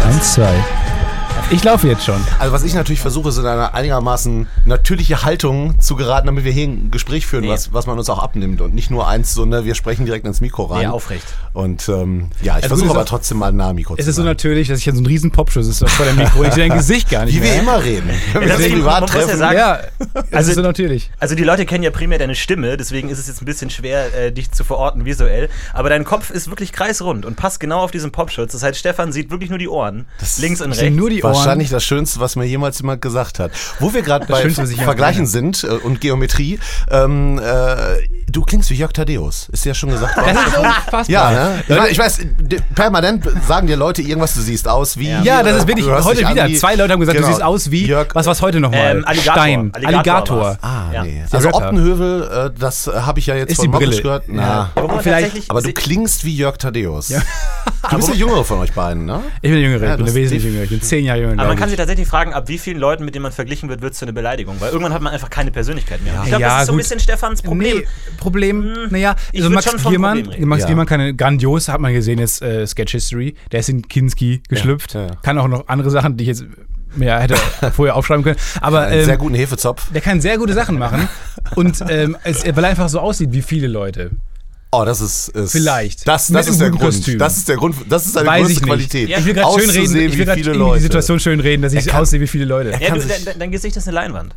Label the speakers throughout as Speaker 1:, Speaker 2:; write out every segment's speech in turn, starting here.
Speaker 1: Platz zwei. Ich laufe jetzt schon.
Speaker 2: Also was ich natürlich versuche, ist in einer einigermaßen natürliche Haltung zu geraten, damit wir hier ein Gespräch führen,
Speaker 3: Nee.
Speaker 2: was, was man uns auch abnimmt und nicht nur eins, so ne, wir sprechen direkt ins Mikro rein.
Speaker 3: Nee, aufrecht.
Speaker 2: Und ähm, ja, ich
Speaker 1: Also gut,
Speaker 2: versuche
Speaker 1: ist
Speaker 2: aber
Speaker 1: auch-
Speaker 2: trotzdem mal nah am Mikro
Speaker 1: Es
Speaker 2: zu
Speaker 1: ist so
Speaker 2: sein.
Speaker 1: natürlich, dass ich ja so einen riesen Popschuss ist vor dem Mikro. Ich sehe dein Gesicht gar nicht
Speaker 2: Wie wir
Speaker 1: mehr.
Speaker 2: immer reden. Wenn wir
Speaker 3: das
Speaker 2: uns
Speaker 3: eben- man
Speaker 2: privat
Speaker 3: muss ja
Speaker 2: treffen.
Speaker 3: sagen-
Speaker 1: Ja, es
Speaker 3: Also-
Speaker 1: ist so natürlich.
Speaker 3: Also die Leute kennen ja primär deine Stimme, deswegen ist es jetzt ein bisschen schwer, äh, dich zu verorten visuell. Aber dein Kopf ist wirklich kreisrund und passt genau auf diesen Popschutz. Das heißt, Stefan sieht wirklich nur die Ohren. links und
Speaker 1: Es sind
Speaker 3: rechts.
Speaker 1: nur die Ohren.
Speaker 2: Wahrscheinlich das Schönste, was mir jemals jemand gesagt hat. Wo wir gerade bei
Speaker 1: Schönste, was ich jemals
Speaker 2: Vergleichen sind äh, und Geometrie, ähm, äh, du klingst wie Jörg Tadeus. Ist dir ja schon gesagt worden.
Speaker 1: Das ist unfassbar.
Speaker 2: Ja, ne? Ich weiß, ich weiß de- permanent sagen dir Leute irgendwas, du siehst aus wie.
Speaker 1: Ja, das ist wirklich
Speaker 2: wirklich
Speaker 1: heute wieder. Zwei Leute haben gesagt, du siehst aus wie.
Speaker 2: Genau. Jörg.
Speaker 1: was war's heute nochmal?
Speaker 3: Ähm, Alligator.
Speaker 1: Stein.
Speaker 3: Alligator
Speaker 1: Alligator.
Speaker 3: war's.
Speaker 2: Ah,
Speaker 3: Ja.
Speaker 2: nee.
Speaker 1: Sie
Speaker 2: Also
Speaker 1: gehört haben.
Speaker 2: Optenhövel, äh, das äh, habe ich ja jetzt
Speaker 1: Ist
Speaker 2: von
Speaker 1: die
Speaker 2: Moppes
Speaker 1: Brille.
Speaker 2: gehört. Na.
Speaker 3: Wobei man
Speaker 1: Vielleicht-
Speaker 3: tatsächlich-
Speaker 2: Aber du
Speaker 3: sie-
Speaker 2: klingst wie Jörg Tadeus. Du bist der Jüngere von euch beiden, ne?
Speaker 1: Ich bin der Jüngere,
Speaker 2: Ja,
Speaker 1: ich bin
Speaker 2: das-
Speaker 1: der wesentlich Jüngere. Ich bin zehn Jahre jünger.
Speaker 3: aber man kann
Speaker 1: glaub
Speaker 3: sich tatsächlich fragen, ab wie vielen Leuten, mit denen man verglichen wird, wird es zu einer Beleidigung. Weil irgendwann hat man einfach keine Persönlichkeit mehr. ich glaube,
Speaker 1: Ja,
Speaker 3: das ist so ein
Speaker 1: gut.
Speaker 3: bisschen Stefans
Speaker 1: ich.
Speaker 3: Problem.
Speaker 1: Nee, Problem, naja,
Speaker 3: Hm. Ich
Speaker 1: also
Speaker 3: würd
Speaker 1: Max
Speaker 3: schon vom
Speaker 1: Giermann,
Speaker 3: Problem reden.
Speaker 1: Max
Speaker 2: Ja.
Speaker 1: Giermann kann grandios, hat man gesehen, jetzt äh, Sketch History, der ist in Kinski geschlüpft,
Speaker 2: ja, ja.
Speaker 1: kann auch noch andere Sachen, die ich jetzt mehr hätte vorher aufschreiben können, aber
Speaker 2: Einen sehr
Speaker 1: ähm,
Speaker 2: guten Hefezopf.
Speaker 1: der kann sehr gute Sachen machen und ähm, es, weil er einfach so aussieht wie viele Leute.
Speaker 2: Oh, das ist. ist
Speaker 1: Vielleicht.
Speaker 2: Das,
Speaker 1: Mit
Speaker 2: das
Speaker 1: einem
Speaker 2: ist der
Speaker 1: guten
Speaker 2: Grund.
Speaker 1: Kostüm.
Speaker 2: Das ist der Grund. Das ist seine
Speaker 1: Weiß
Speaker 2: größte
Speaker 1: ich nicht.
Speaker 2: Qualität.
Speaker 1: Ich will gerade schön reden,
Speaker 2: Auszusehen
Speaker 1: ich will
Speaker 2: wie
Speaker 1: gerade
Speaker 2: viele
Speaker 1: irgendwie
Speaker 2: Leute.
Speaker 1: die Situation schön reden, dass ich
Speaker 2: kann-
Speaker 1: aussehe wie viele Leute.
Speaker 3: Ja,
Speaker 2: kann
Speaker 3: du,
Speaker 2: sich-
Speaker 3: dein, dein Gesicht ist eine Leinwand.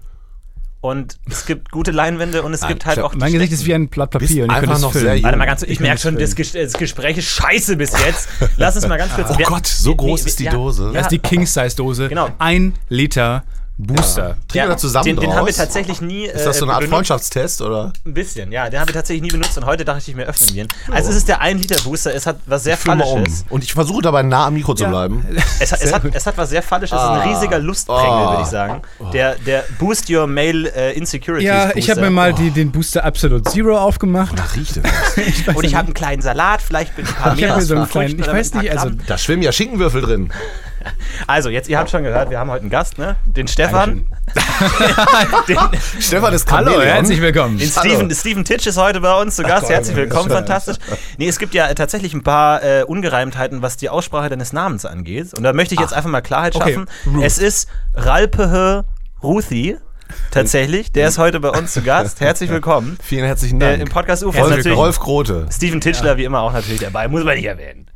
Speaker 3: Und es gibt gute Leinwände und es gibt halt
Speaker 2: Chef,
Speaker 3: auch. die
Speaker 1: Mein Gesicht ist wie ein Blatt
Speaker 2: Bist
Speaker 1: Papier und ihr könnt
Speaker 2: einfach
Speaker 1: es
Speaker 2: noch
Speaker 1: füllen.
Speaker 2: sehr jung.
Speaker 3: Warte mal ganz kurz, ich,
Speaker 1: Ich
Speaker 3: merke
Speaker 1: muss
Speaker 3: schon, das, Ges das Gespräch ist scheiße bis jetzt. Lass uns mal ganz kurz.
Speaker 2: Oh Gott, so groß ist die Dose.
Speaker 1: Das ist die King-Size-Dose.
Speaker 3: Ah, Genau.
Speaker 1: Ein Liter Booster.
Speaker 2: Trinken wir da zusammen
Speaker 3: den, den haben wir
Speaker 2: draus?
Speaker 3: tatsächlich nie. äh,
Speaker 2: Ist das so
Speaker 1: Äh,
Speaker 2: eine Art
Speaker 3: benutzt.
Speaker 2: Freundschaftstest oder?
Speaker 3: Ein bisschen, ja. Den haben wir tatsächlich nie benutzt und heute dachte ich mir, öffnen wir ihn. Also es ist der 1-Liter-Booster, es hat was sehr
Speaker 2: Fühl mal um.
Speaker 3: Fallisches.
Speaker 2: Und ich versuche dabei nah am Mikro zu
Speaker 1: Ja.
Speaker 2: bleiben.
Speaker 3: Es hat, es, hat, es hat was sehr Fallisches, es ist ein riesiger Lustprängel,
Speaker 2: Ah.
Speaker 3: würde ich sagen. Der, der Boost Your Male äh, Insecurities
Speaker 1: Ja, ich habe
Speaker 3: Booster.
Speaker 1: mir mal die, den Booster Absolute Zero aufgemacht.
Speaker 2: Da riecht es.
Speaker 3: Und ich habe einen kleinen Salat, vielleicht bin ich ein paar
Speaker 1: Ich
Speaker 3: mehr
Speaker 1: habe mir so einen
Speaker 3: aus Frucht
Speaker 1: kleinen, ich
Speaker 3: oder
Speaker 1: weiß
Speaker 3: ein paar
Speaker 1: nicht, also
Speaker 3: Gramm.
Speaker 2: Da schwimmen ja Schinkenwürfel drin.
Speaker 3: Also, jetzt, ihr habt schon gehört, wir haben heute einen Gast, ne? Den Stefan. den,
Speaker 2: Stefan ist
Speaker 1: hallo,
Speaker 2: Chamäleon.
Speaker 1: herzlich willkommen.
Speaker 3: den
Speaker 2: Hallo.
Speaker 3: Steven, Steven Titch ist heute bei uns zu Gast.
Speaker 1: Gott,
Speaker 3: Herzlich
Speaker 1: Mann,
Speaker 3: willkommen,
Speaker 1: das
Speaker 3: fantastisch. Nee, es gibt ja äh, tatsächlich ein paar äh, Ungereimtheiten, was die Aussprache deines Namens angeht. Und da möchte ich jetzt einfach mal Klarheit
Speaker 1: okay.
Speaker 3: schaffen.
Speaker 1: Ruth.
Speaker 3: Es ist Ralpehe Ruthi, tatsächlich. Der ist heute bei uns zu Gast. Herzlich willkommen.
Speaker 2: Vielen herzlichen
Speaker 3: Äh,
Speaker 2: Dank.
Speaker 3: Im Podcast UFO ist
Speaker 2: Rolf,
Speaker 3: natürlich
Speaker 2: Rolf Grote.
Speaker 3: Steven Tischler wie immer auch natürlich dabei. Muss man nicht erwähnen.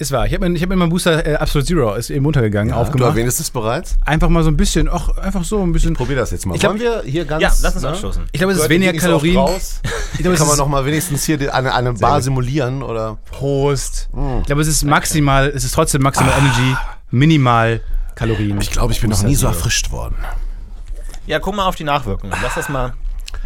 Speaker 1: Ist wahr. Ich habe mir, ich hab mir meinen Booster äh, Absolute Zero, ist eben untergegangen,
Speaker 2: Du
Speaker 1: aufgemacht.
Speaker 2: erwähnst es bereits?
Speaker 1: Einfach mal so ein bisschen, ach, einfach so ein bisschen.
Speaker 2: Probier das jetzt mal.
Speaker 1: Ich glaub-
Speaker 2: wir hier ganz. ne?
Speaker 3: Ja, lass uns anstoßen.
Speaker 1: Ich glaube, es ist
Speaker 2: Leute,
Speaker 1: weniger
Speaker 2: die ging's oft
Speaker 1: Kalorien.
Speaker 2: Raus.
Speaker 1: Ich glaube, es
Speaker 2: Kann man
Speaker 1: ist-
Speaker 2: nochmal wenigstens hier die- eine, eine Bar simulieren oder.
Speaker 1: Prost. Ich glaube, es ist maximal, es ist trotzdem maximal Energy, minimal Kalorien.
Speaker 2: Ich glaube, ich bin noch nie so erfrischt worden.
Speaker 3: Ja, guck mal auf die Nachwirkungen. Lass das mal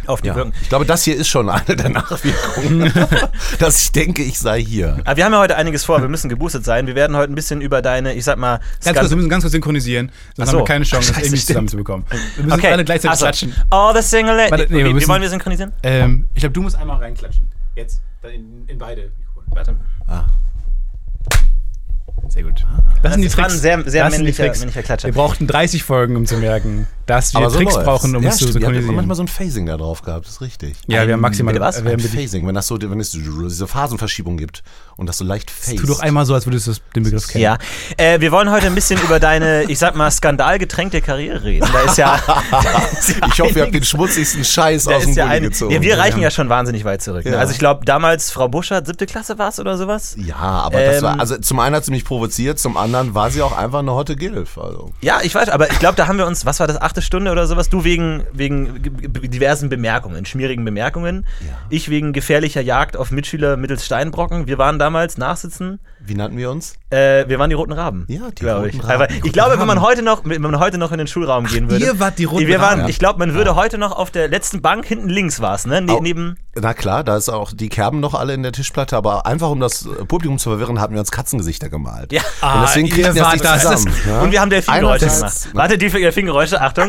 Speaker 3: auf die
Speaker 2: Ja.
Speaker 3: Wirkung.
Speaker 2: Ich glaube, das hier ist schon eine der Nachwirkungen, dass ich denke, ich sei hier.
Speaker 3: Aber wir haben ja heute einiges vor. Wir müssen geboostet sein. Wir werden heute ein bisschen über deine, ich sag mal,
Speaker 1: Ganz kurz, wir müssen ganz kurz synchronisieren, sonst
Speaker 3: Ach so.
Speaker 1: haben wir keine Chance, das
Speaker 3: Scheiße,
Speaker 1: irgendwie
Speaker 3: stimmt.
Speaker 1: zusammenzubekommen. Wir müssen alle gleichzeitig
Speaker 3: also,
Speaker 1: klatschen.
Speaker 3: All the single ladies.
Speaker 1: Warte, nee, wir
Speaker 3: wie, wie
Speaker 1: müssen-
Speaker 3: wollen wir synchronisieren?
Speaker 1: Ähm, ich glaube, du musst einmal reinklatschen. Jetzt. Dann in, in beide Mikrofone.
Speaker 3: Warte.
Speaker 1: Sehr gut.
Speaker 2: Ah.
Speaker 1: Das, sind die
Speaker 3: Das war
Speaker 1: Tricks.
Speaker 3: ein sehr- sehr
Speaker 1: das sind die
Speaker 3: männlicher-
Speaker 1: Tricks.
Speaker 3: männlicher Klatscher.
Speaker 1: Wir brauchten 30 Folgen, um zu merken, dass wir Tricks
Speaker 2: läuft's.
Speaker 1: brauchen, um
Speaker 2: ja,
Speaker 1: es zu
Speaker 2: stimmt, wir haben
Speaker 1: synchronisieren.
Speaker 2: manchmal so ein Phasing da drauf gehabt, ist richtig.
Speaker 1: ja, wir haben maximal.
Speaker 3: Bitte was?
Speaker 1: Wir
Speaker 2: Ein
Speaker 1: haben
Speaker 2: Phasing, wenn das so, wenn es diese Phasenverschiebung gibt und das so leicht phased.
Speaker 1: tu doch einmal so, als würdest du das- den Begriff kennen.
Speaker 3: Ja. Äh, wir wollen heute ein bisschen über deine, ich sag mal, skandalgetränkte Karriere reden. Da ist ja. da ist ja
Speaker 2: Ich hoffe, ihr habt
Speaker 3: einiges-
Speaker 2: den schmutzigsten Scheiß
Speaker 3: da
Speaker 2: aus dem
Speaker 3: ist ja
Speaker 2: Gulli
Speaker 3: ein,
Speaker 2: gezogen.
Speaker 3: ja, wir reichen ja schon wahnsinnig weit zurück. Ne?
Speaker 2: Ja.
Speaker 3: Also ich glaube, damals Frau Buschert, siebte Klasse war es oder sowas?
Speaker 2: Ja, aber das
Speaker 3: Ähm.
Speaker 2: war, also zum einen hat sie mich provoziert, zum anderen war sie auch einfach eine hotte Gilf. Also.
Speaker 3: Ja, ich weiß, aber ich glaube, da haben wir uns, was war das, achte Stunde oder sowas? Du wegen, wegen g- g- diversen Bemerkungen, schmierigen Bemerkungen.
Speaker 2: Ja.
Speaker 3: Ich wegen gefährlicher Jagd auf Mitschüler mittels Steinbrocken. Wir waren damals nachsitzen.
Speaker 2: Wie nannten wir uns?
Speaker 3: Äh, wir waren die Roten Raben.
Speaker 2: Ja, die
Speaker 3: glaub
Speaker 2: Roten
Speaker 3: ich.
Speaker 2: Raben.
Speaker 3: Aber
Speaker 2: Die
Speaker 3: ich
Speaker 2: Roten
Speaker 3: glaube, wenn man
Speaker 1: Raben.
Speaker 3: heute noch, wenn man heute noch in den Schulraum gehen würde.
Speaker 1: ihr wart die Roten
Speaker 3: wir waren,
Speaker 1: Raben.
Speaker 3: Ich glaube, man würde heute noch auf der letzten Bank hinten links war es, ne? Ne-
Speaker 2: Au.
Speaker 3: Neben.
Speaker 2: Na klar, da ist auch die Kerben noch alle in der Tischplatte, aber einfach um das Publikum zu verwirren, hatten wir uns Katzengesichter gemalt.
Speaker 3: Ja.
Speaker 2: Und deswegen
Speaker 1: Ah,
Speaker 2: kriegt
Speaker 1: ihr
Speaker 2: ihr das
Speaker 1: wart
Speaker 2: nicht
Speaker 1: das.
Speaker 2: zusammen. ne?
Speaker 3: Und wir haben Delfingeräusche
Speaker 2: Einer
Speaker 3: gemacht.
Speaker 2: fest's-
Speaker 3: Warte, die Delfingeräusche, Achtung.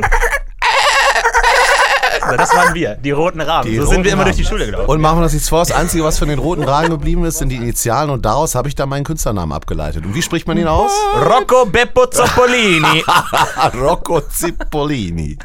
Speaker 3: Schleppner, das waren wir, die roten Raben.
Speaker 2: Die
Speaker 3: so
Speaker 2: roten
Speaker 3: sind wir immer durch die
Speaker 2: Raben.
Speaker 3: Schule gelaufen.
Speaker 2: Und machen wir das jetzt vor, das Einzige, was von den roten Ragen geblieben ist, sind die Initialen und daraus habe ich dann meinen Künstlernamen abgeleitet. Und wie spricht man ihn aus?
Speaker 3: Rocco Beppo Zoppolini.
Speaker 2: Rocco Zippolini.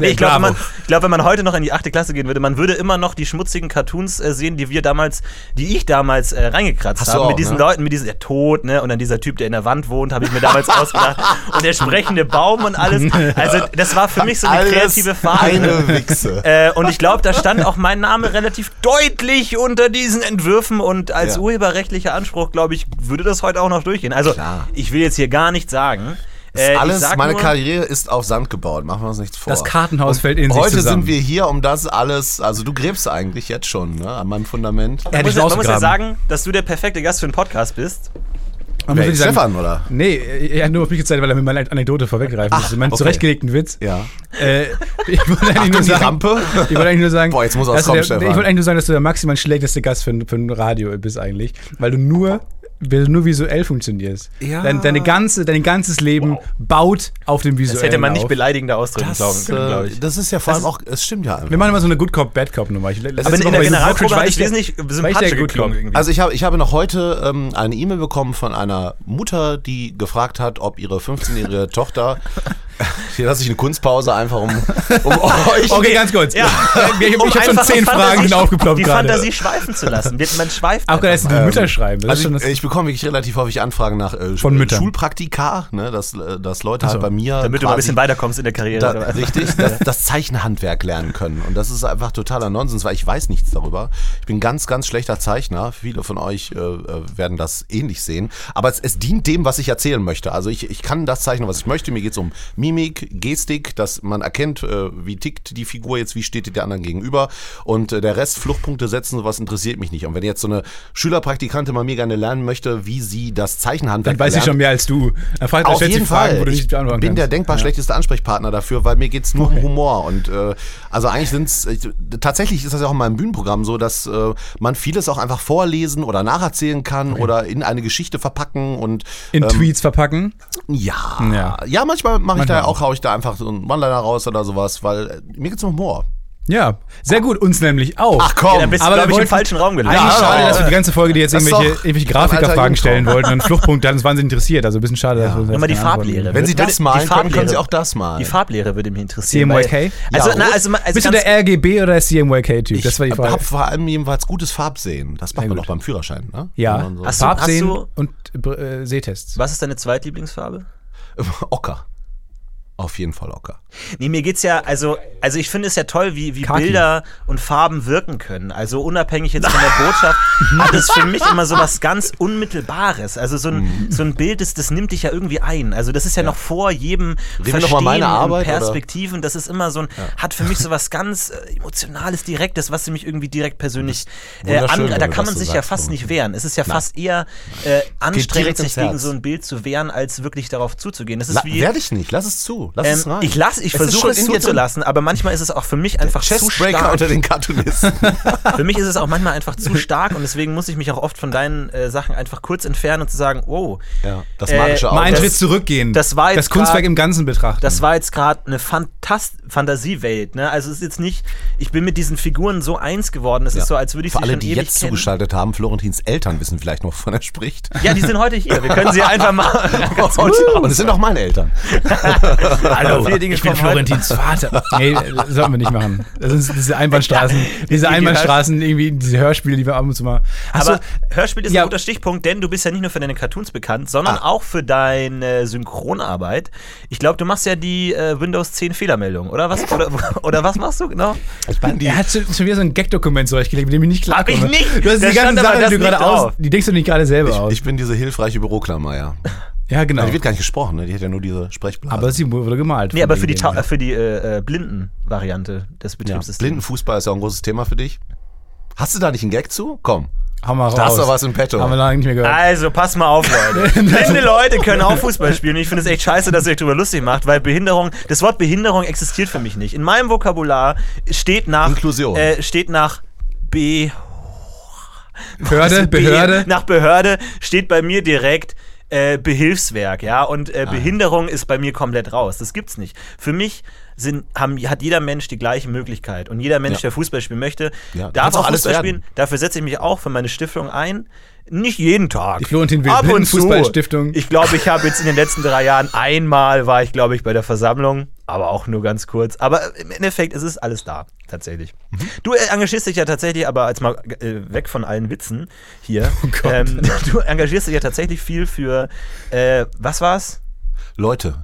Speaker 3: Nee,
Speaker 1: Bravo.
Speaker 3: ich glaube, man, ich glaub, wenn man heute noch in die achte Klasse gehen würde, man würde immer noch die schmutzigen Cartoons äh, sehen, die wir damals, die ich damals äh, reingekratzt
Speaker 2: Hast du
Speaker 3: habe.
Speaker 2: auch,
Speaker 3: mit diesen
Speaker 2: ne?
Speaker 3: Leuten, mit diesem, der Tod, ne? Und dann dieser Typ, der in der Wand wohnt, habe ich mir damals ausgedacht. Und der sprechende Baum und alles. Also, das war für mich so eine
Speaker 2: Alles
Speaker 3: kreative Phase.
Speaker 2: Eine Wichse.
Speaker 3: Äh, und ich glaube, da stand auch mein Name relativ deutlich unter diesen Entwürfen und als
Speaker 2: Ja.
Speaker 3: urheberrechtlicher Anspruch, glaube ich, würde das heute auch noch durchgehen. Also,
Speaker 2: Klar.
Speaker 3: ich will jetzt hier gar nichts sagen. Äh, ich
Speaker 2: Alles,
Speaker 3: sag
Speaker 2: meine
Speaker 3: nur-
Speaker 2: Karriere ist auf Sand gebaut, machen wir uns nichts vor.
Speaker 1: Das Kartenhaus fällt in sich
Speaker 2: Heute
Speaker 1: zusammen.
Speaker 2: sind wir hier, um das alles, also du gräbst eigentlich jetzt schon, ne, an meinem Fundament.
Speaker 1: Hätte
Speaker 3: muss
Speaker 1: ich
Speaker 3: ja, man muss ja
Speaker 1: rausgegraben.
Speaker 3: sagen, dass du der perfekte Gast für einen Podcast bist.
Speaker 1: Man muss
Speaker 2: Wer,
Speaker 1: wirklich sagen-
Speaker 2: Stefan, oder?
Speaker 1: Nee, er hat nur auf mich gezeigt, weil er mit meiner Anekdote vorweggreifen musste. Meinen
Speaker 2: okay.
Speaker 1: zurechtgelegten Witz.
Speaker 2: Ja.
Speaker 1: Äh, ich wollte eigentlich nur
Speaker 2: Die
Speaker 1: sagen,
Speaker 2: Rampe?
Speaker 1: ich wollte eigentlich nur sagen,
Speaker 2: Boah, jetzt muss er
Speaker 1: dass du
Speaker 2: kommen,
Speaker 1: der,
Speaker 2: Stefan.
Speaker 1: ich wollte eigentlich nur sagen, dass du der maximal schlechteste Gast für, ein- für ein Radio bist eigentlich, weil du nur, weil du nur visuell funktionierst.
Speaker 2: Ja.
Speaker 1: Dein, deine ganze, dein ganzes Leben baut auf dem visuellen
Speaker 3: Das hätte man nicht
Speaker 1: äh, auf.
Speaker 3: beleidigender ausdrücken
Speaker 2: Das,
Speaker 3: können, glaube
Speaker 2: äh,
Speaker 3: ich.
Speaker 2: das ist ja vor allem auch, es stimmt ja einfach.
Speaker 1: Wir machen immer so eine Good Cop, Bad Cop Nummer. Ich, letzte
Speaker 3: Aber in
Speaker 1: Woche
Speaker 3: der
Speaker 1: bei
Speaker 3: Generalprobe
Speaker 1: Cockroach
Speaker 3: war ich
Speaker 1: der-
Speaker 3: wesentlich
Speaker 1: war ich der
Speaker 3: sympathischer
Speaker 1: Good Cop.
Speaker 3: geklungen irgendwie.
Speaker 2: Also ich habe ich habe noch heute ähm, eine E-Mail bekommen von einer Mutter, die gefragt hat, ob ihre 15-jährige Tochter hier lasse ich eine Kunstpause einfach um, um euch
Speaker 1: Okay, ganz kurz.
Speaker 3: Ja.
Speaker 1: Ich, ich habe
Speaker 3: Um
Speaker 1: schon
Speaker 3: einfache
Speaker 1: zehn Fragen
Speaker 3: Fantasie-
Speaker 1: aufgeploppt
Speaker 3: Die
Speaker 1: gerade.
Speaker 3: Fantasie schweifen zu lassen. Wir- Man schweift.
Speaker 1: Auch gerade, dass die
Speaker 2: Ähm,
Speaker 1: Mütter schreiben. Das ist
Speaker 2: also
Speaker 1: schon das
Speaker 2: ich, ich bekomme wirklich relativ häufig Anfragen nach äh,
Speaker 1: Von
Speaker 2: Sch-
Speaker 1: Müttern.
Speaker 2: Schulpraktika, ne, dass, äh, dass Leute
Speaker 1: so.
Speaker 2: halt bei mir
Speaker 3: damit du mal ein bisschen weiterkommst in der Karriere.
Speaker 2: da,
Speaker 3: oder was?
Speaker 2: richtig, das, das Zeichenhandwerk lernen können. Und das ist einfach totaler Nonsens, weil ich weiß nichts darüber. Ich bin ganz, ganz schlechter Zeichner. Viele von euch äh, äh, werden das ähnlich sehen. Aber es, es dient dem, was ich erzählen möchte. Also ich, ich kann das zeichnen, was ich möchte. Mir geht es um Mimik, Gestik, dass man erkennt, äh, wie tickt die Figur jetzt, wie steht die der anderen gegenüber. Und äh, der Rest, Fluchtpunkte setzen, sowas interessiert mich nicht. Und wenn jetzt so eine Schülerpraktikantin mal mir gerne lernen möchte, wie sie das Zeichenhandwerk
Speaker 1: Dann weiß ich
Speaker 2: lernt,
Speaker 1: schon mehr als du. Dann fragt dann
Speaker 2: auf
Speaker 1: stellt sie
Speaker 2: jeden
Speaker 1: Fragen,
Speaker 2: Fall.
Speaker 1: wo du
Speaker 2: Ich
Speaker 1: nicht
Speaker 2: bin
Speaker 1: beantworten kannst.
Speaker 2: der denkbar schlechteste Ansprechpartner dafür, weil mir geht's nur um Humor. Und äh, also eigentlich sind's ich, tatsächlich ist das ja auch in meinem Bühnenprogramm so, dass äh, man vieles auch einfach vorlesen oder nacherzählen kann oder in eine Geschichte verpacken und
Speaker 1: in
Speaker 2: ähm,
Speaker 1: Tweets verpacken.
Speaker 2: ja,
Speaker 1: Ja.
Speaker 2: ja. manchmal mache ich
Speaker 1: Manchmal
Speaker 2: da auch, hau ich da einfach so einen One-Liner raus oder sowas, weil äh, mir geht's um Humor.
Speaker 1: Ja, sehr gut. Uns nämlich auch.
Speaker 2: Ach komm,
Speaker 3: Ja, da bist du,
Speaker 1: Aber wir
Speaker 3: glaube ich,
Speaker 1: wollten-
Speaker 3: im falschen Raum gelandet.
Speaker 1: Eigentlich
Speaker 2: Ja,
Speaker 1: schade,
Speaker 2: aber-
Speaker 1: dass wir die ganze Folge, die jetzt
Speaker 2: Das ist
Speaker 1: irgendwelche,
Speaker 2: doch
Speaker 1: irgendwelche
Speaker 2: ein alter
Speaker 1: Grafikerfragen stellen
Speaker 2: Jugendtraum.
Speaker 1: wollten und Fluchtpunkte hat uns wahnsinnig interessiert. Also ein bisschen schade, dass wir uns
Speaker 3: Wenn man die
Speaker 1: keine Antworten
Speaker 3: Farblehre
Speaker 1: geben.
Speaker 2: Wenn Sie
Speaker 3: würde-
Speaker 2: das malen
Speaker 3: die
Speaker 2: können, können Sie
Speaker 3: Farblehre-
Speaker 2: auch das malen.
Speaker 3: Die Farblehre würde mich interessieren.
Speaker 1: CMYK?
Speaker 3: Weil, also,
Speaker 2: Ja,
Speaker 3: na, also, also
Speaker 1: Bist du
Speaker 3: ganz-
Speaker 1: der RGB oder der CMYK-Typ? Das war die
Speaker 2: Ich
Speaker 1: Frage.
Speaker 2: hab vor allem jedenfalls gutes Farbsehen. Das macht man
Speaker 1: gut.
Speaker 2: doch beim Führerschein, ne?
Speaker 1: Ja,
Speaker 2: Wenn man
Speaker 3: Hast
Speaker 2: So
Speaker 3: du- hast
Speaker 1: Farbsehen
Speaker 3: du-
Speaker 1: und äh, Sehtests.
Speaker 3: was ist deine Zweitlieblingsfarbe?
Speaker 2: Ocker. Auf jeden Fall Ocker.
Speaker 3: Nee, mir geht's ja, also, also ich finde es ja toll, wie, wie
Speaker 1: Khaki.
Speaker 3: Bilder und Farben wirken können. Also unabhängig jetzt von der Botschaft, hat es für mich immer so was ganz Unmittelbares. Also so ein, so ein Bild, das, das nimmt dich ja irgendwie ein. Also das ist ja, noch vor jedem
Speaker 2: wir noch mal meine
Speaker 3: und
Speaker 2: Arbeit, oder?
Speaker 3: Perspektiven. Das ist immer so ein, hat für mich so was ganz äh, Emotionales, Direktes, was mich irgendwie direkt persönlich äh,
Speaker 2: Mhm. wunderschön,
Speaker 3: an,
Speaker 2: wenn
Speaker 3: Da
Speaker 2: du
Speaker 3: kann
Speaker 2: das
Speaker 3: man
Speaker 2: so
Speaker 3: sich ja
Speaker 2: sagst,
Speaker 3: fast
Speaker 2: Thomas.
Speaker 3: nicht wehren. Es ist ja fast eher äh, anstrengend,
Speaker 2: direkt
Speaker 3: sich
Speaker 2: ins
Speaker 3: gegen
Speaker 2: Herz.
Speaker 3: so ein Bild zu wehren, als wirklich darauf zuzugehen. Das ist
Speaker 2: La
Speaker 3: wie,
Speaker 2: werde ich nicht, lass es zu. Lass
Speaker 3: ähm,
Speaker 2: es rein.
Speaker 3: ich lass,
Speaker 2: Es
Speaker 3: ich
Speaker 2: ist
Speaker 3: versuche
Speaker 2: schon
Speaker 3: es
Speaker 2: in dir
Speaker 3: zuzulassen, aber manchmal ist es auch für mich einfach
Speaker 2: drin.
Speaker 3: zu
Speaker 2: Chessbreaker
Speaker 3: stark.
Speaker 2: unter den Cartoonisten.
Speaker 3: Für mich ist es auch manchmal einfach zu stark und deswegen muss ich mich auch oft von deinen äh, Sachen einfach kurz entfernen und zu sagen, oh,
Speaker 2: ja, das
Speaker 3: Äh,
Speaker 2: magische
Speaker 1: Mal einen
Speaker 2: Auge.
Speaker 3: das-
Speaker 1: Schritt zurückgehen.
Speaker 3: das war jetzt
Speaker 1: das Kunstwerk
Speaker 3: grad-
Speaker 1: im Ganzen betrachten.
Speaker 2: Mhm.
Speaker 3: das war jetzt gerade eine Fantas Fantasiewelt. Ne? Also es ist jetzt nicht, ich bin mit diesen Figuren so eins geworden. Es
Speaker 2: Ja.
Speaker 3: ist so, als würde ich
Speaker 2: Für
Speaker 3: sie
Speaker 2: alle,
Speaker 3: schon
Speaker 2: die
Speaker 3: ewig
Speaker 2: jetzt
Speaker 3: kennen.
Speaker 2: zugeschaltet haben, Florentins Eltern wissen vielleicht noch, wovon er spricht.
Speaker 3: Ja, die sind heute hier. Wir können sie einfach mal. ganz kurz
Speaker 2: Und es sind auch meine Eltern.
Speaker 1: Hallo,
Speaker 3: Viele Dinge
Speaker 1: ich bin
Speaker 3: kommen heute.
Speaker 1: Florentins Vater. Nee, das sollten wir nicht machen. Das sind diese Einbahnstraßen, diese
Speaker 3: die
Speaker 1: Einbahnstraßen, irgendwie diese Hörspiele, die wir ab und zu mal. Hast
Speaker 3: Aber
Speaker 1: du-
Speaker 3: Hörspiel ist
Speaker 1: Ja.
Speaker 3: ein guter Stichpunkt, denn du bist ja nicht nur für deine Cartoons bekannt, sondern auch für deine Synchronarbeit. Ich glaube, du machst ja die äh, Windows 10 Fehlermeldung, oder was? Oder, oder was machst du genau?
Speaker 2: Ich bin die.
Speaker 1: er hat schon schon wieder so ein Gag-Dokument zurechtgelegt, mit dem ich nicht klarkomme.
Speaker 3: ich nicht.
Speaker 1: Du hast
Speaker 3: Da
Speaker 1: die ganzen
Speaker 3: stand aber
Speaker 1: Sachen, die
Speaker 3: das
Speaker 1: du gerade
Speaker 3: nicht
Speaker 1: aus,
Speaker 3: drauf.
Speaker 1: die denkst du nicht gerade selber
Speaker 2: Ich,
Speaker 1: aus.
Speaker 2: ich bin diese hilfreiche Büroklammer, ja.
Speaker 1: ja, genau.
Speaker 2: Die wird gar nicht gesprochen, ne? die hat ja nur diese Sprechblase.
Speaker 1: Aber sie wurde gemalt.
Speaker 3: Nee,
Speaker 1: von
Speaker 3: aber für die,
Speaker 1: demjenigen.
Speaker 3: Tau- äh, für die äh, äh, Blinden-Variante des
Speaker 2: ja.
Speaker 3: Betriebssystems.
Speaker 2: Blindenfußball ist ja auch ein großes Thema für dich. Hast du da nicht einen Gag zu? Komm.
Speaker 1: Haben wir raus.
Speaker 2: Da hast du was im Petto. Ah,
Speaker 1: Haben wir lange nicht mehr gehört.
Speaker 3: Also, pass mal auf, Leute. Blinde Leute können auch Fußball spielen. Und ich finde es echt scheiße, dass ihr euch darüber lustig macht, weil Behinderung, das Wort Behinderung existiert für mich nicht. In meinem Vokabular steht nach.
Speaker 2: Inklusion.
Speaker 3: Äh, steht nach B.
Speaker 1: Behörde,
Speaker 3: Also B-
Speaker 1: Behörde.
Speaker 3: Nach Behörde steht bei mir direkt
Speaker 2: Ah,
Speaker 3: äh, Behilfswerk, ja. Und äh, Behinderung ist bei mir komplett raus. Das gibt's nicht. Für mich sind, haben, hat jeder Mensch die gleiche Möglichkeit. Und jeder Mensch,
Speaker 2: Ja.
Speaker 3: der Fußball spielen möchte,
Speaker 2: Ja,
Speaker 3: darf
Speaker 2: kannst
Speaker 3: auch
Speaker 2: auch alles
Speaker 3: Fußball
Speaker 2: werden.
Speaker 3: spielen. Dafür setze ich mich auch für meine Stiftung ein. Nicht jeden Tag.
Speaker 1: Die Florentin W.
Speaker 3: Ab
Speaker 1: Blinden
Speaker 3: und zu.
Speaker 1: Fußballstiftung.
Speaker 3: Ich glaube, ich habe jetzt in den letzten drei Jahren einmal war ich, glaube ich, bei der Versammlung, aber auch nur ganz kurz. Aber im Endeffekt, es ist alles da, tatsächlich.
Speaker 1: Mhm.
Speaker 3: Du äh, engagierst dich ja tatsächlich, aber als mal äh, weg von allen Witzen hier.
Speaker 1: Oh Gott.
Speaker 3: ähm, du engagierst dich ja tatsächlich viel für, äh, was war's?
Speaker 2: Leute,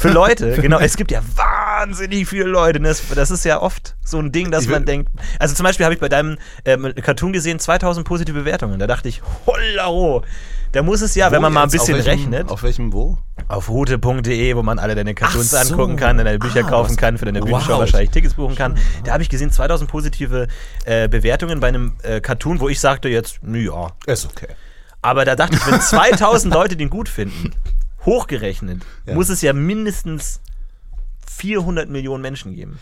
Speaker 3: Für Leute, genau. Es gibt ja wahnsinnig viele Leute. ne? Das, das ist ja oft so ein Ding, dass
Speaker 2: Ich
Speaker 3: man
Speaker 2: will-
Speaker 3: denkt. Also zum Beispiel habe ich bei deinem ähm, Cartoon gesehen 2000 positive Bewertungen. Da dachte ich, holla ho. Da muss es ja, wenn
Speaker 2: wo
Speaker 3: man mal ein
Speaker 2: jetzt? Auf
Speaker 3: bisschen
Speaker 2: welchem,
Speaker 3: rechnet, auf,
Speaker 2: Auf welchem wo?
Speaker 3: rote.de, wo man alle deine Cartoons
Speaker 2: Ach so.
Speaker 3: angucken kann, deine Bücher
Speaker 2: Ah,
Speaker 3: kaufen
Speaker 2: was-
Speaker 3: kann, für deine
Speaker 2: wow.
Speaker 3: Bühnenshow wahrscheinlich Tickets buchen kann. Da habe ich gesehen 2000 positive äh, Bewertungen bei einem äh, Cartoon, wo ich sagte jetzt, nö, ja,
Speaker 2: Ist okay.
Speaker 3: aber da dachte ich, wenn 2000 Leute den gut finden, hochgerechnet,
Speaker 2: Ja.
Speaker 3: muss es ja mindestens 400 Millionen Menschen geben.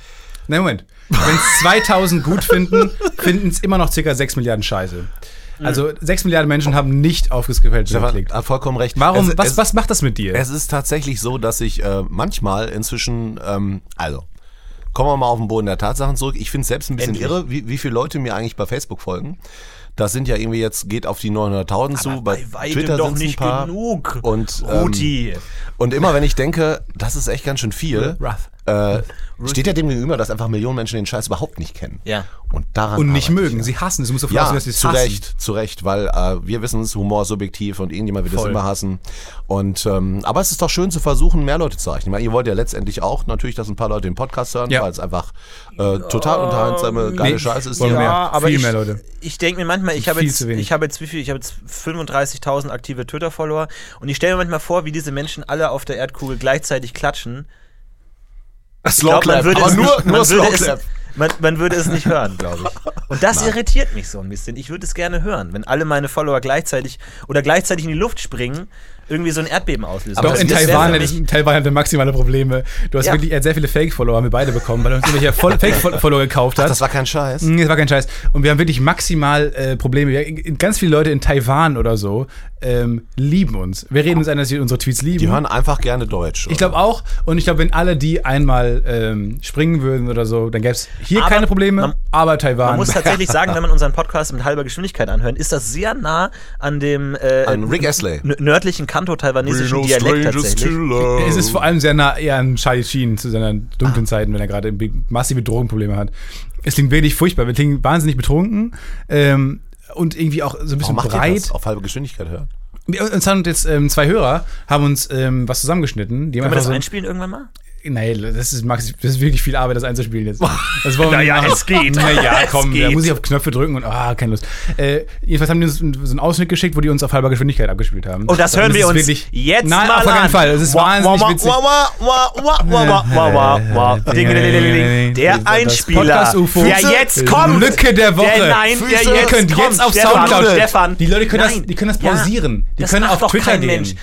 Speaker 1: Nein, Moment. Wenn es 2000 gut finden, finden es immer noch circa 6 Milliarden Scheiße.
Speaker 2: Mhm.
Speaker 1: Also 6 Milliarden Menschen haben nicht auf das Gefällt
Speaker 2: Stefan
Speaker 1: geklickt.
Speaker 2: hat vollkommen recht.
Speaker 1: Warum,
Speaker 2: Es-
Speaker 1: was,
Speaker 2: es-
Speaker 1: was macht das mit dir?
Speaker 2: Es ist tatsächlich so, dass ich äh, manchmal inzwischen, ähm, also, kommen wir mal auf den Boden der Tatsachen zurück. Ich finde es selbst ein bisschen
Speaker 3: Endlich.
Speaker 2: irre, wie, wie viele Leute mir eigentlich bei Facebook folgen. Das sind ja irgendwie jetzt, geht auf die 900.000 zu, bei, Twitter sind ein paar.
Speaker 3: genug.
Speaker 2: Und, ähm,
Speaker 3: Ruti.
Speaker 2: Und immer wenn ich denke, das ist echt ganz schön viel,
Speaker 1: Ruff.
Speaker 2: äh, steht ja dem gegenüber, dass einfach Millionen Menschen den Scheiß überhaupt nicht kennen.
Speaker 3: Ja.
Speaker 2: Und daran
Speaker 1: Und nicht
Speaker 2: arbeite Ah, ich
Speaker 1: mögen. Sie hassen es. Du musst davon
Speaker 2: ja,
Speaker 1: ausgehen, dass sie es
Speaker 2: zu
Speaker 1: hassen.
Speaker 2: Recht, zu Recht, weil äh, wir wissen es, Humor ist subjektiv und irgendjemand wird es
Speaker 1: Voll.
Speaker 2: immer hassen. Und ähm, aber es ist doch schön zu versuchen, mehr Leute zu erreichen. Ich meine, ihr wollt ja letztendlich auch natürlich, dass ein paar Leute den Podcast hören,
Speaker 1: Ja. Ähm,
Speaker 2: weil es einfach äh, total unterhaltsame, geile
Speaker 1: nee,
Speaker 2: Scheiße ist.
Speaker 1: wollen wir
Speaker 2: Ja.
Speaker 1: mehr. Viel
Speaker 3: ich,
Speaker 1: mehr Leute.
Speaker 3: Ich denke mir manchmal, ich habe
Speaker 1: Viel
Speaker 3: jetzt,
Speaker 1: zu wenig.
Speaker 3: ich habe jetzt wie viel? Ich habe jetzt 35.000 aktive Twitter-Follower und ich stelle mir manchmal vor, wie diese Menschen alle auf der Erdkugel gleichzeitig klatschen. Ich
Speaker 2: Slow
Speaker 3: glaub, man
Speaker 2: Clap,
Speaker 3: würde
Speaker 2: aber
Speaker 3: es
Speaker 2: nur,
Speaker 3: nicht-
Speaker 2: nur
Speaker 3: man
Speaker 2: Slow
Speaker 3: würde
Speaker 2: Clap.
Speaker 3: es, man, man würde es nicht hören, glaube ich. Und das irritiert mich so ein bisschen. Ich würde es gerne hören, wenn alle meine Follower gleichzeitig oder gleichzeitig in die Luft springen, irgendwie so ein Erdbeben auslösen.
Speaker 1: Doch,
Speaker 3: Das-
Speaker 1: in
Speaker 3: das wär
Speaker 1: Taiwan,
Speaker 3: für
Speaker 1: hat-
Speaker 3: mich-
Speaker 1: in Taiwan hat er maximale Probleme. Du hast
Speaker 3: Ja.
Speaker 1: wirklich er hat sehr viele Fake-Follower, haben wir beide bekommen, weil er uns irgendwelche Voll- Fake-Follower gekauft hat.
Speaker 2: Das war kein Scheiß.
Speaker 1: Nee, das war kein Scheiß. Und wir haben wirklich maximal äh, Probleme. Wir, ganz viele Leute in Taiwan oder so ähm, lieben uns. Wir reden uns ein, dass sie unsere Tweets lieben.
Speaker 2: Die hören einfach gerne Deutsch.
Speaker 1: ich glaube auch. Und ich glaube, wenn alle die einmal ähm, springen würden oder so, dann gäbe es hier
Speaker 3: Aber
Speaker 1: keine Probleme,
Speaker 3: man-
Speaker 1: aber Taiwan.
Speaker 3: Man muss halt tatsächlich sagen, wenn man unseren Podcast mit halber Geschwindigkeit anhört, ist das sehr nah an dem äh,
Speaker 2: An Rick Astley.
Speaker 3: n- nördlichen kanto-taiwanesischen Dialekt tatsächlich.
Speaker 1: es
Speaker 3: Oh.
Speaker 1: ist vor allem sehr nah eher an Charlie Sheen zu seinen dunklen Zeiten, wenn er gerade bi- massive Drogenprobleme hat. Es klingt wirklich furchtbar. Wir klingen wahnsinnig betrunken ähm, und irgendwie auch so ein bisschen
Speaker 2: Warum macht ihr
Speaker 1: breit.
Speaker 2: das? Auf halbe Geschwindigkeit hören.
Speaker 1: Uns haben jetzt ähm, zwei Hörer haben uns ähm, was zusammengeschnitten. Die haben
Speaker 3: Können wir
Speaker 1: einfach
Speaker 3: das
Speaker 2: Also-
Speaker 1: so
Speaker 3: einspielen irgendwann mal?
Speaker 1: Nein, das ist, Max, das ist wirklich viel Arbeit, das einzuspielen jetzt. Das wollen wir
Speaker 3: Naja,
Speaker 1: nicht machen.
Speaker 3: es geht.
Speaker 1: Naja,
Speaker 3: Es
Speaker 1: komm, da
Speaker 3: geht.
Speaker 1: muss ich auf Knöpfe drücken und ah, keine Lust. Äh, jedenfalls haben die uns so einen Ausschnitt geschickt, wo die uns auf halber Geschwindigkeit abgespielt haben.
Speaker 3: Und Oh, das hören
Speaker 1: ist
Speaker 3: wir uns
Speaker 1: wirklich,
Speaker 3: jetzt
Speaker 1: nein,
Speaker 3: mal
Speaker 1: auf gar keinen
Speaker 3: an.
Speaker 1: Fall. Es ist wahnsinnig witzig.
Speaker 2: wa, wa, wa,
Speaker 3: Wa, wa, wa, wa. Dingelingelingeling. Der
Speaker 1: Das
Speaker 3: Einspieler,
Speaker 1: Podcast-UFO.
Speaker 3: der jetzt kommt.
Speaker 1: Lücke der Woche.
Speaker 3: Der, nein, der
Speaker 2: Füße.
Speaker 1: Ihr
Speaker 3: jetzt
Speaker 1: könnt
Speaker 3: kommt.
Speaker 1: jetzt auf
Speaker 3: Stefan,
Speaker 1: Soundcloud.
Speaker 3: Stefan.
Speaker 1: Die Leute können das-
Speaker 3: Nein.
Speaker 1: die können das pausieren. Die
Speaker 3: das
Speaker 1: können
Speaker 3: macht
Speaker 1: auf
Speaker 3: doch
Speaker 1: Twitter
Speaker 3: kein
Speaker 1: gehen.
Speaker 3: Mensch.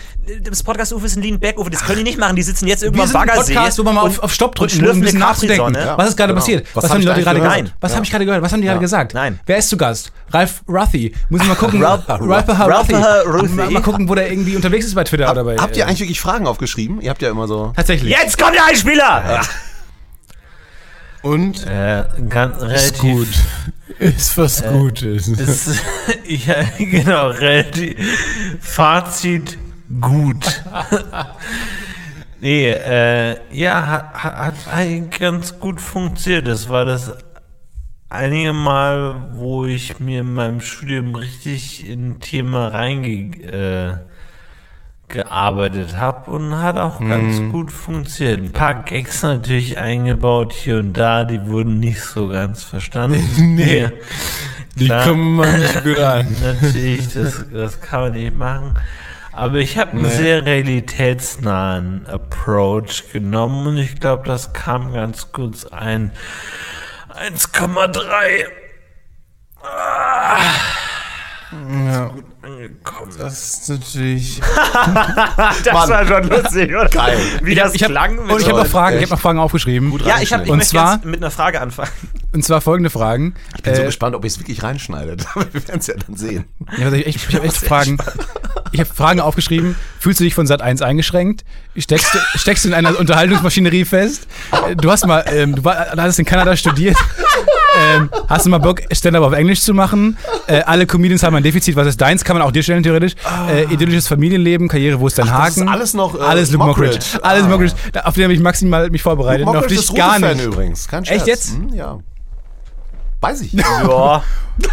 Speaker 3: Das Podcast-UFO ist ein Lean-Back-UFO. Das können die nicht machen. Die sitzen jetzt irgendwo
Speaker 1: Wir
Speaker 3: am
Speaker 1: sind ein
Speaker 3: Baggersee.
Speaker 1: Podcast, wo man mal
Speaker 3: und-
Speaker 1: auf, auf Stopp drücken
Speaker 3: und
Speaker 1: muss, um ein
Speaker 3: schlürfen
Speaker 1: bisschen
Speaker 3: eine
Speaker 1: nachzudenken.
Speaker 3: Capri-Sonne.
Speaker 1: Was ist gerade
Speaker 2: Genau.
Speaker 1: passiert? Was,
Speaker 2: Was
Speaker 1: haben
Speaker 2: hab
Speaker 1: die
Speaker 2: ich
Speaker 1: Leute gerade
Speaker 2: eigentlich
Speaker 1: gesagt?
Speaker 2: gehört?
Speaker 1: Was
Speaker 2: Ja.
Speaker 1: habe ich gerade gehört? Was haben die gerade gesagt?
Speaker 3: Nein.
Speaker 1: Wer ist zu Gast? Ralf Ruthi. Muss ich mal gucken.
Speaker 3: Ralph- Ralph Ruthi.
Speaker 1: Mal, mal gucken, wo der irgendwie unterwegs ist bei Twitter oder bei.
Speaker 2: Habt ihr
Speaker 1: äh,
Speaker 2: eigentlich wirklich Fragen aufgeschrieben? Ihr habt ja immer so.
Speaker 1: Tatsächlich.
Speaker 3: Jetzt kommt der Einspieler!
Speaker 2: Und
Speaker 3: Äh, ganz relativ
Speaker 1: Ist
Speaker 3: Äh,
Speaker 1: was Gutes.
Speaker 3: Ist, ja, genau, relativ. Fazit gut. nee, äh, ja, hat, hat eigentlich ganz gut funktioniert. Das war das einige Mal, wo ich mir in meinem Studium richtig in ein Thema reingearbeitet äh, gearbeitet habe und hat auch
Speaker 1: Mhm.
Speaker 3: ganz gut funktioniert. Ein paar Gags natürlich eingebaut hier und da, die wurden nicht so ganz verstanden. nee.
Speaker 1: Die
Speaker 3: Da-
Speaker 1: kommen mal nicht gut an.
Speaker 3: Natürlich, das, das kann man nicht machen. Aber ich habe einen sehr realitätsnahen Approach genommen und ich glaube, das kam ganz gut ein. 1,3. Ah, Ist gut angekommen.
Speaker 4: Das ist natürlich.
Speaker 3: Das
Speaker 2: Mann.
Speaker 3: war schon lustig, oder?
Speaker 2: Geil.
Speaker 3: Wie das
Speaker 1: Ich hab,
Speaker 3: klang.
Speaker 1: und ich habe noch
Speaker 2: Echt?
Speaker 1: Fragen, ich hab noch Fragen aufgeschrieben.
Speaker 3: ja, ich, hab, ich
Speaker 1: Und
Speaker 3: möchte
Speaker 1: zwar-
Speaker 3: jetzt mit einer Frage anfangen.
Speaker 1: Und zwar folgende Fragen.
Speaker 2: Ich bin so
Speaker 1: Äh,
Speaker 2: gespannt, ob ihr es wirklich reinschneidet. Wir werden es ja dann sehen.
Speaker 1: Ja, also ich, ich, ich habe echt Fragen. ich habe Fragen aufgeschrieben. Fühlst du dich von Sat 1 eingeschränkt? Steckst, du- steckst du in einer Unterhaltungsmaschinerie fest? Äh, Du hast mal, ähm, du war, du hast in Kanada studiert. Ähm, hast du mal Bock, Stand-up auf Englisch zu machen? Äh, alle Comedians haben ein Defizit. Was ist deins? Kann man auch dir stellen, theoretisch. Äh, idyllisches Familienleben, Karriere, wo ist dein
Speaker 2: Ah. Ach,
Speaker 1: Haken?
Speaker 2: das ist alles noch, äh,
Speaker 1: alles Luke Mockridge.
Speaker 2: Mockridge. Ah.
Speaker 1: Alles Luke Mockridge. Da- Auf den habe ich maximal mich vorbereitet. und auf
Speaker 2: Mockridge
Speaker 1: dich gar
Speaker 2: Rute-Fan
Speaker 1: nicht.
Speaker 2: übrigens. Kein Scherz.
Speaker 1: Echt jetzt?
Speaker 2: Hm, ja. Weiß ich.
Speaker 5: Ja.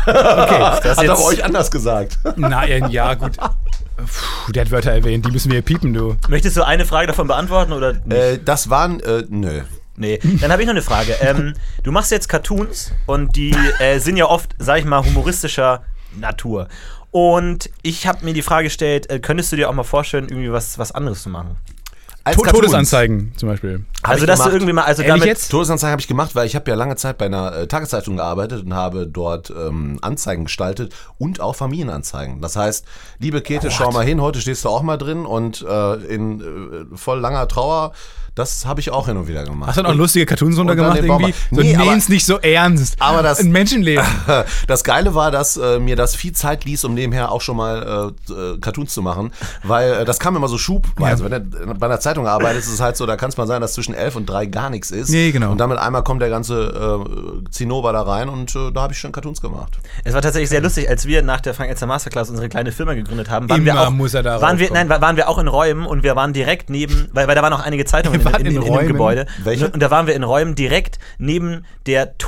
Speaker 2: okay, das hat
Speaker 5: jetzt-
Speaker 2: aber euch anders gesagt.
Speaker 1: Na ja, ja, gut. Puh, der hat Wörter erwähnt, die müssen wir hier piepen, du.
Speaker 3: Möchtest du eine Frage davon beantworten oder nicht?
Speaker 2: äh, das waren, äh, nö.
Speaker 3: Nee, dann habe ich noch eine Frage. Ähm, du machst jetzt Cartoons und die äh, sind ja oft, sag ich mal, humoristischer Natur. Und ich habe mir die Frage gestellt, äh, könntest du dir auch mal vorstellen, irgendwie was, was anderes zu machen?
Speaker 2: Als
Speaker 1: To
Speaker 2: Cartoons.
Speaker 1: Todesanzeigen zum Beispiel.
Speaker 2: Hab
Speaker 3: also,
Speaker 2: ich
Speaker 3: dass
Speaker 2: gemacht.
Speaker 3: du irgendwie mal, also
Speaker 1: Ehrlich
Speaker 3: damit.
Speaker 1: jetzt?
Speaker 2: Todesanzeigen habe ich gemacht, weil ich habe ja lange Zeit bei einer äh, Tageszeitung gearbeitet und habe dort ähm, Anzeigen gestaltet und auch Familienanzeigen. Das heißt, liebe Käthe, schau mal hin, heute stehst du auch mal drin und äh, in äh, voll langer Trauer, das habe ich auch hin und wieder gemacht.
Speaker 1: Hast du dann auch lustige Cartoons runtergemacht
Speaker 2: dann den
Speaker 1: irgendwie? So,
Speaker 2: Baumarkt. Nee, aber-
Speaker 1: nehmen's nicht so ernst.
Speaker 2: Aber das-
Speaker 1: Ein Menschenleben.
Speaker 2: Das Geile war, dass äh, mir das viel Zeit ließ, um nebenher auch schon mal äh, äh, Cartoons zu machen, weil äh, das kam immer so schubweise. Also Wenn du äh, bei einer Zeitung arbeitest, ist es halt so, da kann es mal sein, dass zwischen elf und drei gar nichts ist.
Speaker 1: Nee, genau.
Speaker 2: Und damit einmal kommt der ganze äh, Zinnober da rein und äh, da habe ich schon Cartoons gemacht.
Speaker 3: Es war tatsächlich sehr lustig, als wir nach der Frank Elster Masterclass unsere kleine Firma gegründet haben. Waren wir
Speaker 1: Immer
Speaker 3: auch,
Speaker 1: muss er da
Speaker 3: waren wir,
Speaker 1: raufkommen.
Speaker 3: Nein, wa- waren wir auch in Räumen und wir waren direkt neben, weil, weil da waren auch einige Zeitungen
Speaker 1: Wir
Speaker 3: in,
Speaker 1: waren
Speaker 3: in,
Speaker 1: in
Speaker 3: in, in dem
Speaker 1: Räumen?
Speaker 3: Gebäude.
Speaker 2: Welche?
Speaker 3: Und, und da waren wir in Räumen direkt neben der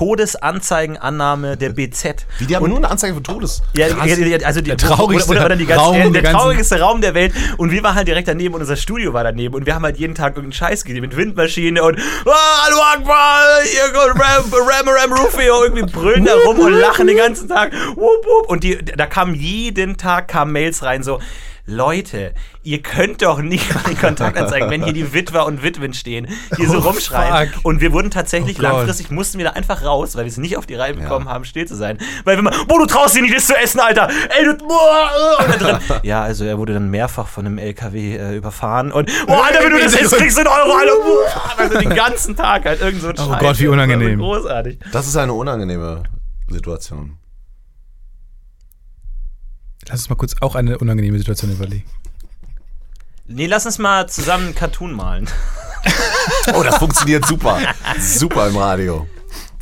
Speaker 3: Todesanzeigenannahme der BZ.
Speaker 2: Wie, die haben nur eine Anzeige für Todes.
Speaker 3: Ja, ja, ja, also die,
Speaker 1: Der traurigste
Speaker 3: oder, oder, oder die ganze,
Speaker 1: Raum
Speaker 3: der,
Speaker 1: der
Speaker 3: der
Speaker 1: ganzen-
Speaker 3: traurigste Raum der Welt. Und wir waren halt direkt daneben und unser Studio war daneben. Und wir haben halt jeden Tag irgendeinen Scheiß gesehen mit Windmaschine und "Ah, Hallo Akbar, hier kommt Ram, Ram, Ram Rufio. Irgendwie brüllen da rum und lachen den ganzen Tag. Wupp, wupp. Und die, da kamen jeden Tag kamen Mails rein so. Leute, ihr könnt doch nicht mal die Kontaktanzeigen, wenn hier die Witwer und Witwen stehen, hier so
Speaker 1: Oh,
Speaker 3: rumschreien.
Speaker 1: fuck.
Speaker 3: Und wir wurden tatsächlich
Speaker 1: Oh Gott.
Speaker 3: langfristig ich musste mir da einfach raus, weil wir es nicht auf die Reihe bekommen haben, still zu sein. Weil wir mal, boah, du traust dir nicht, das zu essen, Alter! Ey, du. Boah, äh, und da drin. ja, also er wurde dann mehrfach von einem LKW äh, überfahren und, boah, Alter, wenn du das isst, kriegst du einen Euro, Alter! Boah, also den ganzen Tag halt irgend so ein
Speaker 1: Uh. Oh Gott, wie unangenehm.
Speaker 3: Das war Großartig.
Speaker 2: Das ist eine unangenehme Situation.
Speaker 1: Lass uns mal kurz auch eine unangenehme Situation überlegen.
Speaker 3: Nee, lass uns mal zusammen einen Cartoon malen.
Speaker 2: Oh, das funktioniert super. Super im Radio.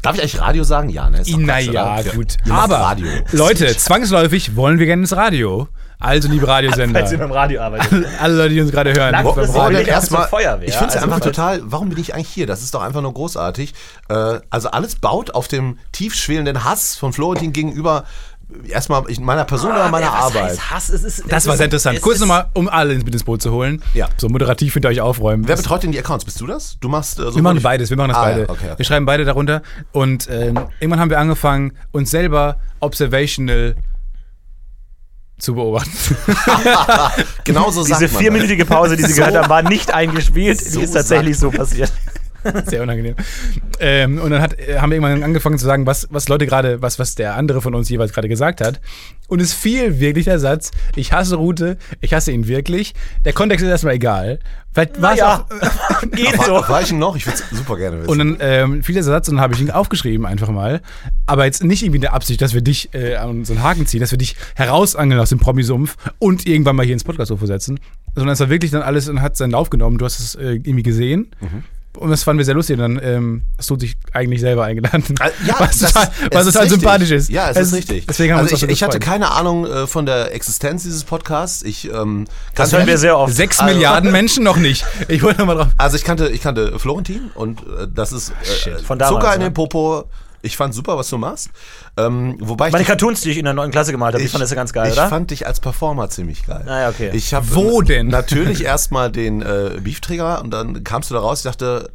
Speaker 2: Darf ich eigentlich Radio sagen? Ja, ne? Ist doch Quatsch,
Speaker 1: Naja,
Speaker 2: oder?
Speaker 1: gut.
Speaker 2: Ihr macht
Speaker 1: Aber,
Speaker 2: Radio.
Speaker 1: Leute, zwangsläufig wollen wir gerne ins Radio. Also, liebe
Speaker 3: Falls ihr
Speaker 1: Radiosender.
Speaker 3: beim Radio arbeitet.
Speaker 1: Alle Leute, die uns gerade hören.
Speaker 3: Lang-
Speaker 1: beim
Speaker 3: das ist
Speaker 1: Radio.
Speaker 3: Leute,
Speaker 2: Leute,
Speaker 3: ich
Speaker 2: erstmal,
Speaker 3: hab zur Feuerwehr.
Speaker 2: ich finde es
Speaker 3: Also-
Speaker 2: einfach total, warum bin ich eigentlich hier? Das ist doch einfach nur großartig. Äh, also alles baut auf dem tiefschwelenden Hass von Florentin gegenüber äh, erstmal ich- meiner Person oder meiner
Speaker 3: Ah, Ja, was
Speaker 2: Arbeit.
Speaker 3: heißt Hass, es ist,
Speaker 1: Das
Speaker 3: es
Speaker 1: war
Speaker 3: ist-
Speaker 1: sehr interessant.
Speaker 3: es
Speaker 1: Kurz
Speaker 3: ist-
Speaker 1: nochmal, um alle ins- mit ins Boot zu holen.
Speaker 2: Ja.
Speaker 1: So moderativ hinter euch aufräumen.
Speaker 2: Wer betreut denn die Accounts? Bist du das? Du machst äh, so
Speaker 1: Wir machen beides, wir machen das
Speaker 2: Ah, ja,
Speaker 1: beide.
Speaker 2: okay, okay.
Speaker 1: Wir schreiben beide darunter. Und ähm, irgendwann haben wir angefangen, uns selber observational zu beobachten.
Speaker 2: Genauso sagt
Speaker 3: Diese
Speaker 2: man das.
Speaker 3: vierminütige Pause, die sie gehört haben, war nicht eingespielt.
Speaker 2: So
Speaker 3: die ist tatsächlich so passiert.
Speaker 1: Sehr unangenehm. Ähm, und dann hat, äh, haben wir irgendwann angefangen zu sagen, was, was Leute gerade, was, was der andere von uns jeweils gerade gesagt hat. Und es fiel wirklich der Satz, ich hasse Rute, ich hasse ihn wirklich. Der Kontext ist erstmal egal. Vielleicht war es
Speaker 3: Ja,
Speaker 1: auch,
Speaker 3: geht so.
Speaker 2: War, war ich denn noch? Ich würde es super gerne wissen.
Speaker 1: Und dann ähm, fiel dieser Satz und dann habe ich ihn aufgeschrieben einfach mal. Aber jetzt nicht irgendwie in der Absicht, dass wir dich äh, an so einen Haken ziehen, dass wir dich herausangeln aus dem Promisumpf und irgendwann mal hier ins Podcast-UFO setzen. Sondern es war wirklich dann alles und hat seinen Lauf genommen. Du hast es äh, irgendwie gesehen.
Speaker 2: Mhm.
Speaker 1: Und das fanden wir sehr lustig. Und dann ähm, hast du dich eigentlich selber eingeladen.
Speaker 2: Äh, Ja,
Speaker 1: was
Speaker 2: das-
Speaker 1: total,
Speaker 2: es
Speaker 1: was total
Speaker 2: richtig.
Speaker 1: sympathisch ist.
Speaker 2: Ja, es
Speaker 1: Das-
Speaker 2: ist richtig.
Speaker 1: Deswegen haben
Speaker 2: also
Speaker 1: wir uns
Speaker 2: ich, ich hatte
Speaker 1: keine
Speaker 2: keine Ahnung äh, von der Existenz dieses Podcasts. Ich, ähm,
Speaker 3: Das hören wir sehr oft.
Speaker 1: Sechs
Speaker 2: Also-
Speaker 1: Milliarden Menschen noch nicht. Ich wollte nochmal drauf.
Speaker 2: Also ich kannte, ich kannte Florentin und äh, das ist äh,
Speaker 3: Von
Speaker 2: Zucker
Speaker 3: damals,
Speaker 2: in
Speaker 3: ne?
Speaker 2: den Popo. Ich fand super, was du machst. Ähm, wobei ich
Speaker 3: Meine
Speaker 2: dich-
Speaker 3: Cartoons, die ich in der neunten Klasse gemalt habe, ich fand das ja ganz geil,
Speaker 2: ich
Speaker 3: oder?
Speaker 2: fand dich als Performer ziemlich geil.
Speaker 3: Ah, ja, okay.
Speaker 2: Ich hab
Speaker 1: Wo
Speaker 2: äh,
Speaker 1: denn?
Speaker 2: Natürlich erstmal den äh, Beefträger und dann kamst du da raus. Ich dachte,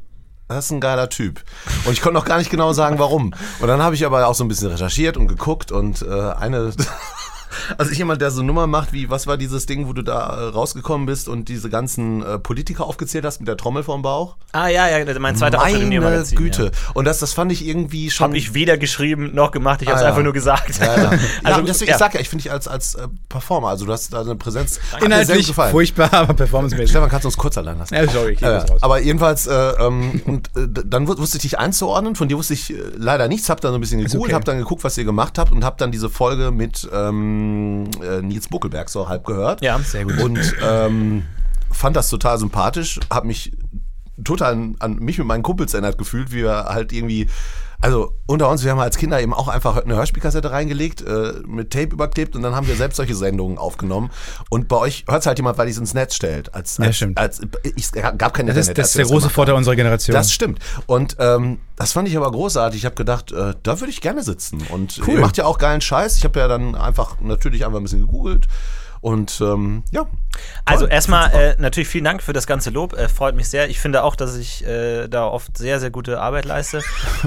Speaker 2: das ist ein geiler Typ. Und ich konnte noch gar nicht genau sagen, warum. Und dann habe ich aber auch so ein bisschen recherchiert und geguckt und äh, eine. Also ich jemand, der so Nummer macht, wie was war dieses Ding, wo du da äh, rausgekommen bist und diese ganzen äh, Politiker aufgezählt hast mit der Trommel vorm Bauch?
Speaker 3: Ah ja, ja, mein zweiter Auftritt im
Speaker 2: Meine
Speaker 3: Neo-Magazin,
Speaker 2: Güte.
Speaker 3: Ja.
Speaker 2: Und das, das fand ich irgendwie schon.
Speaker 3: Hab ich weder geschrieben noch gemacht, ich hab's
Speaker 2: Ah, ja.
Speaker 3: einfach nur gesagt.
Speaker 2: Ja, ja.
Speaker 3: Also,
Speaker 2: ja, deswegen,
Speaker 3: ja.
Speaker 2: ich sag ja, ich finde dich als, als äh, Performer, also du hast da eine Präsenz. Hat mir sehr gut
Speaker 1: Inhaltlich
Speaker 2: gefallen.
Speaker 1: furchtbar, aber performancemäßig.
Speaker 2: Stefan, kannst du uns kurz allein lassen?
Speaker 1: Ja, sorry, ich geh
Speaker 2: Äh,
Speaker 1: jetzt raus.
Speaker 2: aber jedenfalls, äh, ähm, und äh, d- dann wu- wusste ich dich einzuordnen. Von dir wusste ich äh, leider nichts. Hab dann so ein bisschen gegoogelt,
Speaker 1: okay.
Speaker 2: hab dann geguckt, was ihr gemacht habt und hab dann diese Folge mit ähm, ähm, äh, Nils Buckelberg so halb gehört.
Speaker 3: Ja.
Speaker 1: Sehr gut.
Speaker 2: Und ähm, fand das total sympathisch, habe mich total an, an mich und meinen Kumpels erinnert gefühlt, wie wir halt irgendwie, also unter uns, wir haben als Kinder eben auch einfach eine Hörspielkassette reingelegt, äh, mit Tape überklebt und dann haben wir selbst solche Sendungen aufgenommen. Und bei euch hört es halt jemand, weil die es ins Netz stellt. Als,
Speaker 1: Ja,
Speaker 2: als,
Speaker 1: stimmt.
Speaker 2: Als, ich, es gab kein
Speaker 1: Das ist,
Speaker 2: Internet,
Speaker 1: das
Speaker 2: als
Speaker 1: ist
Speaker 2: wir
Speaker 1: der große
Speaker 2: gemacht
Speaker 1: Vorteil unserer Generation.
Speaker 2: das stimmt. Und ähm, das fand ich aber großartig. Ich habe gedacht, äh, da würde ich gerne sitzen. Und ihr macht ja auch geilen Scheiß. Ich habe ja dann einfach natürlich einfach ein bisschen gegoogelt. Und ähm, ja.
Speaker 3: Also
Speaker 2: Toll.
Speaker 3: erstmal äh, natürlich vielen Dank für das ganze Lob. Äh, freut mich sehr. Ich finde auch, dass ich äh, da oft sehr, sehr gute Arbeit leiste.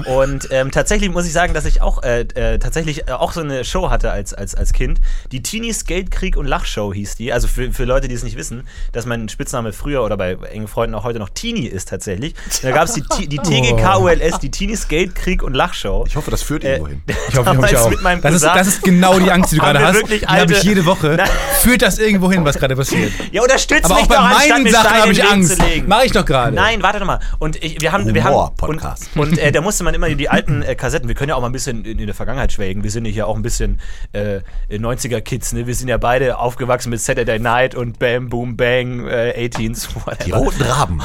Speaker 3: Und ähm, tatsächlich muss ich sagen, dass ich auch äh, äh, tatsächlich äh, auch so eine Show hatte als, als, als Kind. Die Teenies Geldkrieg und Lachshow hieß die. Also für, für Leute, die es nicht wissen, dass mein Spitzname früher oder bei engen Freunden auch heute noch Teenie ist tatsächlich. Da gab es die, T-
Speaker 1: Oh.
Speaker 3: die TGKULS, die Teenies Geldkrieg und Lachshow.
Speaker 2: Ich hoffe, das führt
Speaker 3: Äh,
Speaker 2: irgendwo hin.
Speaker 1: Ich hoffe, ich hoffe
Speaker 3: damals
Speaker 1: ich auch.
Speaker 3: mit meinem
Speaker 1: das, ist,
Speaker 3: Cousin.
Speaker 1: das ist genau die Angst, die du
Speaker 3: Haben
Speaker 1: gerade
Speaker 3: wir
Speaker 1: hast.
Speaker 3: wirklich
Speaker 1: Die habe ich
Speaker 3: alte-
Speaker 1: jede Woche. Führt das irgendwo hin, was gerade passiert.
Speaker 3: Ja, unterstützt
Speaker 1: Aber
Speaker 3: mich
Speaker 1: auch bei
Speaker 3: doch, anstatt
Speaker 1: meinen
Speaker 3: mir
Speaker 1: Sachen
Speaker 3: Steine
Speaker 1: habe
Speaker 3: in
Speaker 1: ich
Speaker 3: den Weg
Speaker 1: Angst.
Speaker 3: zu legen.
Speaker 1: Mache ich doch gerade.
Speaker 3: Nein, warte doch mal. Und ich, wir haben, wir haben
Speaker 2: Äh, Humor-Podcast.
Speaker 3: Und, und äh, da musste man immer die alten äh, Kassetten. Wir können ja auch mal ein bisschen in, in der Vergangenheit schwelgen. Wir sind ja hier auch ein bisschen äh, 90er Kids. Ne? Wir sind ja beide aufgewachsen mit Saturday Night und Bam Boom Bang äh, 18s.
Speaker 2: Die
Speaker 3: Whatever.
Speaker 2: roten Raben.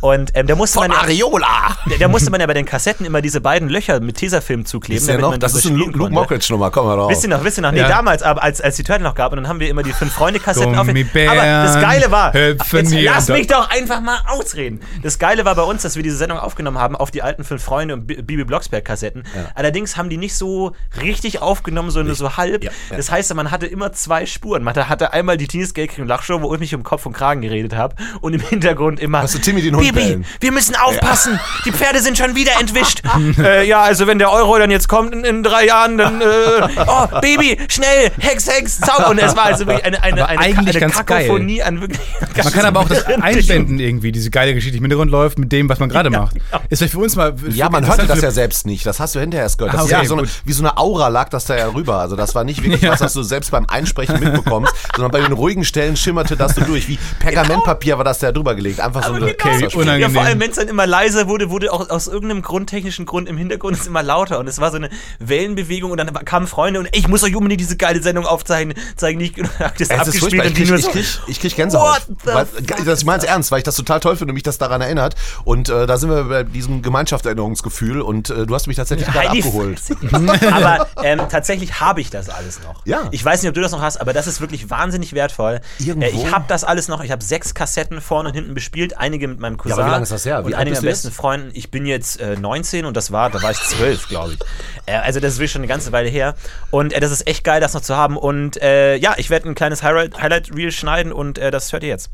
Speaker 3: Und ähm, da musste man
Speaker 2: Ariola!
Speaker 3: da, da musste man ja bei den Kassetten immer diese beiden Löcher mit Tesafilm zukleben,
Speaker 2: Ist ja noch,
Speaker 3: man
Speaker 2: das ist eine
Speaker 3: überspielen
Speaker 2: Luke, Luke
Speaker 3: konnte.
Speaker 2: Mockridge-Nummer, komm mal raus.
Speaker 3: Wisst ihr noch, wisst ihr noch? Nee,
Speaker 1: Ja.
Speaker 3: damals, aber als, als die Turtle noch gab und dann haben wir immer die Fünf-Freunde-Kassetten aufgenommen.
Speaker 1: Gummibären
Speaker 3: Aber das Geile war,
Speaker 1: hüpfen
Speaker 3: jetzt
Speaker 1: hier
Speaker 3: lass
Speaker 1: und
Speaker 3: mich doch einfach mal ausreden. Das Geile war bei uns, dass wir diese Sendung aufgenommen haben auf die alten Fünf-Freunde und Bi- Bibi Blocksberg-Kassetten. Allerdings haben die nicht so richtig aufgenommen, sondern so halb.
Speaker 2: Ja, ja.
Speaker 3: Das heißt, man hatte immer zwei Spuren. Man hatte- hatte einmal die Teenies Geldkrieg und Lachshow, wo ich mich um Kopf und Kragen geredet habe und im Hintergrund immer
Speaker 2: Hast du Timmy den Hund
Speaker 3: Bibi,
Speaker 2: bellen?
Speaker 3: wir müssen aufpassen. Die Pferde sind schon wieder entwischt. äh, ja, also wenn der Euro dann jetzt kommt in, in drei Jahren, dann äh, oh Baby, schnell, Hex, Hex, Zauber. Und es war also wirklich eine eine
Speaker 1: Aber
Speaker 3: eine,
Speaker 1: eigentlich
Speaker 3: eine
Speaker 1: ganz
Speaker 3: Kakophonie an wirklich.
Speaker 1: Man kann aber auch das einblenden irgendwie, diese geile Geschichte, die im Hintergrund läuft, mit dem, was man gerade macht. Ist vielleicht für uns mal.
Speaker 2: Ja, man hörte das ja
Speaker 1: interessant
Speaker 2: selbst nicht. Das hast du hinterher erst gehört. Das
Speaker 1: Ah,
Speaker 2: ist ja
Speaker 1: okay,
Speaker 2: so eine,
Speaker 1: gut.
Speaker 2: wie so eine Aura lag das da ja rüber. Also das war nicht wirklich was, das du selbst beim Einsprechen mitbekommst, sondern bei den ruhigen Stellen schimmerte das so durch. Wie Pergamentpapier war das da drüber gelegt. Einfach so
Speaker 3: Genau. Aber
Speaker 2: eine
Speaker 3: genau.
Speaker 1: Okay, wie unangenehm.
Speaker 3: Ja, vor allem, wenn es dann immer leiser wurde, wurde auch aus irgendeinem Grund, technischen Grund im Hintergrund es immer lauter. Und es war so eine Wellenbewegung und dann kamen Freunde und ich muss euch unbedingt diese geile Sendung aufzeigen, zeigen nicht. Und hab das
Speaker 2: Es ist furchtbar.
Speaker 3: abgespielt
Speaker 2: Ich
Speaker 3: und die
Speaker 2: krieg,
Speaker 3: nur
Speaker 2: ich,
Speaker 3: so.
Speaker 2: krieg, ich krieg Gänsehaut.
Speaker 3: What the
Speaker 2: Weil, äh,
Speaker 3: fuck
Speaker 2: das, ich meine es ernst, weil ich das total toll finde und mich das daran erinnert. Und äh, da sind wir bei diesem Gemeinschaftserinnerungsgefühl und äh, du hast mich tatsächlich gerade
Speaker 3: Halt die
Speaker 2: abgeholt.
Speaker 3: Fresse. aber ähm, tatsächlich habe ich das alles noch.
Speaker 2: Ja.
Speaker 3: Ich weiß nicht, ob du das noch hast, aber das ist wirklich wahnsinnig wertvoll.
Speaker 2: Irgendwo.
Speaker 3: Äh, ich habe das alles noch. Ich habe sechs Kassetten vorne und hinten bespielt, einige mit meinem Cousin
Speaker 2: aber wie lange ist das her? Wie
Speaker 3: und
Speaker 2: alt
Speaker 3: einige
Speaker 2: bist
Speaker 3: meiner
Speaker 2: du jetzt?
Speaker 3: besten Freunden. Ich bin jetzt äh, 19 und das war, da war ich 12, glaube ich. Äh, also das ist wirklich schon eine ganze Weile her. Und äh, das ist echt geil, das noch zu haben. Und äh, ja, ich werde ein kleines Highlight- Highlight-Reel schneiden und äh, das hört ihr jetzt.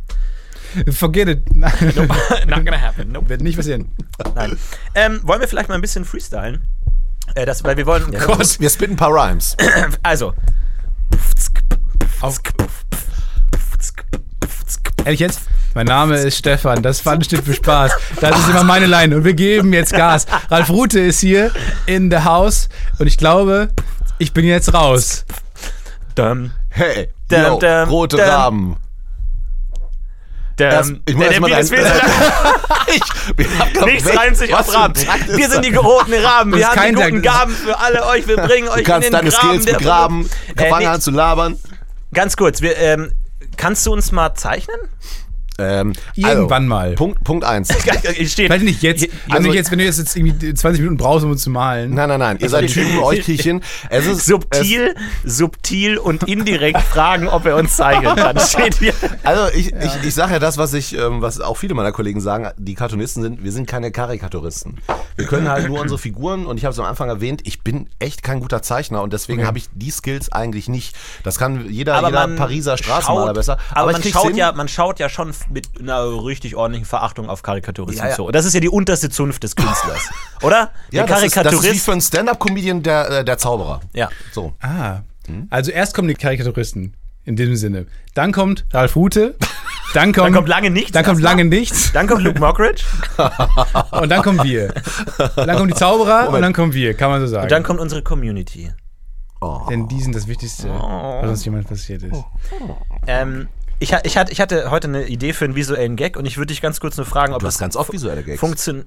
Speaker 1: Forget it. Nein,
Speaker 3: Not gonna happen. Nope.
Speaker 1: wird nicht passieren.
Speaker 3: Nein. Ähm, wollen wir vielleicht mal ein bisschen freestylen? Äh, das, weil wir wollen.
Speaker 2: Gott, wir spitten ein paar Rhymes.
Speaker 3: Also.
Speaker 1: Auf. Ehrlich jetzt? Mein Name ist Stefan, das Pfand steht für Spaß. Das ist immer meine Line und wir geben jetzt Gas. Ralf Rute ist hier in the house und ich glaube, ich bin jetzt raus.
Speaker 3: Dum,
Speaker 2: Hey,
Speaker 3: Dam,
Speaker 2: yo,
Speaker 3: dam,
Speaker 2: rote
Speaker 3: dam.
Speaker 2: Raben.
Speaker 3: dum,
Speaker 2: Erst- ich muss
Speaker 3: Ähm, der-
Speaker 2: erst
Speaker 3: der
Speaker 2: mal
Speaker 3: Beat ist
Speaker 2: rein-
Speaker 3: wieder da.
Speaker 2: Ich, wir haben grad
Speaker 3: Nichts
Speaker 2: weg.
Speaker 3: reimt sich
Speaker 2: Was
Speaker 3: auf Raben.
Speaker 2: für ein Takt ist
Speaker 3: Wir sind
Speaker 2: das?
Speaker 3: die gerotenen Raben.
Speaker 1: Das
Speaker 3: Wir
Speaker 1: ist
Speaker 3: haben die
Speaker 1: kein Tag,
Speaker 3: guten
Speaker 1: das-
Speaker 3: Gaben für alle euch. Wir bringen euch
Speaker 2: Du kannst
Speaker 3: in den
Speaker 2: deine
Speaker 3: Graben.
Speaker 2: Skills
Speaker 3: der-
Speaker 2: begraben,
Speaker 3: äh, nee.
Speaker 2: gefangen an zu labern.
Speaker 3: Ganz kurz, wir, ähm, kannst du uns mal zeichnen?
Speaker 2: Ähm,
Speaker 1: Irgendwann mal.
Speaker 2: Punkt, Punkt eins.
Speaker 3: Ich stehe.
Speaker 1: Vielleicht nicht jetzt. Also
Speaker 2: Also-
Speaker 1: nicht jetzt, wenn du jetzt, jetzt irgendwie 20 Minuten brauchst, um uns zu malen.
Speaker 2: Nein, nein, nein. Ihr seid Typen, euch krieg ich hin. Es ist
Speaker 3: Subtil, subtil und indirekt fragen, ob er uns zeichnen kann. Steht hier.
Speaker 2: Also ich, ich, ich sage ja das, was ich, ähm, was auch viele meiner Kollegen sagen, die Cartoonisten sind, wir sind keine Karikaturisten. Wir können halt nur unsere Figuren und ich habe es am Anfang erwähnt, ich bin echt kein guter Zeichner und deswegen habe ich die Skills eigentlich nicht. Das kann jeder, jeder Pariser Straßenmaler
Speaker 3: schaut-
Speaker 2: besser.
Speaker 3: Aber,
Speaker 2: ich
Speaker 3: man,
Speaker 2: krieg's
Speaker 3: schaut
Speaker 2: hin.
Speaker 3: ja, man schaut ja schon mit einer richtig ordentlichen Verachtung auf Karikaturisten
Speaker 2: Ja, ja.
Speaker 3: zu. Das ist ja die unterste Zunft des Künstlers, oder?
Speaker 2: ja,
Speaker 3: der
Speaker 2: das ist, das
Speaker 3: Karikaturist.
Speaker 2: ist wie für einen Stand-Up-Comedian der, äh, der Zauberer.
Speaker 3: ja.
Speaker 2: So.
Speaker 1: Ah. Also erst kommen die Karikaturisten. In dem Sinne. Dann kommt Ralf Rute. Dann kommt,
Speaker 3: kommt lange nichts
Speaker 1: Dann kommt lange nichts.
Speaker 3: Dann kommt Luke Mockridge.
Speaker 1: Und dann kommen wir. Dann kommen die Zauberer und dann kommen wir, kann man so sagen.
Speaker 3: Dann kommt unsere Community.
Speaker 1: Denn die sind das Wichtigste,
Speaker 3: Oh.
Speaker 1: was uns jemand passiert ist.
Speaker 3: Ähm, ich, ha- ich, hatte, ich hatte heute eine Idee für einen visuellen Gag und ich würde dich ganz kurz nur fragen, ob
Speaker 2: Du
Speaker 3: das
Speaker 2: hast ganz oft visuelle Gags.
Speaker 3: funktioniert.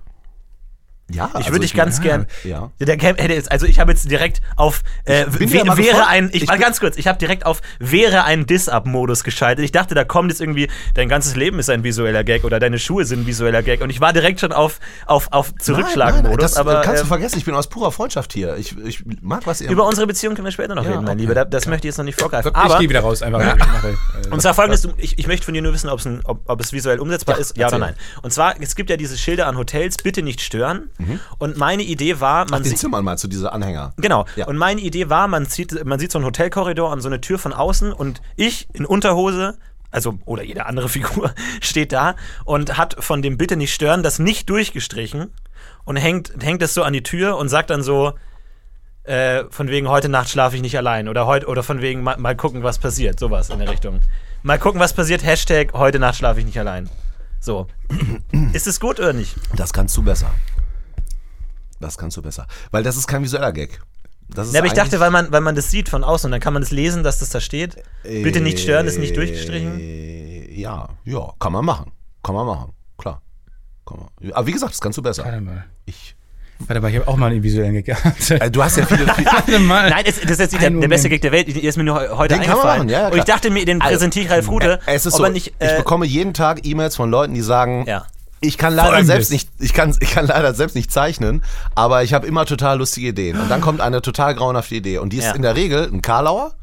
Speaker 2: Ja, also
Speaker 3: Ich würde dich ganz
Speaker 1: ja,
Speaker 3: gern.
Speaker 2: ja.
Speaker 3: Der Game hätte jetzt, also ich habe jetzt direkt auf äh,
Speaker 2: bin
Speaker 3: we-
Speaker 2: wieder mal
Speaker 3: wäre
Speaker 2: gefreut.
Speaker 3: ein. Ich,
Speaker 2: Ich
Speaker 3: mal
Speaker 2: bin-
Speaker 3: ganz kurz. Ich habe direkt auf wäre ein Diss-Up-Modus geschaltet. Ich dachte, da kommt jetzt irgendwie dein ganzes Leben ist ein visueller Gag oder deine Schuhe sind ein visueller Gag. Und ich war direkt schon auf auf
Speaker 2: Nein,
Speaker 3: auf
Speaker 2: nein, das äh,
Speaker 3: Zurückschlagen-Modus. Aber
Speaker 2: kannst du
Speaker 3: ähm,
Speaker 2: vergessen, ich bin aus purer Freundschaft hier. Ich, ich mag was ihr.
Speaker 3: über unsere Beziehung können wir später noch
Speaker 2: Ja,
Speaker 3: reden, mein
Speaker 2: okay.
Speaker 3: Lieber. Da- Das möchte ich jetzt noch nicht vorgreifen.
Speaker 1: ich halt, äh,
Speaker 3: Aber
Speaker 1: gehe wieder raus, einfach.
Speaker 2: Äh,
Speaker 3: Und zwar folgendes, du- ich, ich möchte von dir nur wissen, ob's ein, ob, ob es visuell umsetzbar
Speaker 2: Ja,
Speaker 3: ist, ja oder
Speaker 2: erzähl.
Speaker 3: nein. Und zwar, es gibt ja diese Schilder an Hotels, bitte nicht stören.
Speaker 2: Mhm.
Speaker 3: Und meine Idee war, man
Speaker 2: den
Speaker 3: sieht.
Speaker 2: Zimmern mal zu dieser Anhänger.
Speaker 3: Genau.
Speaker 2: Ja.
Speaker 3: Und meine Idee war, man sieht, man sieht so einen Hotelkorridor und so eine Tür von außen und ich in Unterhose, also oder jede andere Figur, steht da und hat von dem Bitte nicht stören das nicht durchgestrichen und hängt, hängt das so an die Tür und sagt dann so, äh, von wegen heute Nacht schlafe ich nicht allein oder heute oder von wegen mal, mal gucken, was passiert, sowas in der Richtung. Mal gucken, was passiert, Hashtag heute Nacht schlafe ich nicht allein. So. Ist es gut oder nicht?
Speaker 2: Das kannst du besser. Das kannst du besser. Weil das ist kein visueller Gag. Das ist
Speaker 3: Ja, aber ich dachte,
Speaker 2: eigentlich-
Speaker 3: weil man, weil man das sieht von außen und dann kann man das lesen, dass das da steht. Bitte nicht stören, ist nicht durchgestrichen.
Speaker 2: Äh, Ja, ja, kann man machen. Kann man machen, klar. Kann man. Aber wie gesagt, das kannst du besser.
Speaker 1: Warte mal.
Speaker 2: Ich,
Speaker 1: Warte mal, ich habe auch mal einen visuellen Gag gehabt.
Speaker 2: äh, du hast ja viele. viele
Speaker 1: Warte mal.
Speaker 3: Also, Nein, es, das ist jetzt nicht der,
Speaker 1: Einen
Speaker 3: der beste Gag
Speaker 1: Moment.
Speaker 3: der Welt, der ist mir nur heu- heute
Speaker 2: Den kann man
Speaker 3: eingefallen.
Speaker 2: machen, ja, ja,
Speaker 3: und ich
Speaker 2: klar. Also, äh,
Speaker 3: dachte mir, den präsentiere ich Ralf Rute,
Speaker 2: es ist
Speaker 3: ob
Speaker 2: so,
Speaker 3: er nicht.
Speaker 2: ich
Speaker 3: Äh,
Speaker 2: bekomme jeden Tag E-Mails von Leuten, die sagen,
Speaker 3: Ja.
Speaker 2: ich kann leider
Speaker 1: Folgendes.
Speaker 2: selbst nicht, ich kann, ich kann leider selbst nicht zeichnen, aber ich habe immer total lustige Ideen. Und dann kommt eine total grauenhafte Idee. Und die ist
Speaker 3: Ja.
Speaker 2: in der Regel ein Karlauer.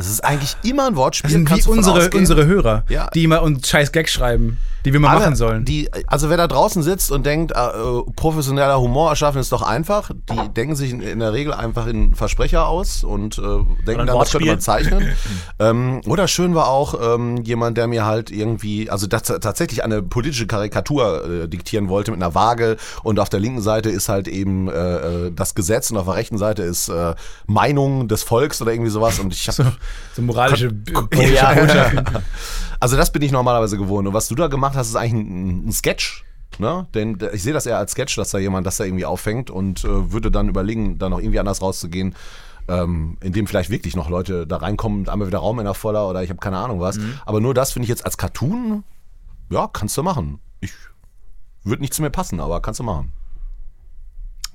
Speaker 2: Es ist eigentlich immer ein Wortspiel.
Speaker 1: Das sind
Speaker 2: kannst du
Speaker 1: wie
Speaker 2: von
Speaker 1: unsere,
Speaker 2: ausgehen.
Speaker 1: unsere Hörer,
Speaker 2: Ja.
Speaker 1: die immer uns scheiß Gags schreiben, die wir mal
Speaker 2: Alle,
Speaker 1: machen sollen.
Speaker 2: Die, also wer da draußen sitzt und denkt, äh, äh, professioneller Humor erschaffen ist doch einfach, die denken sich in, in der Regel einfach in Versprecher aus und äh, denken dann, das könnte
Speaker 3: Wortspiel.
Speaker 2: man zeichnen. ähm, oder schön war auch ähm, jemand, der mir halt irgendwie, also das, tatsächlich eine politische Karikatur äh, diktieren wollte mit einer Waage und auf der linken Seite ist halt eben äh, äh, das Gesetz und auf der rechten Seite ist äh, Meinung des Volks oder irgendwie sowas und ich habe
Speaker 1: so moralische
Speaker 2: Oh, ja.
Speaker 1: Botschaft.
Speaker 2: Also das bin ich normalerweise gewohnt. Und was du da gemacht hast, ist eigentlich ein, ein Sketch. Ne? Denn da- ich sehe das eher als Sketch, dass da jemand das da irgendwie auffängt und äh, würde dann überlegen, da noch irgendwie anders rauszugehen, ähm, in dem vielleicht wirklich noch Leute da reinkommen und einmal wieder Raummänner voller oder ich habe keine Ahnung was. Aber nur das finde ich jetzt als Cartoon, ja, kannst du machen. Ich würde nicht zu mir passen, aber kannst du machen.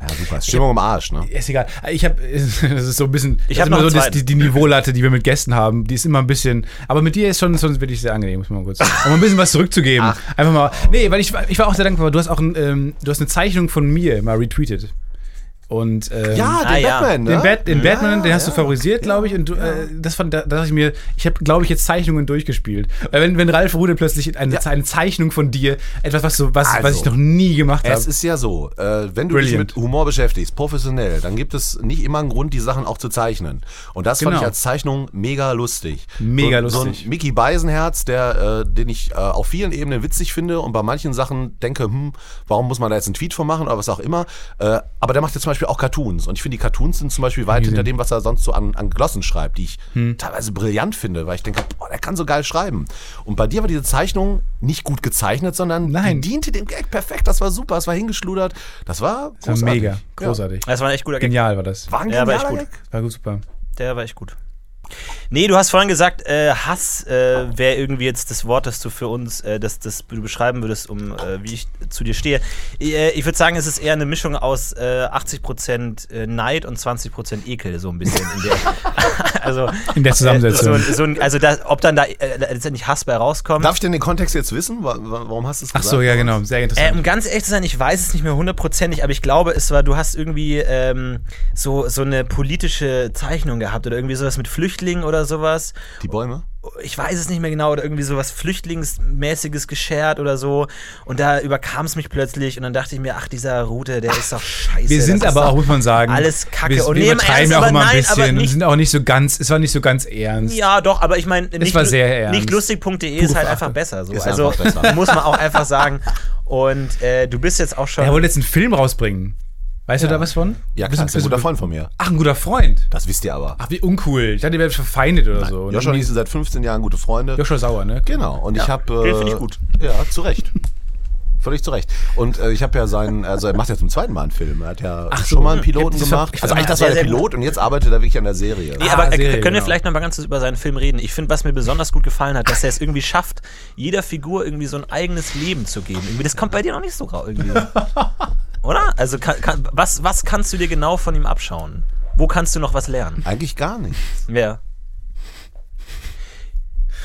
Speaker 2: Ja, super. Ist Stimmung im Arsch, ne?
Speaker 1: Ist egal. Ich habe, das ist so ein bisschen,
Speaker 3: Ich
Speaker 1: das
Speaker 3: hab
Speaker 1: ist
Speaker 3: noch
Speaker 1: immer so
Speaker 3: einen
Speaker 1: das,
Speaker 3: zweiten.
Speaker 1: die, die Niveaulatte, die wir mit Gästen haben, die ist immer ein bisschen, aber mit dir ist schon, schon wirklich sehr angenehm, muss man kurz, um ein bisschen was zurückzugeben. Einfach mal, nee, weil ich, war- ich war auch sehr dankbar, du hast auch ein, ähm, du hast eine Zeichnung von mir mal retweetet. Und,
Speaker 2: Ja,
Speaker 1: ähm,
Speaker 2: den
Speaker 3: Ah, ja.
Speaker 2: Batman, ne?
Speaker 1: Den, Bat den Batman, den hast
Speaker 2: ja.
Speaker 1: du favorisiert, glaube ich. Und du, äh, das fand, da, da dachte ich mir, ich habe, glaube ich, jetzt Zeichnungen durchgespielt. Weil wenn, wenn Ralf Rude plötzlich eine, Ze- eine Zeichnung von dir, etwas, was, du, was, was
Speaker 2: Also,
Speaker 1: ich noch nie gemacht
Speaker 2: Es
Speaker 1: habe.
Speaker 2: ist ja so, äh, wenn du
Speaker 1: Brilliant.
Speaker 2: dich mit Humor beschäftigst, professionell, dann gibt es nicht immer einen Grund, die Sachen auch zu zeichnen. Und das
Speaker 1: Genau.
Speaker 2: fand ich als Zeichnung mega lustig.
Speaker 1: Mega
Speaker 2: so, So
Speaker 1: lustig.
Speaker 2: ein Mickey Beisenherz, der, äh, den ich äh, auf vielen Ebenen witzig finde und bei manchen Sachen denke, hm, warum muss man da jetzt einen Tweet von machen oder was auch immer. Äh, aber der macht ja zum Beispiel auch Cartoons. Und ich finde, die Cartoons sind zum Beispiel weit hinter dem, was er sonst so an, an Glossen schreibt, die ich
Speaker 1: Hm.
Speaker 2: teilweise brillant finde, weil ich denke, boah, der kann so geil schreiben. Und bei dir war diese Zeichnung nicht gut gezeichnet, sondern
Speaker 1: Nein.
Speaker 2: die diente dem Gag perfekt. Das war super, es war hingeschludert. Das war
Speaker 1: Das war
Speaker 2: großartig.
Speaker 1: mega, großartig.
Speaker 3: das war ein echt guter Gag.
Speaker 1: Genial war das.
Speaker 2: Ja. War ein
Speaker 3: Ja, war echt
Speaker 2: genialer
Speaker 3: gut.
Speaker 2: Gag.
Speaker 1: War gut, super.
Speaker 3: Der war echt gut. Nee, du hast vorhin gesagt, äh, Hass äh, wäre irgendwie jetzt das Wort, das du für uns, äh, das, das du beschreiben würdest, um äh, wie ich zu dir stehe. Äh, ich würde sagen, es ist eher eine Mischung aus äh, 80% äh, Neid und 20% Ekel, so ein bisschen. In der, also,
Speaker 1: In der
Speaker 3: So,
Speaker 1: Zusammensetzung.
Speaker 3: ein- so ein, also da, ob dann da äh, letztendlich Hass bei rauskommt.
Speaker 2: Darf ich denn den Kontext jetzt wissen? Wa- wa- Warum hast du es
Speaker 1: Ach
Speaker 2: gesagt?
Speaker 1: so, ja, genau. Sehr
Speaker 3: Äh,
Speaker 1: interessant.
Speaker 3: um ganz ehrlich zu sein, ich weiß es nicht mehr hundertprozentig, aber ich glaube, es war, du hast irgendwie ähm, so, so eine politische Zeichnung gehabt oder irgendwie sowas mit Flüchtlingen oder sowas.
Speaker 2: Die Bäume?
Speaker 3: ich weiß es nicht mehr genau, oder irgendwie sowas Flüchtlingsmäßiges geschert oder so. Und da überkam es mich plötzlich und dann dachte ich mir, ach, dieser Rute, der ist doch scheiße.
Speaker 1: wir sind
Speaker 3: das ist
Speaker 1: aber auch,
Speaker 3: doch
Speaker 1: muss man sagen,
Speaker 3: Alles kacke.
Speaker 1: Wir,
Speaker 3: Und
Speaker 1: wir
Speaker 3: nehmen
Speaker 1: übertreiben
Speaker 3: ernst,
Speaker 1: ja auch
Speaker 3: aber
Speaker 1: immer ein
Speaker 3: nein, aber
Speaker 1: bisschen und
Speaker 3: nicht-
Speaker 1: sind auch nicht so ganz, es war nicht so ganz ernst.
Speaker 3: Ja, doch, aber ich meine, nicht,
Speaker 1: war
Speaker 3: lu-
Speaker 1: sehr ernst.
Speaker 3: nicht lustig.de ist halt
Speaker 1: Verachte.
Speaker 3: einfach besser. So.
Speaker 2: Ist
Speaker 3: also
Speaker 2: einfach besser.
Speaker 3: muss man auch einfach sagen. Und äh, du bist jetzt auch schon.
Speaker 1: Er wollte jetzt einen Film rausbringen. Weißt du da was von?
Speaker 2: Ja, klar, ist ein guter Freund von mir.
Speaker 1: Ach, ein guter Freund.
Speaker 2: Das wisst ihr aber.
Speaker 1: Ach, wie uncool. Ich dachte, ihr werdet verfeindet oder so.
Speaker 2: Joshua und ich sind seit 15 Jahren gute Freunde.
Speaker 1: Joshua Sauer, ne?
Speaker 2: Genau, und ich habe.
Speaker 3: den finde ich gut.
Speaker 2: Ja, zu Recht. Völlig zu Recht. Und äh, ich habe ja seinen, also er macht ja zum zweiten Mal einen Film. Er hat ja
Speaker 1: so.
Speaker 2: schon mal einen
Speaker 1: Ich
Speaker 2: Piloten
Speaker 1: hab-
Speaker 2: gemacht.
Speaker 1: ich hab-
Speaker 2: also eigentlich, das war
Speaker 3: sehr,
Speaker 2: der
Speaker 3: sehr gut.
Speaker 2: Pilot und jetzt arbeitet er wirklich an der Serie.
Speaker 3: Nee,
Speaker 1: Ah,
Speaker 3: aber äh,
Speaker 1: Serie,
Speaker 3: können wir
Speaker 1: genau.
Speaker 3: vielleicht noch mal ganz kurz über seinen Film reden? Ich finde, was mir besonders gut gefallen hat, dass er es irgendwie schafft, jeder Figur irgendwie so ein eigenes Leben zu geben. Irgendwie, das kommt bei dir noch nicht so raus. Irgendwie. Oder? Also, kann, kann, was, was kannst du dir genau von ihm abschauen? Wo kannst du noch was lernen?
Speaker 2: Eigentlich gar nicht.
Speaker 3: Ja.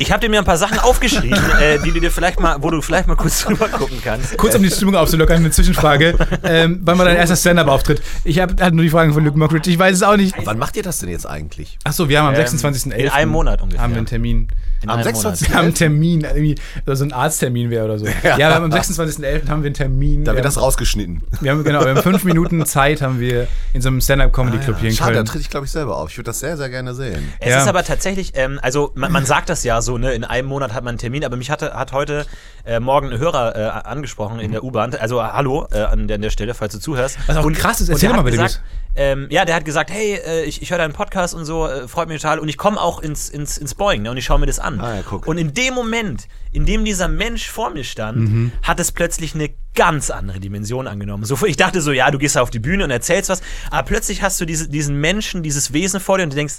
Speaker 3: Ich habe dir mir ein paar Sachen aufgeschrieben, äh, die du dir vielleicht mal, wo du vielleicht mal kurz drüber gucken kannst.
Speaker 1: Kurz
Speaker 2: Äh.
Speaker 1: um die Stimmung aufzulockern, eine Zwischenfrage. ähm, wann war dein erster Stand-Up-Auftritt? Ich hab, hatte nur die Fragen von Luke Mockridge. Ich weiß es auch nicht.
Speaker 2: Wann macht ihr das denn jetzt eigentlich?
Speaker 1: Achso, wir haben am 26.11.
Speaker 3: Ähm, in einem Monat ungefähr.
Speaker 1: Haben wir einen Termin.
Speaker 3: In
Speaker 2: Am
Speaker 3: einem
Speaker 2: 26.
Speaker 1: Wir haben einen Termin, äh, irgendwie, oder so ein Arzttermin wäre oder so. Ja, wir haben am 26.11. haben wir einen Termin.
Speaker 2: Da
Speaker 1: wir,
Speaker 2: wird das
Speaker 1: haben,
Speaker 2: rausgeschnitten.
Speaker 1: wir haben genau, wir haben fünf Minuten Zeit, haben wir in so einem Stand-Up-Comedy-Club hier in
Speaker 2: Ah, Schade, da
Speaker 1: Köln.
Speaker 2: trete ich, glaube ich, selber auf. Ich würde das sehr, sehr gerne sehen.
Speaker 3: Es
Speaker 1: Ja.
Speaker 3: ist aber tatsächlich, ähm, also man, man sagt das ja so, ne, in einem Monat hat man einen Termin, aber mich hatte, hat heute äh, Morgen ein Hörer äh, angesprochen in der U-Bahn. Also äh, hallo äh, an, der, an der Stelle, falls du zuhörst.
Speaker 1: Was auch krass ist,
Speaker 3: und
Speaker 1: erzähl
Speaker 3: der
Speaker 1: doch
Speaker 3: hat
Speaker 1: mal bitte,
Speaker 3: gesagt, ähm, Ja, der hat gesagt, hey, äh, ich, ich höre deinen Podcast und so, äh, freut mich total. Und ich komme auch ins, ins, ins Boeing ne, und ich schaue mir das an.
Speaker 2: Ah, ja, guck.
Speaker 3: Und in dem Moment, in dem dieser Mensch vor mir stand,
Speaker 1: Mhm.
Speaker 3: hat es plötzlich eine ganz andere Dimension angenommen. So, ich dachte so, ja, du gehst da auf die Bühne und erzählst was, aber plötzlich hast du diese, diesen Menschen, dieses Wesen vor dir und du denkst,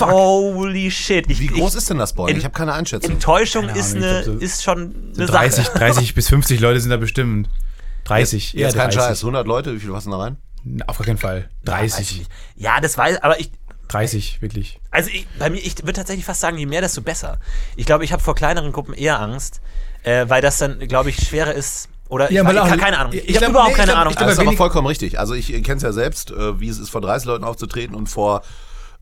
Speaker 3: Holy shit. Ich,
Speaker 2: Wie groß
Speaker 3: ich,
Speaker 2: ist denn das Boing?
Speaker 3: in-
Speaker 2: Ich habe keine Einschätzung.
Speaker 3: Enttäuschung
Speaker 1: Keine
Speaker 3: ist,
Speaker 1: Ahnung,
Speaker 3: eine,
Speaker 1: ich glaub, so-
Speaker 3: ist schon eine
Speaker 1: 30,
Speaker 3: Sache.
Speaker 1: 30 bis 50 Leute sind da bestimmt. 30, eher
Speaker 2: Jetzt kein
Speaker 1: 30.
Speaker 2: Scheiß. 100 Leute, wie viele passen da rein?
Speaker 1: Na, Auf gar keinen Fall. 30.
Speaker 3: Ja, das weiß, aber ich,
Speaker 1: 30, wirklich.
Speaker 3: also ich, bei mir, ich würde tatsächlich fast sagen, je mehr, desto besser. Ich glaube, ich habe vor kleineren Gruppen eher Angst, äh, weil das dann, glaube ich, schwerer ist. Oder ich,
Speaker 1: Ja, weil
Speaker 3: ich,
Speaker 1: auch- Also
Speaker 3: keine Ahnung.
Speaker 1: ich
Speaker 3: Ich, habe
Speaker 1: glaub,
Speaker 3: überhaupt
Speaker 1: nee, ich
Speaker 3: keine
Speaker 1: glaub,
Speaker 3: Ahnung.
Speaker 1: ich
Speaker 2: Das ist aber
Speaker 1: wenig-
Speaker 2: vollkommen richtig. Also ich kenne es ja selbst, äh, wie es ist, vor 30 Leuten aufzutreten und vor,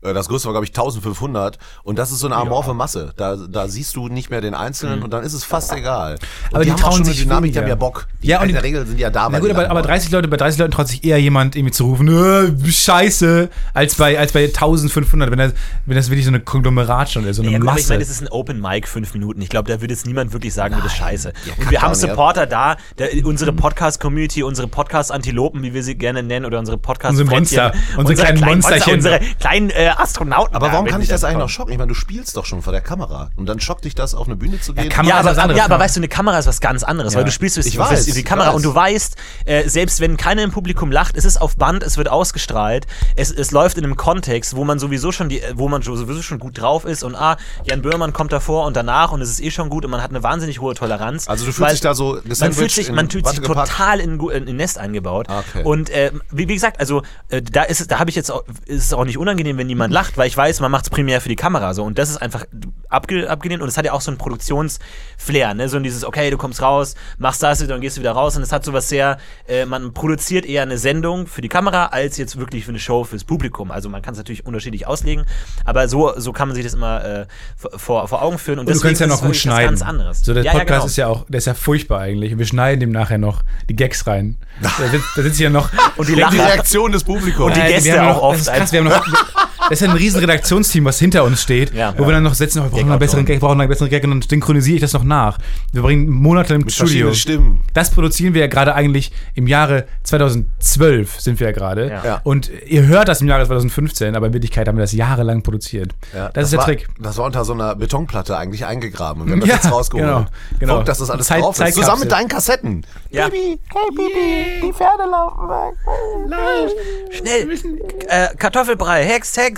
Speaker 2: äh, das größte war, glaube ich, 1500. Und das ist so eine amorphe Masse. Da, da siehst du nicht mehr den Einzelnen und dann ist es fast egal. Und
Speaker 1: Mhm. Aber die
Speaker 2: haben auch
Speaker 1: trauen
Speaker 2: schon eine
Speaker 1: sich
Speaker 2: Dynamik, die
Speaker 1: weniger.
Speaker 2: haben ja Bock. Die
Speaker 1: Ja, und
Speaker 2: in der
Speaker 1: die-
Speaker 2: Regel sind die ja da.
Speaker 1: Na
Speaker 2: weil
Speaker 1: gut,
Speaker 2: die
Speaker 1: aber,
Speaker 2: dann
Speaker 1: aber
Speaker 2: Bock
Speaker 1: 30 Leute, bei 30 Leuten traut sich eher jemand irgendwie zu rufen, "Nö, scheiße, als bei, als bei 1500, wenn das, wenn das wirklich so eine Konglomerat schon ist, so eine
Speaker 3: Ja, gut, aber
Speaker 1: Masse.
Speaker 3: ich meine, das ist ein Open Mic, fünf Minuten. Ich glaube, da wird jetzt niemand wirklich sagen, das ist scheiße. und
Speaker 2: kacke
Speaker 3: wir haben
Speaker 2: auch nicht, ja. Mhm.
Speaker 3: Supporter da, der, unsere Podcast-Community, unsere Podcast-Antilopen, wie wir sie gerne nennen, oder unsere podcast
Speaker 1: Unsere Monster, unsere kleinen Monsterchen.
Speaker 3: unsere kleinen äh, Astronauten.
Speaker 2: Aber
Speaker 3: da,
Speaker 2: warum
Speaker 3: wenn
Speaker 2: kann
Speaker 3: die
Speaker 2: ich das
Speaker 3: dann
Speaker 2: eigentlich
Speaker 3: kommen.
Speaker 2: noch schocken? Ich meine, du spielst doch schon vor der Kamera. Und dann schockt dich das, auf eine Bühne zu gehen.
Speaker 1: Kamera
Speaker 3: Ja,
Speaker 1: ist was
Speaker 3: aber,
Speaker 1: anderes,
Speaker 3: ja, aber
Speaker 1: klar.
Speaker 3: weißt du, eine Kamera ist was ganz anderes,
Speaker 1: Ja.
Speaker 3: weil du spielst
Speaker 2: Ich
Speaker 3: du
Speaker 2: weiß,
Speaker 3: die
Speaker 2: ich
Speaker 3: Kamera
Speaker 2: weiß.
Speaker 3: und du weißt, äh, selbst wenn keiner im Publikum lacht, es ist auf Band, es wird ausgestrahlt, es, es läuft in einem Kontext, wo man sowieso schon die, äh, wo man sowieso schon gut drauf ist und ah, Jan Böhmermann kommt davor und danach und es ist eh schon gut und man hat eine wahnsinnig hohe Toleranz.
Speaker 2: also du fühlst
Speaker 3: weil-
Speaker 2: dich da so
Speaker 3: man
Speaker 2: gesandwiched
Speaker 3: fühlt sich,
Speaker 2: in
Speaker 3: man fühlt sich
Speaker 2: Watte gepackt?
Speaker 3: total in, gu- in in Nest eingebaut.
Speaker 2: Ah, okay.
Speaker 3: Und äh, wie, wie gesagt, also äh, da ist es, da habe ich jetzt auch, ist es auch nicht unangenehm, wenn niemand lacht, weil ich weiß, man macht es primär für die Kamera so. Und das ist einfach abge, abgelehnt und es hat ja auch so einen Produktionsflair, ne? So ein dieses, okay, du kommst raus, machst das und dann gehst du wieder raus. Und es hat sowas sehr, äh, man produziert eher eine Sendung für die Kamera als jetzt wirklich für eine Show fürs Publikum. Also man kann es natürlich unterschiedlich auslegen, aber so, so kann man sich das immer äh, vor, vor Augen führen. Und,
Speaker 1: Und du kannst ja
Speaker 3: deswegen
Speaker 1: noch
Speaker 3: ist es
Speaker 1: gut
Speaker 3: wirklich was
Speaker 1: schneiden.
Speaker 3: Ganz anderes.
Speaker 1: So, der
Speaker 3: Ja, ja,
Speaker 1: Podcast
Speaker 3: genau.
Speaker 1: ist ja auch, der ist ja furchtbar eigentlich. Und wir schneiden dem nachher noch die Gags rein.
Speaker 2: Ah.
Speaker 1: Da sitzt, da sitzt ich ja noch.
Speaker 3: Und
Speaker 2: Und
Speaker 3: die
Speaker 2: die
Speaker 3: Lacher.
Speaker 2: Reaktion des Publikums.
Speaker 3: Und die-
Speaker 1: Äh,
Speaker 3: Gäste
Speaker 1: wir haben noch,
Speaker 3: auch
Speaker 1: Das ist
Speaker 3: oft
Speaker 1: krass, wir haben noch. Das ist ja ein riesen Redaktionsteam, was hinter uns steht,
Speaker 3: Ja.
Speaker 1: wo wir dann noch setzen, oh, wir brauchen noch einen besseren Gag, wir brauchen noch einen besseren Gag und dann synchronisiere ich das noch nach. Wir bringen Monate im Studio.
Speaker 2: verschiedenen Stimmen.
Speaker 1: Das produzieren wir ja gerade eigentlich im Jahre 2012 sind wir ja gerade.
Speaker 3: Ja.
Speaker 2: Ja.
Speaker 1: Und ihr hört das im Jahre 2015, aber in Wirklichkeit haben wir das jahrelang produziert.
Speaker 2: Ja,
Speaker 1: das, ist der
Speaker 2: war,
Speaker 1: Trick.
Speaker 2: Das war unter so einer Betonplatte eigentlich eingegraben. Und wir haben das
Speaker 1: Ja,
Speaker 2: jetzt rausgeholt.
Speaker 1: genau, genau.
Speaker 2: Guck, dass das alles
Speaker 1: Zeit-
Speaker 2: drauf ist.
Speaker 1: Zeitkapsel.
Speaker 2: Zusammen mit deinen Kassetten.
Speaker 3: Ja.
Speaker 2: Bibi, hey Bibi, die Pferde laufen weg.
Speaker 3: Schnell! Äh, Kartoffelbrei, Hex, Hex!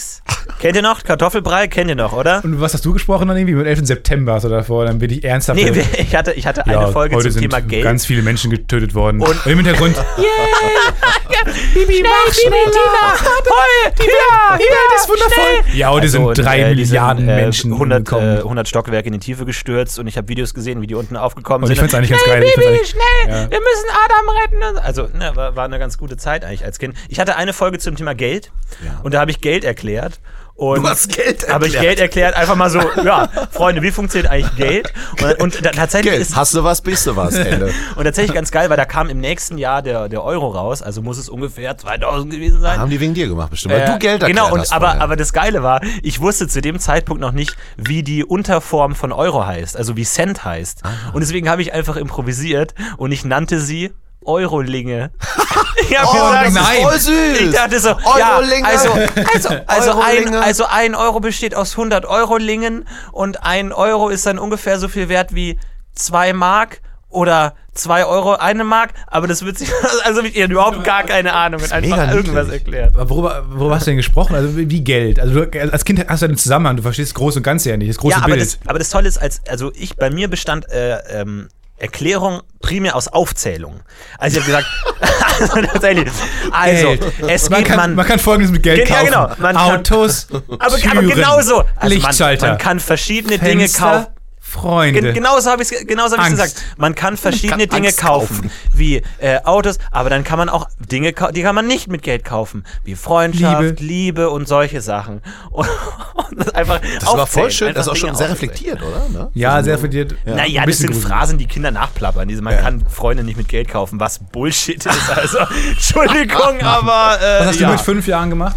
Speaker 3: Kennt ihr noch? Kartoffelbrei kennt ihr noch, oder?
Speaker 1: Und was hast du gesprochen dann irgendwie? Mit 11. September hast du davor, dann bin ich ernsthaft.
Speaker 3: Nee, wir- ich hatte, ich hatte eine
Speaker 1: Äh, Ja,
Speaker 3: Folge
Speaker 1: heute
Speaker 3: zum
Speaker 1: sind
Speaker 3: Thema Geld.
Speaker 1: ganz viele Menschen getötet worden. Und Im Hintergrund.
Speaker 3: schnell, schnell, Tina! Heu! Tina! Tina, das ist wundervoll!
Speaker 1: ja, heute sind drei
Speaker 3: äh,
Speaker 1: Milliarden Menschen
Speaker 3: 100,
Speaker 1: umgekommen.
Speaker 3: äh, 100 Stockwerke in die Tiefe gestürzt und ich habe Videos gesehen, wie die unten aufgekommen
Speaker 1: Und Also ich
Speaker 3: sind.
Speaker 1: find's eigentlich ganz geil, ich
Speaker 3: Baby,
Speaker 1: find's
Speaker 3: schnell!
Speaker 1: ja.
Speaker 3: Wir müssen Adam retten! Also, ne, war, war eine ganz gute Zeit eigentlich als Kind. Ich hatte eine Folge zum Thema Geld und da habe ich Geld erklärt. Und
Speaker 2: Du hast Geld
Speaker 3: Habe ich
Speaker 2: erklärt.
Speaker 3: Geld erklärt, einfach mal so, ja, Freunde, wie funktioniert eigentlich Geld? Und, und da, tatsächlich
Speaker 2: Geld.
Speaker 3: ist
Speaker 2: Hast du was, bist du was, Ende.
Speaker 3: und tatsächlich ganz geil, weil da kam im nächsten Jahr der, der Euro raus, also muss es ungefähr 2000 gewesen sein.
Speaker 2: Haben die wegen dir gemacht bestimmt, weil
Speaker 3: Äh,
Speaker 2: du Geld erklärt
Speaker 3: Genau, und
Speaker 2: hast
Speaker 3: aber,
Speaker 2: vorher.
Speaker 3: aber das Geile war, ich wusste zu dem Zeitpunkt noch nicht, wie die Unterform von Euro heißt, also wie Cent heißt.
Speaker 2: Ah.
Speaker 3: Und deswegen habe ich einfach improvisiert und ich nannte sie Eurolinge. ich habe
Speaker 2: Oh,
Speaker 3: gesagt,
Speaker 2: das
Speaker 1: nein.
Speaker 2: ist voll süß.
Speaker 3: ich dachte so, ja,
Speaker 2: Eurolinge.
Speaker 3: also, also, also, ein,
Speaker 2: Eurolinge.
Speaker 3: also ein Euro besteht aus 100 Eurolingen und ein Euro ist dann ungefähr so viel wert wie zwei Mark oder zwei Euro eine Mark, aber das wird sich, also ich habe überhaupt gar keine Ahnung und
Speaker 2: mega
Speaker 3: einfach
Speaker 2: niedlich.
Speaker 3: irgendwas erklärt.
Speaker 1: Aber worüber, worüber hast du denn gesprochen? Also wie wie Geld? Also du, als Kind hast du einen Zusammenhang, du verstehst das Große und Ganze ja nicht, das große
Speaker 3: Ja, aber
Speaker 1: Bild.
Speaker 3: das, aber das Tolle ist, als, also ich, bei mir bestand äh, ähm, Erklärung primär aus Aufzählung. Also ich habe gesagt, also, tatsächlich, also
Speaker 1: Geld.
Speaker 3: es
Speaker 1: man,
Speaker 3: geht
Speaker 1: kann,
Speaker 3: man,
Speaker 1: man kann folgendes mit Geld
Speaker 3: Ge- ja,
Speaker 1: kaufen.
Speaker 3: genau. Man kann-
Speaker 1: Autos,
Speaker 3: aber,
Speaker 1: Türen,
Speaker 3: aber genauso, also man,
Speaker 1: Lichtschalter,
Speaker 3: man kann verschiedene Dinge
Speaker 1: Fenster,
Speaker 3: kaufen.
Speaker 1: Freunde.
Speaker 3: Gen genauso habe ich es genauso hab ich's
Speaker 1: Angst.
Speaker 3: gesagt. Man kann verschiedene
Speaker 2: kann
Speaker 3: Dinge
Speaker 2: Angst
Speaker 3: kaufen,
Speaker 2: kaufen.
Speaker 3: wie äh, Autos, aber dann kann man auch Dinge kaufen, die kann man nicht mit Geld kaufen, wie Freundschaft, Liebe,
Speaker 1: Liebe.
Speaker 3: und solche Sachen. Und, und das einfach
Speaker 2: Das war voll schön, das
Speaker 3: einfach
Speaker 2: ist auch schon
Speaker 3: Dinge
Speaker 2: sehr
Speaker 3: aufzählen.
Speaker 2: reflektiert, oder? Ne?
Speaker 1: Ja, sehr verdiert.
Speaker 3: Naja,
Speaker 1: Ein
Speaker 3: das
Speaker 1: bisschen
Speaker 3: sind
Speaker 1: gruselig.
Speaker 3: Phrasen, die Kinder nachplappern. Diese, man kann Freunde nicht mit Geld kaufen, was Bullshit ist. Also, Entschuldigung, aber. Äh,
Speaker 1: Was hast
Speaker 3: ja.
Speaker 1: du mit fünf Jahren gemacht?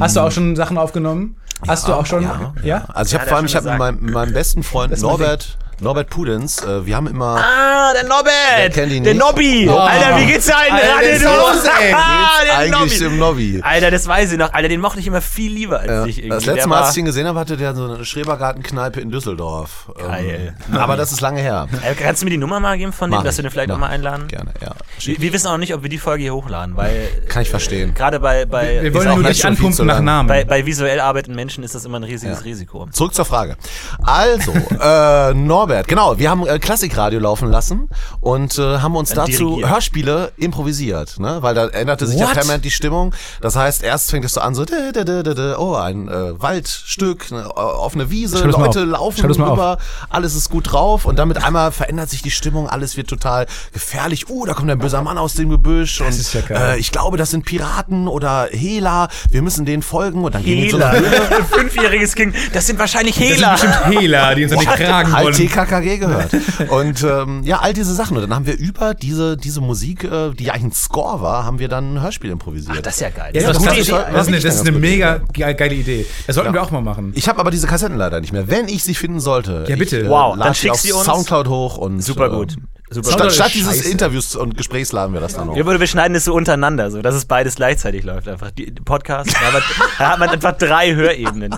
Speaker 1: Hast du auch schon Sachen aufgenommen? Hast du auch schon? Hm. Ja.
Speaker 2: Also ich habe
Speaker 3: hat er
Speaker 2: vor allem,
Speaker 3: schon
Speaker 2: ich habe mit
Speaker 3: gesagt.
Speaker 2: meinem, mit meinem besten Freund
Speaker 1: mein
Speaker 2: Norbert, Norbert Pudenz, äh, wir haben immer...
Speaker 3: Ah, der Nobbet!
Speaker 2: kennt ihn
Speaker 3: Der
Speaker 2: nicht?
Speaker 3: Nobby!
Speaker 2: Oh.
Speaker 3: Alter, wie geht's da in
Speaker 1: Alter,
Speaker 3: Radio
Speaker 1: ist los, ey.
Speaker 3: Ah, der
Speaker 2: eigentlich
Speaker 3: Nobby.
Speaker 2: im Lobby.
Speaker 3: Alter, das weiß ich noch. Alter, den mochte ich immer viel lieber als
Speaker 2: Ja.
Speaker 3: ich irgendwie.
Speaker 2: äh, Das
Speaker 3: Der
Speaker 2: letzte Mal,
Speaker 3: war-
Speaker 2: als ich ihn gesehen habe, hatte der so eine Schrebergartenkneipe in Düsseldorf. Ähm,
Speaker 3: Geil.
Speaker 2: Aber das ist lange her.
Speaker 3: Äh, Kannst du mir die Nummer mal geben von dem,
Speaker 2: Mach
Speaker 3: dass
Speaker 2: ich.
Speaker 3: wir den vielleicht
Speaker 2: Mach
Speaker 3: auch mal
Speaker 2: ich.
Speaker 3: einladen?
Speaker 2: Gerne, ja.
Speaker 3: Wir, wir wissen auch nicht, ob wir die Folge hier hochladen, weil
Speaker 2: Kann ich verstehen.
Speaker 3: gerade bei,
Speaker 1: Wir
Speaker 3: bei, ist
Speaker 1: wollen
Speaker 3: auch
Speaker 1: nur
Speaker 2: jetzt
Speaker 1: dich
Speaker 2: schon viel zu
Speaker 1: anpumpen nach
Speaker 2: lang.
Speaker 1: Namen.
Speaker 3: bei, bei visuell arbeitenden Menschen ist das immer ein riesiges
Speaker 2: Ja.
Speaker 3: Risiko.
Speaker 2: Zurück zur Frage. Also, äh, Norbert, genau, wir haben äh, Klassikradio laufen lassen und äh, haben uns
Speaker 3: Dann
Speaker 2: dazu
Speaker 3: dirigiert.
Speaker 2: Hörspiele improvisiert, ne? weil da änderte sich ja
Speaker 1: What?
Speaker 2: permanent die Stimmung. Das heißt, erst fängt es so an, so, dä, dä, dä, dä, dä, oh, ein äh, Waldstück, eine äh, offene Wiese,
Speaker 1: Schreib das mal
Speaker 2: Leute
Speaker 1: auf.
Speaker 2: laufen
Speaker 1: Schreib das mal
Speaker 2: rüber, alles ist gut drauf und damit einmal verändert sich die Stimmung, alles wird total gefährlich. Oh, da kommt ein böser Mann aus dem Gebüsch und
Speaker 1: ist ja geil.
Speaker 2: äh, ich glaube, das sind Piraten oder Hela, wir müssen denen folgen und dann gehen wir zu einer
Speaker 3: Hela. Ein fünfjähriges Kind. Das sind wahrscheinlich
Speaker 1: Das sind
Speaker 3: Hela.
Speaker 1: bestimmt Hehler, die uns an den Kragen
Speaker 2: Halt
Speaker 1: wollen.
Speaker 2: TKKG gehört. Und ähm, ja, all diese Sachen. Und dann haben wir über diese, diese Musik, äh, die ja eigentlich ein Score war, haben wir dann ein Hörspiel improvisiert.
Speaker 3: Das ist ja geil.
Speaker 1: Ja,
Speaker 3: Das
Speaker 1: das,
Speaker 3: ist
Speaker 1: das,
Speaker 3: eine gute
Speaker 1: ist,
Speaker 3: Idee.
Speaker 1: das, ist eine, das ist eine mega ge- geile Idee. Das sollten
Speaker 2: Ja.
Speaker 1: wir auch mal machen.
Speaker 2: ich habe aber diese Kassetten leider nicht mehr. Wenn ich sie finden sollte.
Speaker 1: Ja, bitte.
Speaker 2: Ich, äh,
Speaker 3: Wow,
Speaker 2: lade
Speaker 3: dann
Speaker 2: sie
Speaker 3: schickst
Speaker 2: auf
Speaker 3: sie uns.
Speaker 2: Soundcloud hoch und. ähm,
Speaker 3: Super gut. Super
Speaker 2: Statt,
Speaker 1: Soundcloud ist
Speaker 2: statt dieses
Speaker 1: scheiße.
Speaker 2: Interviews und Gesprächs laden wir das dann hoch.
Speaker 3: Ja, aber wir schneiden es so untereinander, so dass es beides gleichzeitig läuft. Einfach die, die Podcast, da hat man- da hat man einfach drei Hörebenen.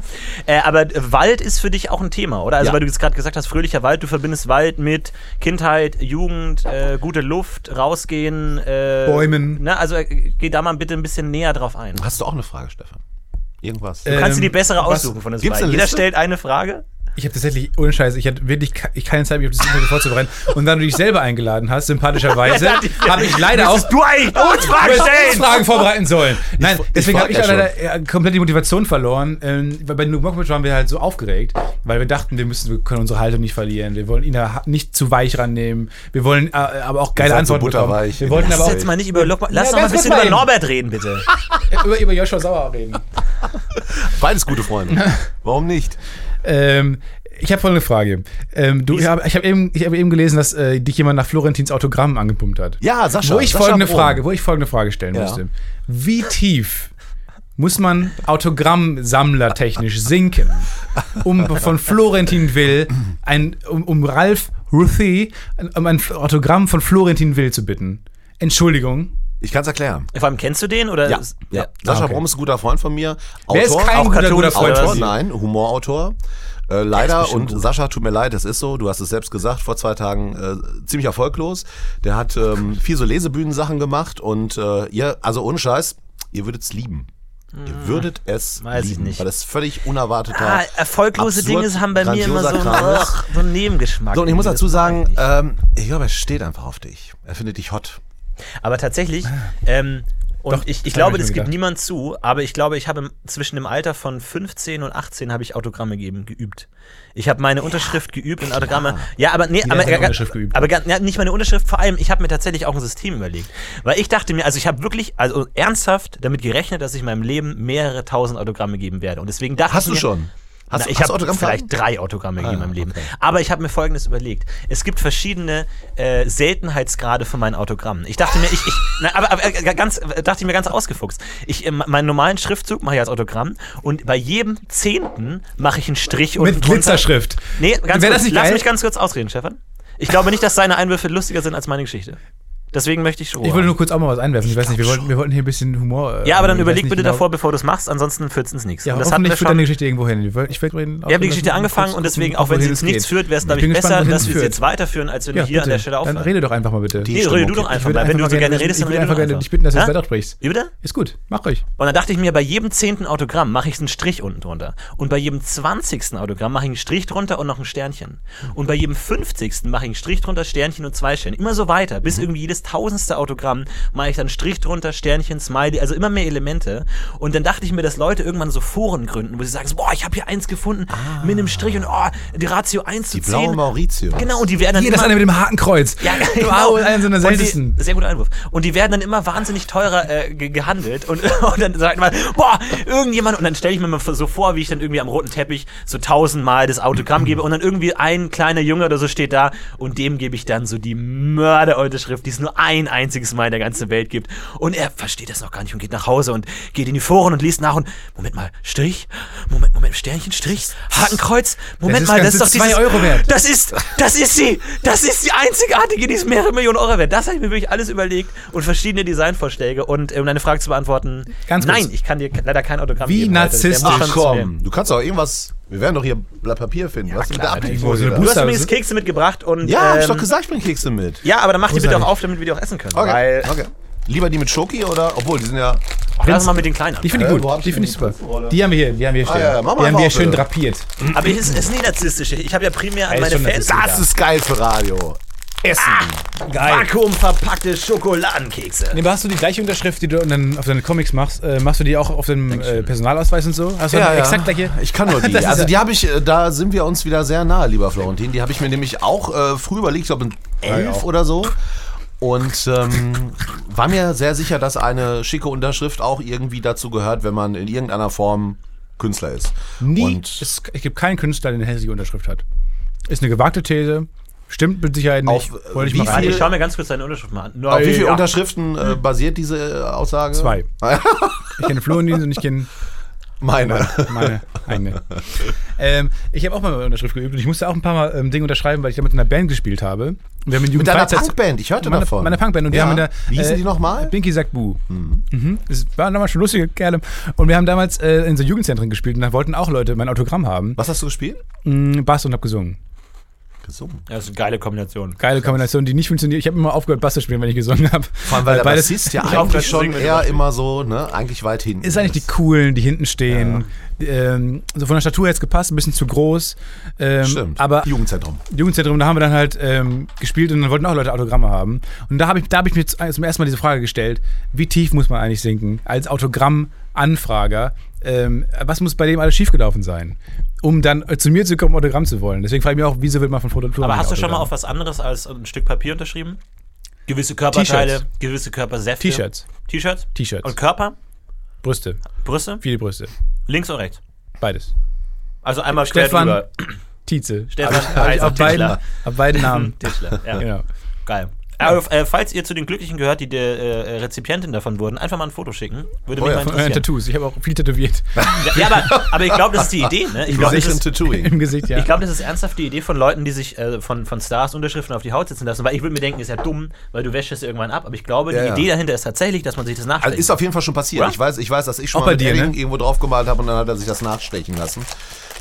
Speaker 3: Äh, aber Wald ist für dich auch ein Thema, oder? Also
Speaker 2: Ja.
Speaker 3: weil du jetzt gerade gesagt hast, fröhlicher Wald, du verbindest Wald mit Kindheit, Jugend, äh, gute Luft, rausgehen, äh,
Speaker 1: Bäumen.
Speaker 3: Ne? Also äh, geh da mal bitte ein bisschen näher drauf ein. Du
Speaker 2: Hast du auch eine Frage, Stefan? Irgendwas?
Speaker 1: Äh,
Speaker 3: kannst du
Speaker 1: Ähm,
Speaker 3: die bessere
Speaker 1: was-
Speaker 3: aussuchen von uns
Speaker 2: gibt's
Speaker 3: beiden.
Speaker 2: eine
Speaker 3: Jeder
Speaker 2: Liste?
Speaker 3: stellt eine Frage.
Speaker 1: Ich habe tatsächlich, ohne Scheiß, ich hatte wirklich ke- ich keine Zeit, mich auf das Interview vorzubereiten. Und da du dich selber eingeladen hast, sympathischerweise, habe ich leider auch
Speaker 3: Du eigentlich uns Fragen
Speaker 1: Du hättest
Speaker 3: stellen!
Speaker 1: uns Fragen vorbereiten sollen. Nein, deswegen
Speaker 2: frag
Speaker 1: habe ich
Speaker 2: ja
Speaker 1: auch leider äh, komplett die Motivation verloren. Ähm, weil bei New Mockbridge waren wir halt so aufgeregt, weil wir dachten, wir müssen, wir können unsere Haltung nicht verlieren. Wir wollen ihn da ha- nicht zu weich rannehmen. Wir wollen äh, aber auch geile
Speaker 2: seid so
Speaker 1: Antworten bekommen.
Speaker 2: butterweich.
Speaker 1: Wir wollten
Speaker 3: Lass
Speaker 1: aber
Speaker 3: uns
Speaker 1: auch
Speaker 3: jetzt mal nicht über Lockma Lass
Speaker 1: Ja,
Speaker 3: doch mal ein
Speaker 1: ganz kurz
Speaker 3: bisschen
Speaker 1: mal
Speaker 3: über
Speaker 1: eben.
Speaker 3: Norbert reden, bitte.
Speaker 1: über, über Joshua Sauer reden.
Speaker 2: Beides gute Freunde. Warum nicht?
Speaker 1: Ähm, ich habe folgende Frage. Ähm, du, ich habe ich hab eben, ich hab eben gelesen, dass äh, dich jemand nach Florentins Autogramm angepumpt hat.
Speaker 2: Ja, Sascha.
Speaker 1: wo ich
Speaker 2: Sascha
Speaker 1: folgende
Speaker 2: Brom.
Speaker 1: Frage, wo ich folgende Frage stellen
Speaker 2: Ja.
Speaker 1: müsste. Wie tief muss man Autogrammsammler technisch sinken, um von Florentin Will ein um, um Ralf Ruthie um ein Autogramm von Florentin Will zu bitten? Entschuldigung.
Speaker 2: Ich kann es erklären.
Speaker 3: Vor allem kennst du den? Oder
Speaker 2: Ja,
Speaker 3: ist-
Speaker 2: ja. Sascha
Speaker 1: Ah, okay.
Speaker 2: Brom ist ein guter Freund von mir.
Speaker 1: Wer ist kein
Speaker 3: auch
Speaker 1: guter,
Speaker 3: Cartoons-
Speaker 1: guter Freund
Speaker 3: Autor,
Speaker 1: von
Speaker 2: Autor?
Speaker 1: dir?
Speaker 2: Nein, Humorautor. Äh, leider und Sascha, tut mir leid, das ist so. Du hast es selbst gesagt, vor zwei Tagen äh, ziemlich erfolglos. Der hat ähm, viel so Lesebühnensachen gemacht und äh, ihr, also ohne Scheiß, ihr würdet's lieben. Ihr würdet es
Speaker 3: Hm. Weiß ich
Speaker 2: lieben,
Speaker 3: nicht.
Speaker 2: weil das völlig unerwarteter.
Speaker 3: Ah, erfolglose
Speaker 2: absurd,
Speaker 3: Dinge haben bei mir immer so,
Speaker 2: grandioser
Speaker 3: einen-
Speaker 2: Kram ist.
Speaker 3: ach, so einen Nebengeschmack.
Speaker 2: So, und ich muss
Speaker 3: Das
Speaker 2: dazu
Speaker 3: mag
Speaker 2: sagen,
Speaker 3: ich nicht.
Speaker 2: ähm, ich glaube, er steht einfach auf dich. Er findet dich hot.
Speaker 3: aber tatsächlich,
Speaker 2: Ah.
Speaker 3: ähm, und
Speaker 1: Doch,
Speaker 3: ich, ich
Speaker 1: hab
Speaker 3: glaube,
Speaker 1: ich mir
Speaker 3: das gibt
Speaker 1: gedacht.
Speaker 3: niemand zu, aber ich glaube, ich habe im- zwischen dem Alter von 15 und 18 habe ich Autogramme geben, geübt. Ich habe meine Unterschrift geübt und Autogramme. Ja, aber nee, aber,
Speaker 1: hat seine
Speaker 3: aber,
Speaker 1: Unterschrift geübt.
Speaker 3: aber gar- ja, nicht meine Unterschrift, vor allem, ich habe mir tatsächlich auch ein System überlegt. Weil ich dachte mir, also ich habe wirklich, also ernsthaft damit gerechnet, dass ich in meinem Leben mehrere tausend Autogramme geben werde. Und deswegen dachte
Speaker 2: Hast
Speaker 3: ich
Speaker 2: du
Speaker 3: mir,
Speaker 2: schon? Hast,
Speaker 3: Na, ich
Speaker 2: hast du
Speaker 3: habe
Speaker 2: Autogrammkarten?
Speaker 3: vielleicht drei Autogramme gegeben
Speaker 1: Ah,
Speaker 2: ja,
Speaker 3: in meinem Leben. Aber ich habe mir Folgendes überlegt. Es gibt verschiedene äh, Seltenheitsgrade von meinen Autogrammen. Ich dachte mir, ich, ich na, aber, aber äh, ganz, äh, dachte ich mir ganz ausgefuchst. Ich, äh, meinen normalen Schriftzug mache ich als Autogramm und bei jedem Zehnten mache ich einen Strich
Speaker 1: Mit
Speaker 3: unten drunter.
Speaker 1: Glitzerschrift.
Speaker 3: Nee, ganz
Speaker 1: Wär
Speaker 3: kurz,
Speaker 1: das nicht
Speaker 3: lass
Speaker 1: geil?
Speaker 3: mich ganz kurz ausreden, Stefan. Ich glaube nicht, dass seine Einwürfe lustiger sind als meine Geschichte. Deswegen möchte ich Ruhe.
Speaker 1: Ich wollte nur kurz auch mal was einwerfen. Ich, weiß nicht, wir wollten, wir wollten hier ein bisschen Humor. äh,
Speaker 3: ja, aber dann
Speaker 1: ich
Speaker 3: überleg
Speaker 1: weiß nicht
Speaker 3: bitte
Speaker 1: genau-
Speaker 3: davor, bevor du es machst, ansonsten führt's ins Nichts.
Speaker 1: Ja,
Speaker 3: Und
Speaker 1: das
Speaker 3: das hatten
Speaker 1: hoffentlich
Speaker 3: wir
Speaker 1: führt dann
Speaker 3: schon.
Speaker 1: die Geschichte irgendwo hin. Ich will, ich will reden,
Speaker 3: Wir haben die Geschichte angefangen und deswegen, auch wenn sie ins Nichts führt, wäre es, glaube ich, besser, dass wir sie jetzt weiterführen, als wenn wir hier an der Stelle
Speaker 1: aufhören. Dann
Speaker 3: aufhören.
Speaker 1: rede doch einfach mal bitte.
Speaker 2: Die-
Speaker 3: Nee,
Speaker 2: Stimmung
Speaker 3: rede du doch
Speaker 2: kippt.
Speaker 1: Ich
Speaker 3: einfach
Speaker 1: würde
Speaker 3: mal. Wenn du so
Speaker 1: gerne-
Speaker 3: gerne redest,
Speaker 1: ich
Speaker 3: dann
Speaker 1: würde
Speaker 3: rede
Speaker 1: einfach
Speaker 3: du
Speaker 1: gerne
Speaker 3: einfach.
Speaker 1: dich bitten, dass du
Speaker 3: Ja?
Speaker 1: jetzt weitersprichst.
Speaker 3: Wie bitte?
Speaker 1: Ist gut, mach ruhig.
Speaker 3: Und dann dachte ich mir, bei jedem zehnten Autogramm mache ich einen Strich unten drunter. Und bei jedem zwanzigsten Autogramm mache ich einen Strich drunter und noch ein Sternchen. Und bei jedem fünfzigsten mache ich einen Strich drunter, Sternchen und zwei Sternchen. Immer so weiter,
Speaker 2: Mhm.
Speaker 3: bis irgendwie jedes tausendste Autogramm mache ich dann Strich drunter, Sternchen, Smiley, also immer mehr Elemente. Und dann dachte ich mir, dass Leute irgendwann so Foren gründen, wo sie sagen, so, boah, ich habe hier eins gefunden mit einem Strich und oh, die Ratio eins
Speaker 2: Ah. Die
Speaker 3: zu zehn.
Speaker 2: blaue Mauritius.
Speaker 3: Genau, und die werden dann
Speaker 1: Hier, das
Speaker 3: immer
Speaker 1: eine mit dem Hakenkreuz.
Speaker 3: ja, genau.
Speaker 1: Wow, einen so einer
Speaker 3: Und die-
Speaker 1: seltensten.
Speaker 3: Sehr guter Einwurf. Und die werden dann immer wahnsinnig teurer äh, ge gehandelt. Und, und dann sagt man, boah, irgendjemand. Und dann stelle ich mir mal so vor, wie ich dann irgendwie am roten Teppich so tausendmal das Autogramm gebe. Und dann irgendwie ein kleiner Junge oder so steht da. Und dem gebe ich dann so die Mörderunterschrift, die es nur ein einziges Mal in der ganzen Welt gibt. Und er versteht das noch gar nicht und geht nach Hause und geht in die Foren und liest nach. Und Moment mal, Strich, Moment, Moment, Sternchen, Strich, Hakenkreuz. Moment
Speaker 1: ist
Speaker 3: mal, das
Speaker 1: ganze
Speaker 3: ist doch dieses,
Speaker 1: zwei Euro wert.
Speaker 3: das ist, das ist sie. Das ist die einzigartige, die ist mehrere Millionen Euro wert. Das habe ich mir wirklich alles überlegt und verschiedene Designvorschläge. Und äh, um deine Frage zu beantworten,
Speaker 1: Ganz kurz.
Speaker 3: nein, ich kann dir leider kein Autogramm
Speaker 1: Wie
Speaker 3: geben. Alter. Der
Speaker 1: narzisstisch.
Speaker 3: muss schon
Speaker 2: Ach
Speaker 3: zu mir.
Speaker 2: komm, du kannst doch irgendwas. Wir werden doch hier Blatt Papier finden. was ist mit der
Speaker 1: Alter,
Speaker 2: Abbiegen
Speaker 1: irgendwo so eine
Speaker 2: oder?
Speaker 3: Du hast
Speaker 1: Booster-
Speaker 3: übrigens Kekse mitgebracht und
Speaker 2: Ja, hab ich doch
Speaker 3: ähm,
Speaker 2: gesagt, ich bring Kekse mit.
Speaker 3: Ja, aber dann mach die bitte auch
Speaker 1: Großartig.
Speaker 3: auf, damit wir die auch essen können.
Speaker 2: Okay.
Speaker 3: Weil
Speaker 2: okay. Lieber die mit Schoki oder? Obwohl, die sind ja.
Speaker 3: lass mal mit den kleinen. an.
Speaker 1: Die finde ich
Speaker 2: Äh, wo hab
Speaker 1: gut.
Speaker 2: ich
Speaker 1: Die
Speaker 2: denn
Speaker 1: finde
Speaker 2: die
Speaker 1: ich super.
Speaker 2: Kurzrolle?
Speaker 1: Die haben wir hier, die haben wir hier
Speaker 2: Ah,
Speaker 1: stehen.
Speaker 2: ja, mach mal
Speaker 1: die haben wir hier
Speaker 2: auf,
Speaker 1: schön
Speaker 2: bitte.
Speaker 1: drapiert.
Speaker 3: Aber es ist, es ist nie narzisstisch. Ich habe ja primär an
Speaker 1: Ja, ist
Speaker 3: meine
Speaker 1: schon
Speaker 3: Fans.
Speaker 1: narzisstisch.
Speaker 2: Das ist geil für Radio. Essen.
Speaker 1: Geil.
Speaker 3: Vakuumverpackte Schokoladenkekse.
Speaker 1: Nee, aber hast du die gleiche Unterschrift, die du dann auf deine Comics machst, äh, machst du die auch auf deinem äh, Personalausweis und so? Hast du dann exakt gleiche?
Speaker 2: Ich kann nur die.
Speaker 1: Das ist
Speaker 2: Also
Speaker 1: ja-
Speaker 2: die habe ich, äh, da sind wir uns wieder sehr nahe, lieber Florentin. Die habe ich mir nämlich auch äh, früh überlegt, ich glaube in elf oder so. Und ähm, war mir sehr sicher, dass eine schicke Unterschrift auch irgendwie dazu gehört, wenn man in irgendeiner Form Künstler ist.
Speaker 1: Nie.
Speaker 2: Und
Speaker 1: es, es gibt keinen Künstler, der eine hässliche Unterschrift hat. Ist eine gewagte These. Stimmt mit Sicherheit nicht.
Speaker 2: Auf, äh,
Speaker 1: Wollte ich
Speaker 2: wie
Speaker 1: mal
Speaker 2: viel-
Speaker 1: rein.
Speaker 3: Ich schau mir ganz kurz deine Unterschrift mal an.
Speaker 2: auf wie viele
Speaker 3: Ja.
Speaker 2: Unterschriften äh, basiert diese äh, Aussage?
Speaker 1: Hm. Zwei. Ich kenne Florentins und ich kenne
Speaker 2: Meine.
Speaker 1: meine eigene. ähm, ich habe auch mal meine Unterschrift geübt und ich musste auch ein paar Mal ähm, Dinge unterschreiben, weil ich damit in einer Band gespielt habe. Und wir haben in
Speaker 2: Mit deiner
Speaker 1: Jugendfreizeit-
Speaker 2: Punkband, ich hörte
Speaker 1: Meine,
Speaker 2: davon.
Speaker 1: meine Punkband. Und
Speaker 2: ja.
Speaker 1: wir haben in der, äh,
Speaker 2: Wie hießen die nochmal?
Speaker 1: Binky sagt Buh. Mhm. Es waren damals schon lustige Kerle. Und wir haben damals äh, in so Jugendzentren gespielt und da wollten auch Leute mein Autogramm haben.
Speaker 2: Was hast du gespielt?
Speaker 1: Mhm, Bass und hab gesungen.
Speaker 2: Gesungen.
Speaker 3: Ja, Das ist eine geile Kombination.
Speaker 1: Geile Kombination, die nicht funktioniert. Ich habe immer aufgehört, Bass zu spielen, wenn ich gesungen habe.
Speaker 2: Vor allem, weil der
Speaker 1: Äh, beides-
Speaker 2: Bassist ja
Speaker 3: Ich hoffe,
Speaker 2: eigentlich
Speaker 3: das
Speaker 2: schon
Speaker 3: singen wir
Speaker 2: eher
Speaker 3: dabei.
Speaker 2: immer so, ne, eigentlich weit hinten.
Speaker 1: ist eigentlich die coolen, die hinten stehen. Ähm, so von der Statur her hat's gepasst, ein bisschen zu groß. Ähm,
Speaker 2: Stimmt.
Speaker 1: Aber
Speaker 2: Jugendzentrum.
Speaker 1: Jugendzentrum, da haben wir dann halt ähm, gespielt und dann wollten auch Leute Autogramme haben. Und da habe ich, da hab ich mir z- zum ersten Mal diese Frage gestellt, wie tief muss man eigentlich sinken als Autogrammanfrager? Ähm, was muss bei dem alles schiefgelaufen sein, um dann äh, zu mir zu kommen, Autogramm zu wollen? Deswegen frage ich mich auch, wieso will man von Fototour
Speaker 3: Aber hast du schon mal auf was anderes als ein Stück Papier unterschrieben? Gewisse
Speaker 1: Körperteile,
Speaker 3: Körperteile, gewisse Körpersäfte.
Speaker 1: T-Shirts,
Speaker 3: T-Shirts?
Speaker 1: T-Shirts,
Speaker 3: Und Körper?
Speaker 1: Brüste,
Speaker 3: Brüste?
Speaker 1: viele Brüste,
Speaker 3: Links und rechts.
Speaker 1: beides.
Speaker 3: Also einmal
Speaker 1: Stefan-
Speaker 3: quer drüber.
Speaker 1: Tietze.
Speaker 3: Stefan
Speaker 1: Also
Speaker 3: also
Speaker 1: auf beiden,
Speaker 3: Tischler.
Speaker 1: auf beiden Namen.
Speaker 3: Tischler, ja.
Speaker 1: genau.
Speaker 3: Geil. Aber, äh, falls ihr zu den Glücklichen gehört, die der äh, Rezipientin davon wurden, einfach mal ein Foto schicken. Würde mich
Speaker 2: Oh ja,
Speaker 3: mal
Speaker 1: Von euren
Speaker 3: interessieren.
Speaker 1: äh, Tattoos. Ich habe auch viel tätowiert
Speaker 3: Ja, aber, aber ich glaube, das ist die Idee, ne? Ich glaube, das,
Speaker 2: Gesicht und
Speaker 3: ist-
Speaker 2: Tattooing.
Speaker 1: im Gesicht, ja.
Speaker 3: ich glaub, das ist ernsthaft die Idee von Leuten, die sich äh, von, von Stars Unterschriften auf die Haut setzen lassen. Weil ich würde mir denken, ist ja dumm, weil du wäschst es irgendwann ab. Aber ich glaube, die
Speaker 2: Ja, ja.
Speaker 3: Idee dahinter ist tatsächlich, dass man sich das nachdenkt.
Speaker 2: Also ist auf jeden Fall schon passiert.
Speaker 3: Oder?
Speaker 2: Ich weiß, ich weiß, dass ich schon
Speaker 1: Auch
Speaker 2: mal
Speaker 1: bei
Speaker 2: mit
Speaker 1: dir,
Speaker 2: dir,
Speaker 1: ne?
Speaker 2: irgendwo draufgemalt habe und dann hat er sich das nachstechen lassen.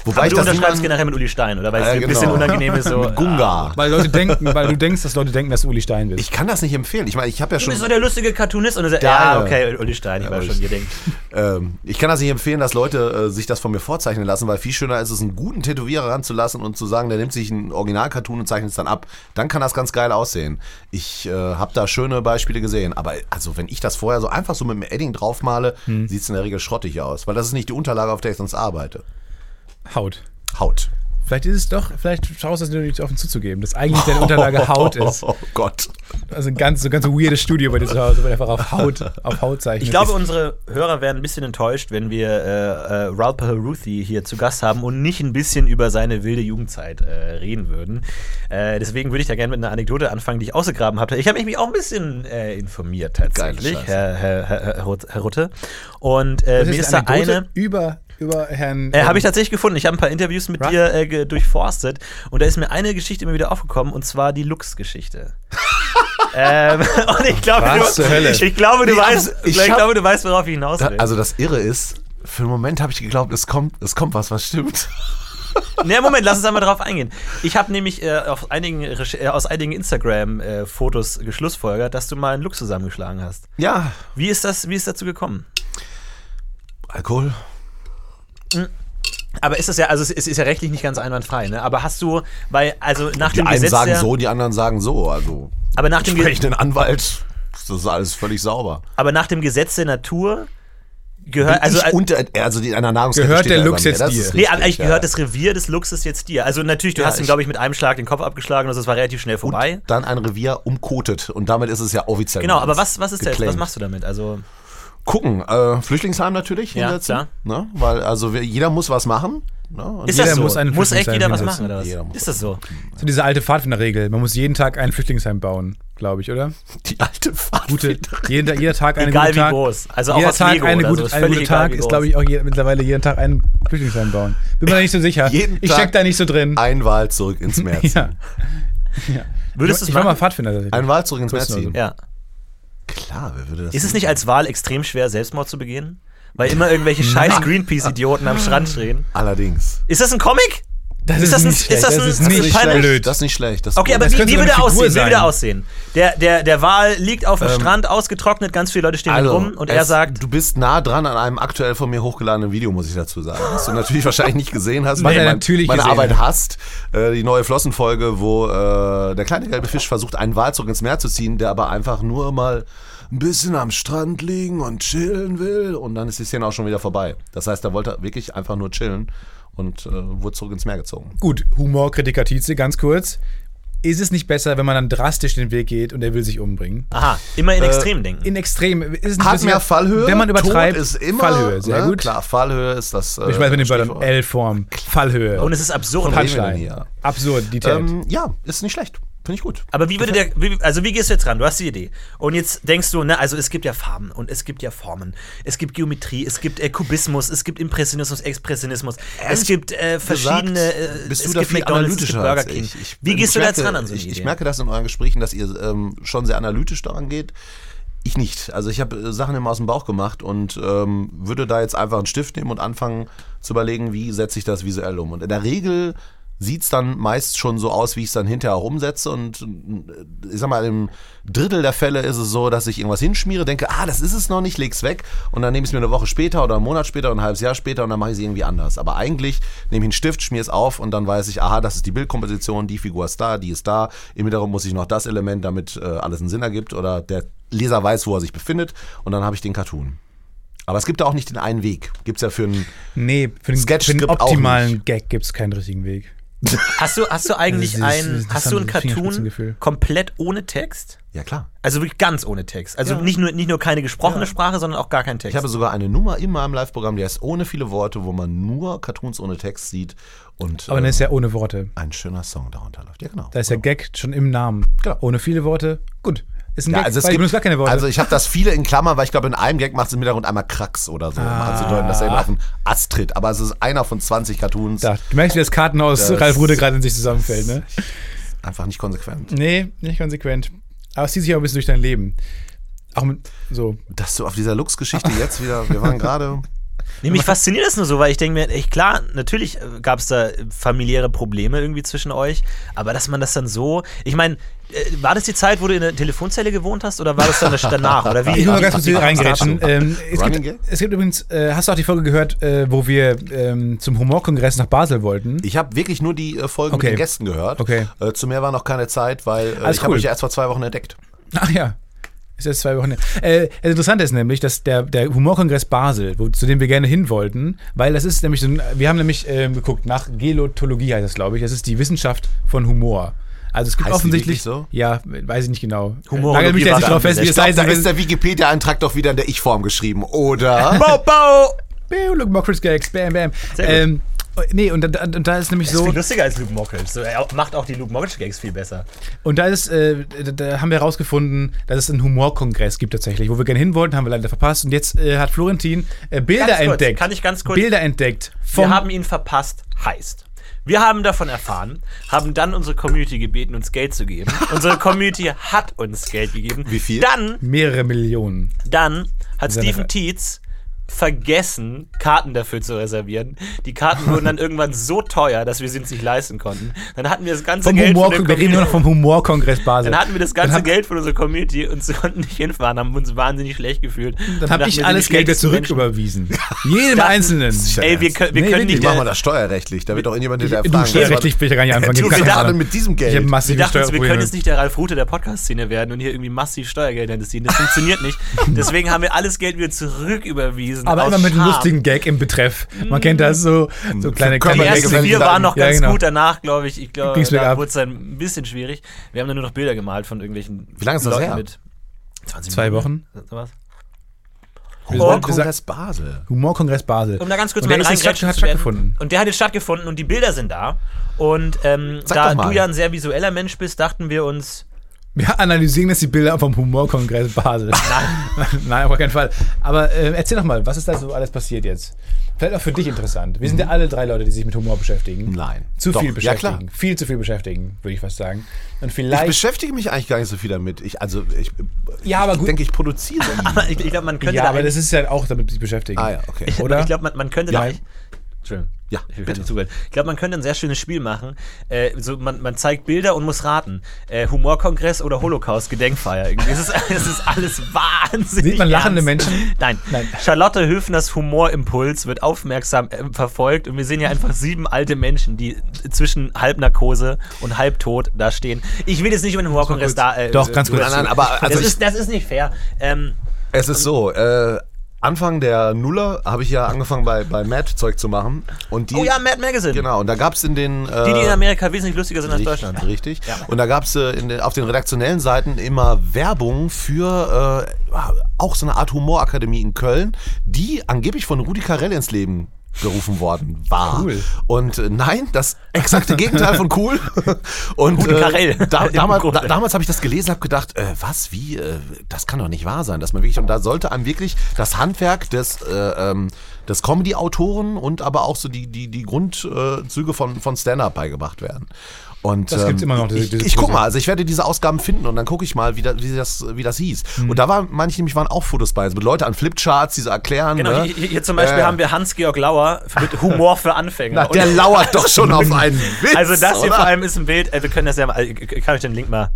Speaker 2: Wobei
Speaker 3: Aber
Speaker 2: ich
Speaker 3: du
Speaker 2: das
Speaker 3: unterschreibst Ah.
Speaker 2: niemand-
Speaker 3: generell mit Uli Stein, oder? Weil es
Speaker 2: Ja,
Speaker 3: dir ein bisschen
Speaker 2: genau.
Speaker 3: unangenehm ist. So,
Speaker 2: mit Gunga.
Speaker 1: Weil Leute denken, weil du denkst, dass Leute denken, dass du Uli Stein bist.
Speaker 2: Ich kann das nicht empfehlen. Ich meine, ich habe ja
Speaker 3: Du
Speaker 2: schon
Speaker 3: bist so der lustige Cartoonist und du sagst,
Speaker 2: Ja, genau.
Speaker 3: ja,
Speaker 2: ja.
Speaker 3: okay, Uli Stein, ich war
Speaker 2: Uli
Speaker 3: schon
Speaker 2: Stein.
Speaker 3: gedenkt.
Speaker 2: Ähm, ich kann das nicht empfehlen, dass Leute äh, sich das von mir vorzeichnen lassen, weil viel schöner ist es, einen guten Tätowierer ranzulassen und zu sagen, der nimmt sich einen Original-Cartoon und zeichnet es dann ab. Dann kann das ganz geil aussehen. Ich äh, habe da schöne Beispiele gesehen. Aber also, wenn ich das vorher so einfach so mit dem Edding draufmale,
Speaker 1: Hm.
Speaker 2: sieht's sieht es in der Regel schrottig aus, weil das ist nicht die Unterlage, auf der ich sonst arbeite.
Speaker 1: Haut.
Speaker 2: Haut.
Speaker 1: Vielleicht ist es doch, vielleicht schaust du es dir nicht offen zuzugeben, dass eigentlich deine Unterlage Haut ist.
Speaker 2: Oh Gott.
Speaker 1: Also ein ganz, so ganz weirdes Studio bei dir zu Hause, wo du einfach auf Haut, auf Haut zeichnest.
Speaker 3: Ich glaube, unsere Hörer werden ein bisschen enttäuscht, wenn wir äh, äh, Ralph Ruthie hier zu Gast haben und nicht ein bisschen über seine wilde Jugendzeit äh, reden würden. Äh, deswegen würde ich da gerne mit einer Anekdote anfangen, die ich ausgegraben habe. Ich habe mich auch ein bisschen äh, informiert tatsächlich,
Speaker 2: Geile Scheiße.
Speaker 3: Herr, Herr, Herr, Herr Ruth- Herr Rutte. Und äh,
Speaker 1: das
Speaker 3: mir
Speaker 1: ist,
Speaker 3: ist da
Speaker 1: eine Anekdote
Speaker 3: eine...
Speaker 1: über, über Herrn.
Speaker 2: Ähm.
Speaker 1: ähm,
Speaker 3: Äh, habe ich tatsächlich gefunden. Ich habe ein paar Interviews mit
Speaker 1: Right.
Speaker 3: dir äh, ge- durchforstet und da ist mir eine Geschichte immer wieder aufgekommen und zwar die Lux-Geschichte. ähm, und ich glaube,
Speaker 1: Was
Speaker 3: du,
Speaker 1: zur Hölle?
Speaker 3: ich glaube, du
Speaker 2: Nee, aber
Speaker 3: weißt,
Speaker 2: ich
Speaker 3: ich
Speaker 2: hab-
Speaker 3: glaube, du weißt, worauf ich hinaus
Speaker 2: Da,
Speaker 3: will.
Speaker 2: also das Irre ist, für einen Moment habe ich geglaubt, es kommt, es kommt was, was stimmt.
Speaker 3: Ne, Moment, lass uns einmal drauf eingehen. Ich habe nämlich äh, auf einigen, Reche- äh, aus einigen Instagram-Fotos geschlussfolgert, dass du mal einen Look zusammengeschlagen hast.
Speaker 2: Ja,
Speaker 3: Wie ist das, wie ist dazu gekommen?
Speaker 2: Alkohol.
Speaker 3: Aber ist das ja, also es es ist ja rechtlich nicht ganz einwandfrei, ne? Aber hast du, weil, also nach
Speaker 2: Die
Speaker 3: dem
Speaker 2: einen
Speaker 3: Gesetz
Speaker 2: sagen
Speaker 3: der,
Speaker 2: so, die anderen sagen so. Also
Speaker 3: aber nach dem, Ge-
Speaker 2: sprechenden Anwalt, das ist alles völlig sauber.
Speaker 3: aber nach dem Gesetz der Natur gehört, also,
Speaker 2: ich unter, also die- in einer Nahrungskette
Speaker 1: Gehört
Speaker 2: steht
Speaker 1: der
Speaker 2: er über
Speaker 1: Lux
Speaker 2: mir,
Speaker 1: jetzt
Speaker 2: das ist
Speaker 1: dir?
Speaker 2: richtig,
Speaker 3: Nee, aber eigentlich
Speaker 2: ja.
Speaker 3: gehört das Revier des Luchses jetzt dir. Also natürlich, du
Speaker 2: Ja,
Speaker 3: hast ihm,
Speaker 2: ich-
Speaker 3: glaube ich, mit einem Schlag den Kopf abgeschlagen, also das war relativ schnell
Speaker 2: Und
Speaker 3: vorbei.
Speaker 2: dann ein Revier umkotet und damit ist es ja offiziell.
Speaker 3: Genau, aber
Speaker 2: meins.
Speaker 3: was, was ist der jetzt? Was
Speaker 2: Geclaimed.
Speaker 3: machst du damit? Also,
Speaker 2: Gucken, äh, Flüchtlingsheim natürlich
Speaker 3: Ja,
Speaker 2: hinsetzen, Ne? Weil also wir, jeder muss was machen. Ne? Und
Speaker 3: ist
Speaker 1: Jeder
Speaker 3: das so?
Speaker 1: muss einen
Speaker 3: muss echt
Speaker 1: Flüchtlingsheim
Speaker 3: jeder was
Speaker 1: hinsetzen.
Speaker 3: machen oder was?
Speaker 2: Jeder muss
Speaker 3: Ist das so?
Speaker 1: So diese alte Pfadfinderregel. Man muss jeden Tag ein Flüchtlingsheim bauen, glaube ich, oder?
Speaker 2: die alte Fahrt.
Speaker 1: Gute, jeder, jeder Tag einen
Speaker 3: Egal
Speaker 1: guten
Speaker 3: wie
Speaker 1: Tag.
Speaker 3: groß. Also auch
Speaker 1: jeder
Speaker 3: aus
Speaker 1: Tag
Speaker 3: Lego
Speaker 1: eine
Speaker 3: oder
Speaker 1: gute,
Speaker 3: so. Ist
Speaker 1: ein
Speaker 3: völlig
Speaker 1: guter
Speaker 3: egal,
Speaker 1: Tag
Speaker 3: wie
Speaker 1: ist,
Speaker 3: groß.
Speaker 1: glaube ich, auch je, mittlerweile jeden Tag ein Flüchtlingsheim bauen. Bin mir da nicht so sicher.
Speaker 2: Jeden
Speaker 1: ich
Speaker 2: Tag
Speaker 1: steck da nicht so drin.
Speaker 2: Ein Wal zurück ins März.
Speaker 1: Ja.
Speaker 3: Würdest du
Speaker 1: ich
Speaker 3: es
Speaker 1: war mal
Speaker 3: machen?
Speaker 1: Pfadfinder. tatsächlich.
Speaker 2: Ein Wal zurück ins März.
Speaker 1: Kurz nur so.
Speaker 2: ziehen.
Speaker 3: Ja.
Speaker 2: Klar, wer würde das
Speaker 3: Ist es nicht als Wahl extrem schwer, Selbstmord zu begehen? Weil immer irgendwelche scheiß Greenpeace-Idioten am Strand stehen.
Speaker 2: Allerdings.
Speaker 3: Ist das ein Comic?
Speaker 1: Das
Speaker 3: Ist das ein-
Speaker 1: nicht schlecht,
Speaker 3: ist das ein- ist das
Speaker 1: nicht
Speaker 3: ein Peinlich?
Speaker 1: blöd.
Speaker 2: Das ist nicht schlecht. Oh, Das ist
Speaker 3: Okay,
Speaker 2: gut.
Speaker 3: aber
Speaker 1: Das
Speaker 3: wie,
Speaker 1: könnte
Speaker 3: wie
Speaker 1: so
Speaker 3: würde
Speaker 1: eine
Speaker 3: er
Speaker 1: Figur
Speaker 3: aussehen? Wie würde er
Speaker 1: sein.
Speaker 3: aussehen? Der, der, der Wal liegt auf dem Strand, ausgetrocknet, ganz viele Leute stehen
Speaker 2: also,
Speaker 3: rum und er
Speaker 2: es-
Speaker 3: sagt,
Speaker 2: Du bist nah dran an einem aktuell von mir hochgeladenen Video, muss ich dazu sagen. Was du natürlich wahrscheinlich nicht gesehen hast, weil
Speaker 1: Nee,
Speaker 2: du mein-
Speaker 1: natürlich
Speaker 2: meine
Speaker 1: gesehen
Speaker 2: Arbeit
Speaker 1: hat.
Speaker 2: hast. Äh, die neue Flossenfolge, wo äh, der kleine gelbe Fisch versucht, einen Wal zurück ins Meer zu ziehen, der aber einfach nur mal ein bisschen am Strand liegen und chillen will. Und dann ist die Szene auch schon wieder vorbei. Das heißt, er wollte wirklich einfach nur chillen und äh, wurde zurück ins Meer gezogen.
Speaker 1: Gut, Humorkritiker Tietze, ganz kurz. Ist es nicht besser, wenn man dann drastisch den Weg geht und er will sich umbringen?
Speaker 3: aha, immer in Extrem denken.
Speaker 1: In extrem. Ist es nicht
Speaker 2: Hat
Speaker 1: lustiger,
Speaker 2: mehr Fallhöhe.
Speaker 1: Wenn man übertreibt,
Speaker 2: Tod ist immer,
Speaker 1: Fallhöhe, sehr
Speaker 2: ne?
Speaker 1: gut.
Speaker 2: Klar, Fallhöhe ist das. Äh,
Speaker 1: Ich weiß mit den Wörtern
Speaker 2: Stichwort.
Speaker 1: L-Form, Fallhöhe.
Speaker 3: und es ist absurd.
Speaker 2: Von- reden wir denn
Speaker 1: Punchline.
Speaker 2: hier?
Speaker 1: Absurdität.
Speaker 2: Ähm, ja, ist nicht schlecht. Finde ich gut.
Speaker 3: Aber wie würde der, wie, also wie gehst du jetzt ran? Du hast die Idee. Und jetzt denkst du, ne, also es gibt ja Farben und es gibt ja Formen. Es gibt Geometrie, es gibt äh, Kubismus, es gibt Impressionismus, Expressionismus. es gibt äh, verschiedene. Äh,
Speaker 2: bist
Speaker 3: es
Speaker 2: du da
Speaker 3: gibt
Speaker 2: viel
Speaker 3: McDonald's, es gibt
Speaker 2: analytischer
Speaker 3: Burger
Speaker 2: als
Speaker 3: King.
Speaker 2: ich. ich
Speaker 3: wie
Speaker 2: bin-
Speaker 3: gehst du
Speaker 2: ich
Speaker 3: da jetzt
Speaker 2: merke-
Speaker 3: ran an so eine
Speaker 2: ich,
Speaker 3: Idee?
Speaker 2: ich merke das in euren Gesprächen, dass ihr ähm, schon sehr analytisch daran geht. Ich nicht. Also ich habe äh, Sachen immer aus dem Bauch gemacht und ähm, würde da jetzt einfach einen Stift nehmen und anfangen zu überlegen, wie setze ich das visuell um. Und in der Regel sieht es dann meist schon so aus, wie ich es dann hinterher auch umsetze. Und äh, ich sag mal, im Drittel der Fälle ist es so, dass ich irgendwas hinschmiere, denke, ah, das ist es noch nicht, leg's weg. Und dann nehme ich es mir eine Woche später oder einen Monat später oder ein halbes Jahr später und dann mache ich es irgendwie anders. Aber eigentlich nehme ich einen Stift, schmier es auf und dann weiß ich, aha, das ist die Bildkomposition, die Figur ist da, die ist da. Im Hintergrund muss ich noch das Element, damit äh, alles einen Sinn ergibt oder der Leser weiß, wo er sich befindet. Und dann habe ich den Cartoon. Aber es gibt da auch nicht den einen Weg. Gibt's ja für einen.
Speaker 1: nee, für den,
Speaker 2: Sketch
Speaker 1: für den
Speaker 2: gibt auch
Speaker 1: optimalen Gag gibt es keinen richtigen Weg.
Speaker 3: Hast du, hast du eigentlich
Speaker 1: dieses-
Speaker 3: ein,
Speaker 1: dieses-
Speaker 3: hast du einen
Speaker 1: dieses
Speaker 3: Cartoon
Speaker 1: Fingerspitzengefühl.
Speaker 3: komplett ohne Text?
Speaker 2: Ja, klar.
Speaker 3: Also wirklich ganz ohne Text. Also
Speaker 2: Ja.
Speaker 3: nicht, nur, nicht nur keine gesprochene Sprache, sondern auch gar kein Text.
Speaker 2: Ich habe sogar eine Nummer in meinem Live-Programm, die heißt Ohne viele Worte, wo man nur Cartoons ohne Text sieht und
Speaker 1: Aber dann
Speaker 2: äh,
Speaker 1: ist ja ohne Worte.
Speaker 2: ein schöner Song darunter läuft. Ja, genau.
Speaker 1: Da ist der Gag schon im Namen.
Speaker 2: Genau.
Speaker 1: Ohne viele Worte. Gut. Ist ein
Speaker 2: ja,
Speaker 1: Gag,
Speaker 2: also es
Speaker 1: weil ich
Speaker 2: gibt,
Speaker 1: benutze gar keine Worte.
Speaker 2: Also ich habe das viele in Klammern, weil ich glaube, in einem Gag macht es im Hintergrund einmal Krax oder so, um anzudeuten, dass er eben auf den Ast tritt. Aber es ist einer von 20 Cartoons.
Speaker 1: Ah. da, du merkst, wie das Kartenhaus
Speaker 2: Das-
Speaker 1: Ralf Rude gerade in sich zusammenfällt, ne?
Speaker 2: Einfach nicht konsequent.
Speaker 1: Nee, nicht konsequent. Aber es zieht sich auch ein bisschen durch dein Leben. Auch mit, so.
Speaker 2: Dass du auf dieser Lux-Geschichte jetzt wieder, wir waren gerade
Speaker 3: Nee, mich fasziniert das nur so, weil ich denke mir, echt klar, natürlich gab es da äh, familiäre Probleme irgendwie zwischen euch, aber dass man das dann so. Ich meine, äh, war das die Zeit, wo du in der Telefonzelle gewohnt hast oder war das dann danach? Oder wie?
Speaker 1: Ich will mal ganz kurz hier
Speaker 2: Ach,
Speaker 1: reingrätschen.
Speaker 2: ach, ach.
Speaker 1: Ähm, es,
Speaker 2: Running Gag?
Speaker 1: gibt, es gibt übrigens, äh, hast du auch die Folge gehört, äh, wo wir ähm, zum Humorkongress nach Basel wollten?
Speaker 2: Ich habe wirklich nur die äh, Folgen
Speaker 1: Okay.
Speaker 2: mit den Gästen gehört.
Speaker 1: Okay.
Speaker 2: Äh, zu mehr war noch keine Zeit, weil äh,
Speaker 1: Alles
Speaker 2: ich habe
Speaker 1: cool.
Speaker 2: euch ja erst vor zwei Wochen entdeckt.
Speaker 1: Ach ja. Ist jetzt zwei Wochen her. Äh, das Interessante ist nämlich, dass der, der Humorkongress Basel, wo, zu dem wir gerne hin wollten, weil das ist nämlich so ein, wir haben nämlich ähm, geguckt nach Gelotologie heißt das, glaube ich. Das ist die Wissenschaft von Humor. Also es gibt
Speaker 2: Heißt die
Speaker 1: offensichtlich
Speaker 2: wirklich so?
Speaker 1: Ja, weiß ich nicht genau.
Speaker 3: Humorologie
Speaker 1: Nagel mich da jetzt
Speaker 3: war
Speaker 1: nicht
Speaker 3: da
Speaker 1: drauf fest, wie
Speaker 3: angesetzt.
Speaker 1: es
Speaker 2: Glaub,
Speaker 1: heißt.
Speaker 2: da
Speaker 1: aber
Speaker 2: ist der Wikipedia-Eintrag doch wieder in der Ich-Form geschrieben, oder?
Speaker 3: Bau, bau!
Speaker 1: Bäh, Look mal Chris Gags, bam, bam.
Speaker 3: Sehr gut.
Speaker 1: Ähm, nee, und, da- und da ist nämlich
Speaker 3: So.
Speaker 1: so.
Speaker 3: Viel lustiger als Luke Mockridge. So, er macht auch die Luke Mockridge-Gags viel besser.
Speaker 1: Und da ist, äh, da, da haben wir herausgefunden, dass es einen Humorkongress gibt tatsächlich, wo wir gerne hin wollten, haben wir leider verpasst. Und jetzt äh, hat Florentin äh, Bilder
Speaker 3: Ganz kurz,
Speaker 1: entdeckt.
Speaker 3: kann ich ganz kurz-
Speaker 1: Bilder entdeckt.
Speaker 3: Wir
Speaker 1: Vom,
Speaker 3: haben ihn verpasst, heißt. Wir haben davon erfahren, haben dann unsere Community gebeten, uns Geld zu geben. Unsere Community hat uns Geld gegeben.
Speaker 2: Wie viel?
Speaker 3: Dann,
Speaker 1: Mehrere Millionen.
Speaker 3: dann hat
Speaker 1: Seine Ver-
Speaker 3: Stephen Tietz vergessen, Karten dafür zu reservieren. Die Karten wurden dann irgendwann so teuer, dass wir sie uns nicht leisten konnten. Dann hatten wir das ganze
Speaker 1: Vom
Speaker 3: Geld
Speaker 1: Humor,
Speaker 3: von der
Speaker 1: wir reden nur noch vom Humorkongress Basel.
Speaker 3: Dann hatten wir das ganze
Speaker 1: Dann hab-
Speaker 3: Geld von unserer Community und sie konnten nicht hinfahren, haben uns wahnsinnig schlecht gefühlt.
Speaker 1: Dann
Speaker 3: Und
Speaker 1: habe
Speaker 3: dachten, wir
Speaker 1: ich
Speaker 3: sind
Speaker 1: alles
Speaker 3: die
Speaker 1: Geld wieder
Speaker 3: schlechtesten
Speaker 1: zurück
Speaker 3: Menschen.
Speaker 1: überwiesen. Jedem
Speaker 3: Dachten-
Speaker 1: Einzelnen.
Speaker 3: Ey, wir können, wir
Speaker 1: Nee,
Speaker 3: können
Speaker 1: wirklich.
Speaker 3: nicht.
Speaker 2: Wie machen wir das steuerrechtlich? Da wird doch irgendjemand hinterfragen.
Speaker 1: Du,
Speaker 2: was war-
Speaker 1: steuerrechtlich will ich ja gar nicht anfangen.
Speaker 2: Du,
Speaker 1: Ich hab
Speaker 2: wir
Speaker 1: keine
Speaker 2: dachten
Speaker 1: Ahnung.
Speaker 2: mit diesem
Speaker 1: Ich habe
Speaker 2: Geld.
Speaker 3: Wir
Speaker 1: massive
Speaker 3: dachten, uns, wir können
Speaker 1: Steuerprobleme.
Speaker 3: jetzt nicht der Ralf Rute der Podcast-Szene werden und hier irgendwie massiv Steuergelder entziehen. Das funktioniert nicht. Deswegen haben wir alles Geld wieder zurück überwiesen.
Speaker 1: Aber
Speaker 3: aus
Speaker 1: immer mit einem
Speaker 3: Scham.
Speaker 1: lustigen Gag im Betreff. Man kennt das so, so kleine
Speaker 2: Körper-
Speaker 3: Die
Speaker 1: kleine-
Speaker 3: ersten
Speaker 2: Gag, wenn
Speaker 3: vier
Speaker 2: sie
Speaker 3: waren
Speaker 2: sagen-
Speaker 3: noch
Speaker 1: Ja,
Speaker 3: ganz
Speaker 1: genau.
Speaker 3: gut. Danach, glaube ich, ich glaube,
Speaker 1: Ging's
Speaker 3: da
Speaker 1: bergab.
Speaker 3: wurde es dann ein bisschen schwierig. Wir haben dann nur noch Bilder gemalt von irgendwelchen
Speaker 2: Wie lange ist das her?
Speaker 3: 20
Speaker 1: Zwei
Speaker 3: Minuten.
Speaker 1: Wochen.
Speaker 3: Was?
Speaker 2: Oh,
Speaker 1: Wir sind- wir sagen-
Speaker 2: Kongress Basel.
Speaker 1: Humorkongress Basel.
Speaker 3: Um da ganz kurz
Speaker 1: Und
Speaker 3: mal
Speaker 1: der ist jetzt
Speaker 3: reingrätschen
Speaker 1: statt-
Speaker 3: zu
Speaker 1: hat
Speaker 3: werden.
Speaker 1: stattgefunden.
Speaker 3: Und der hat jetzt stattgefunden und die Bilder sind da. Und ähm,
Speaker 2: Sag
Speaker 3: da
Speaker 2: doch mal.
Speaker 3: du ja ein sehr visueller Mensch bist, dachten wir uns,
Speaker 1: Wir analysieren jetzt die Bilder vom Humorkongress Basel. Nein, Nein auf gar keinen Fall. Aber äh, erzähl doch mal, was ist da so alles passiert jetzt? Vielleicht auch für dich interessant. Wir sind ja alle drei Leute, die sich mit Humor beschäftigen.
Speaker 2: Mhm. Nein.
Speaker 1: Zu
Speaker 2: Doch.
Speaker 1: viel
Speaker 2: Ja,
Speaker 1: beschäftigen.
Speaker 2: klar.
Speaker 1: Viel zu viel beschäftigen, würde ich fast sagen. Und
Speaker 2: Ich
Speaker 1: vielleicht.
Speaker 2: beschäftige mich eigentlich gar nicht so viel damit. Ich, also, ich,
Speaker 1: Ja, aber
Speaker 2: ich
Speaker 1: gut.
Speaker 2: denke, ich produziere.
Speaker 3: aber ich, ich glaube, man könnte
Speaker 1: ja,
Speaker 3: da
Speaker 1: aber das ist ja auch damit sich beschäftigen.
Speaker 2: ah ja, okay.
Speaker 1: Oder?
Speaker 3: Ich glaube, man, man könnte da.
Speaker 1: Ja.
Speaker 3: echt- Entschuldigung.
Speaker 2: Ja,
Speaker 3: Ich, will gar
Speaker 2: bitte.
Speaker 3: nicht zuhören. ich glaube, man könnte ein sehr schönes Spiel machen. Äh, so, man, man zeigt Bilder und muss raten. Äh, Humorkongress oder Holocaust-Gedenkfeier. Irgendwie. Es ist, es ist alles wahnsinnig.
Speaker 1: Sieht man lachende
Speaker 3: ernst.
Speaker 1: Menschen?
Speaker 3: Nein.
Speaker 1: Nein.
Speaker 3: Charlotte Höfners Humorimpuls wird aufmerksam äh, verfolgt und wir sehen ja einfach sieben alte Menschen, die zwischen Halbnarkose und halbtot da stehen. Ich will jetzt nicht über den Humorkongress da. Äh,
Speaker 1: Doch, ganz
Speaker 3: äh,
Speaker 1: kurz.
Speaker 2: Nein, nein, aber also
Speaker 3: das,
Speaker 2: ich,
Speaker 3: ist, das ist nicht fair. Ähm,
Speaker 2: Es ist so, äh, Anfang der Nuller habe ich ja angefangen bei, bei Matt Zeug zu machen. Und die,
Speaker 3: oh ja, Mad Magazine.
Speaker 2: Genau, und da gab es in den... Äh,
Speaker 3: Die, die in Amerika wesentlich lustiger sind als
Speaker 2: Richtig,
Speaker 3: Deutschland.
Speaker 2: Richtig. Und da gab es den, auf den redaktionellen Seiten immer Werbung für äh, auch so eine Art Humorakademie in Köln, die angeblich von Rudi Carell ins Leben gerufen worden war.
Speaker 1: Cool.
Speaker 2: Und äh, nein, das exakte Gegenteil von cool. Und
Speaker 3: Rudi Carell.
Speaker 2: Äh, da,
Speaker 3: Im
Speaker 2: damals
Speaker 3: Grunde.
Speaker 2: da, damals habe ich das gelesen, habe gedacht, äh, was, wie, äh, das kann doch nicht wahr sein, dass man wirklich und da sollte einem wirklich das Handwerk des äh, ähm, des Comedy-Autoren und aber auch so die die die Grundzüge äh, Züge von von Stand-up beigebracht werden. Und ähm,
Speaker 1: Das gibt's immer noch, diese-
Speaker 2: ich,
Speaker 1: diese
Speaker 2: ich guck
Speaker 1: Kurse.
Speaker 2: mal, also ich werde diese Ausgaben finden und dann gucke ich mal, wie das, wie das, wie das hieß.
Speaker 1: Hm.
Speaker 2: Und da waren manche nämlich waren auch Fotos bei, also mit Leute an Flipcharts, die so erklären.
Speaker 3: Genau,
Speaker 2: ne?
Speaker 3: hier, hier zum Beispiel
Speaker 2: Äh,
Speaker 3: haben wir Hans-Georg Lauer mit Humor für Anfänger.
Speaker 2: na, der
Speaker 3: Und-
Speaker 2: lauert doch schon auf einen Witz.
Speaker 3: also das hier
Speaker 2: oder?
Speaker 3: vor allem ist ein Bild, äh, wir können das ja mal, ich kann euch den Link mal,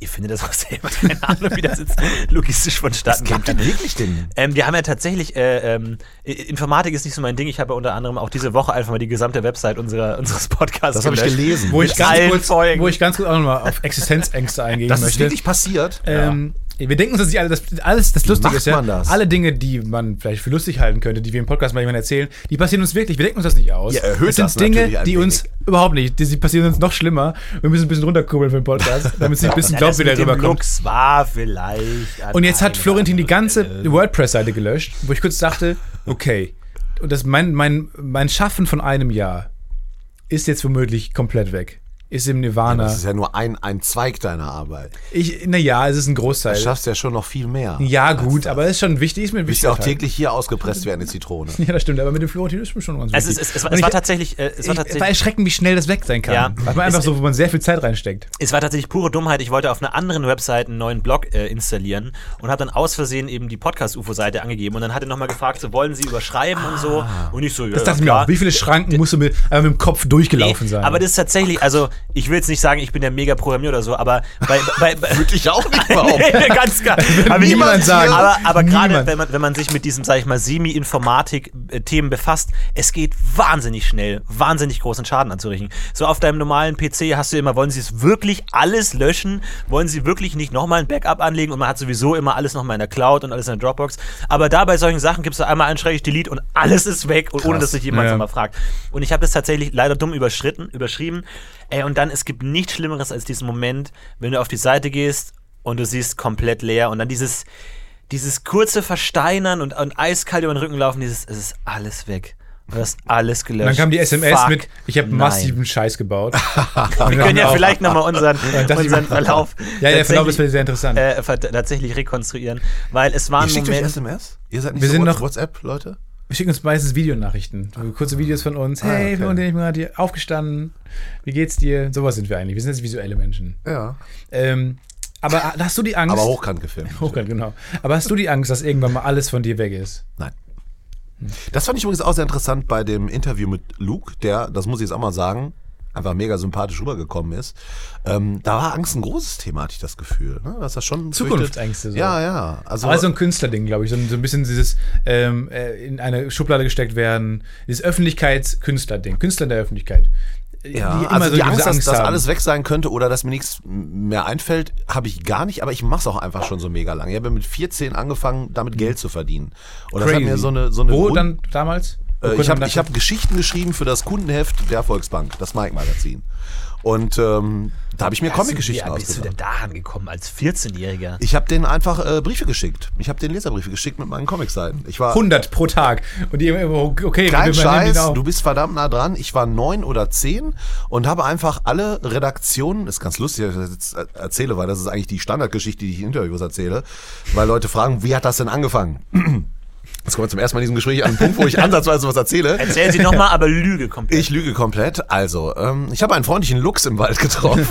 Speaker 3: ihr findet das auch selber, keine Ahnung, wie das jetzt logistisch vonstatten
Speaker 2: Kennt
Speaker 3: geht.
Speaker 2: ihr wirklich den?
Speaker 3: Ähm, wir haben ja tatsächlich, äh, ähm, Informatik ist nicht so mein Ding, ich habe ja unter anderem auch diese Woche einfach mal die gesamte Website unserer, unseres Podcasts
Speaker 2: Das habe ich
Speaker 3: gelöscht.
Speaker 2: gelesen.
Speaker 1: wo, ich
Speaker 3: Mit
Speaker 1: ganz
Speaker 3: allen
Speaker 1: kurz,
Speaker 3: Folgen.
Speaker 1: wo ich ganz kurz auch nochmal auf Existenzängste eingehen
Speaker 2: das ist
Speaker 1: möchte.
Speaker 2: wirklich passiert.
Speaker 1: Ähm, Wir denken uns das nicht alle, das, alles das Lustige
Speaker 2: macht
Speaker 1: ist ja,
Speaker 2: man das?
Speaker 1: alle Dinge, die man vielleicht für lustig halten könnte, die wir im Podcast mal jemandem erzählen, die passieren uns wirklich. Wir denken uns das nicht aus.
Speaker 2: Ihr erhöht
Speaker 1: das sind
Speaker 2: das
Speaker 1: Dinge,
Speaker 2: natürlich ein
Speaker 1: die uns überhaupt nicht, die, die passieren uns noch schlimmer. Wir müssen ein bisschen runterkurbeln für den Podcast, damit es nicht ein bisschen
Speaker 3: Ja, das
Speaker 1: glaubwürdiger
Speaker 3: mit dem
Speaker 1: rüberkommt.
Speaker 3: Lux war vielleicht. an
Speaker 1: Und jetzt hat
Speaker 3: einer
Speaker 1: Florentin die
Speaker 3: anderen
Speaker 1: ganze WordPress-Seite gelöscht, wo ich kurz dachte, okay, und das mein, mein, mein Schaffen von einem Jahr ist jetzt womöglich komplett weg. Ist im Nirvana.
Speaker 2: Das ist ja nur ein, ein Zweig deiner Arbeit.
Speaker 1: ich, naja, es ist ein Großteil.
Speaker 2: Du schaffst ja schon noch viel mehr.
Speaker 1: Ja, gut, aber es ist schon wichtig, ist mir ein
Speaker 2: Du bist ja
Speaker 1: wichtiger
Speaker 2: auch
Speaker 1: Teil.
Speaker 2: täglich hier ausgepresst wie eine Zitrone.
Speaker 1: Ja, das stimmt, aber mit dem Florentin ist mir schon ganz
Speaker 3: Es,
Speaker 1: wichtig.
Speaker 3: ist, es, es,
Speaker 1: Und
Speaker 3: es
Speaker 1: ich-
Speaker 3: war tatsächlich, äh, es war
Speaker 1: ich, war
Speaker 3: tatsächlich
Speaker 1: erschreckend, wie schnell das weg sein kann.
Speaker 3: Ja.
Speaker 1: Weil man einfach
Speaker 3: Es-
Speaker 1: so, wo man sehr viel Zeit reinsteckt.
Speaker 3: Es war tatsächlich pure Dummheit. Ich wollte auf einer anderen Website einen neuen Blog äh, installieren und habe dann aus Versehen eben die Podcast-UFO-Seite angegeben und dann hat er nochmal gefragt, so wollen Sie überschreiben und so. Und ich so, ja,
Speaker 1: Ah. Das dachte ich
Speaker 3: ja,
Speaker 1: mir
Speaker 3: klar.
Speaker 1: auch. Wie viele Schranken musst du mit, einfach mit dem Kopf durchgelaufen sein?
Speaker 3: Aber das ist tatsächlich, also ich will jetzt nicht sagen, ich bin der Mega-Programmier oder so, aber bei. bei, bei
Speaker 2: Würde ich auch nicht behaupten.
Speaker 3: Nee, ganz klar. Aber
Speaker 1: niemand
Speaker 3: jemand-
Speaker 1: sagen.
Speaker 3: Aber, aber gerade
Speaker 1: Niemand.
Speaker 3: wenn man, wenn man sich mit diesem, sag ich mal, Semi-Informatik-Themen befasst, es geht wahnsinnig schnell, wahnsinnig großen Schaden anzurichten. So auf deinem normalen PC hast du immer, wollen sie es wirklich alles löschen? Wollen sie wirklich nicht nochmal ein Backup anlegen? Und man hat sowieso immer alles nochmal in der Cloud und alles in der Dropbox. Aber da bei solchen Sachen gibst du einmal einen Schräg Delete und alles ist weg, und ohne dass sich jemand
Speaker 1: Ja.
Speaker 3: nochmal fragt. Und ich habe das tatsächlich leider dumm überschritten, überschrieben. Ey, und dann, es gibt nichts Schlimmeres als diesen Moment, wenn du auf die Seite gehst und du siehst komplett leer und dann dieses, dieses kurze Versteinern und, und eiskalt über den Rücken laufen, dieses, es ist alles weg. Du hast alles gelöscht.
Speaker 1: Und dann kam die SMS
Speaker 3: Fuck,
Speaker 1: mit, ich habe
Speaker 3: nein.
Speaker 1: massiven Scheiß gebaut.
Speaker 3: Wir können ja vielleicht nochmal unseren, unseren Verlauf.
Speaker 1: Ja, der Verlauf ist
Speaker 3: tatsächlich,
Speaker 1: sehr interessant.
Speaker 3: äh, ver- tatsächlich rekonstruieren, weil es war
Speaker 2: Ihr
Speaker 3: ein
Speaker 2: schickt euch
Speaker 3: Moment.
Speaker 2: SMS? Ihr seid nicht
Speaker 1: Wir
Speaker 2: so
Speaker 1: sind
Speaker 2: What-
Speaker 1: noch-
Speaker 2: WhatsApp, Leute?
Speaker 1: Wir schicken uns meistens Videonachrichten. So Kurze Videos von
Speaker 3: Ah,
Speaker 1: uns. Hey,
Speaker 2: okay.
Speaker 1: von denen ich mal hier aufgestanden. Wie geht's dir? Sowas sind wir eigentlich. Wir sind jetzt visuelle Menschen.
Speaker 2: Ja.
Speaker 1: Ähm, aber hast du die Angst?
Speaker 2: Aber hochkant gefilmt.
Speaker 1: Hochkant, genau. Aber hast du die Angst, dass irgendwann mal alles von dir weg ist?
Speaker 2: Nein. Das fand ich übrigens auch sehr interessant bei dem Interview mit Luke, der, das muss ich jetzt auch mal sagen, einfach mega sympathisch rübergekommen ist. Ähm, da war Angst ein großes Thema, hatte ich das Gefühl. Ne? Dass das schon
Speaker 1: Zukunftsängste, so.
Speaker 2: So. Ja, ja. Also,
Speaker 1: Aber so ein Künstlerding, glaube ich. So ein, so ein bisschen dieses ähm, äh, in eine Schublade gesteckt werden. Dieses Öffentlichkeitskünstlerding. Künstler der Öffentlichkeit.
Speaker 2: ja, also die Angst, dass, dass alles weg sein könnte oder dass mir nichts mehr einfällt, habe ich gar nicht, aber ich mache es auch einfach schon so mega lange. Ich habe mit 14 angefangen, damit Geld zu verdienen. Und das hat mir so eine, so eine
Speaker 1: Wo
Speaker 2: Grund-
Speaker 1: dann damals? Wo
Speaker 2: Äh,
Speaker 1: konnte
Speaker 2: ich habe
Speaker 1: man
Speaker 2: ich
Speaker 1: dafür-
Speaker 2: hab Geschichten geschrieben für das Kundenheft der Volksbank, das Mike-Magazin. Und ähm, da habe ich mir Comic-Geschichten
Speaker 3: Wie bist du denn
Speaker 2: ausgedacht.
Speaker 3: da angekommen als 14-Jähriger?
Speaker 2: Ich habe denen einfach äh, Briefe geschickt. Ich habe denen Leserbriefe geschickt mit meinen Comic-Seiten. Ich war
Speaker 1: 100 pro Tag. Und die immer, oh, okay,
Speaker 2: kein
Speaker 1: wir nehmen den
Speaker 2: Scheiß,
Speaker 1: auf.
Speaker 2: du bist verdammt nah dran. Ich war neun oder zehn und habe einfach alle Redaktionen, ist ganz lustig, dass ich das jetzt er- erzähle, weil das ist eigentlich die Standardgeschichte, die ich in Interviews erzähle, weil Leute fragen, wie hat das denn angefangen? Jetzt kommen wir zum ersten Mal in diesem Gespräch an einen Punkt, wo ich ansatzweise was erzähle.
Speaker 3: Erzähl sie nochmal, aber Lüge komplett.
Speaker 2: Ich lüge komplett. Also, ähm, ich habe einen freundlichen Luchs im Wald getroffen.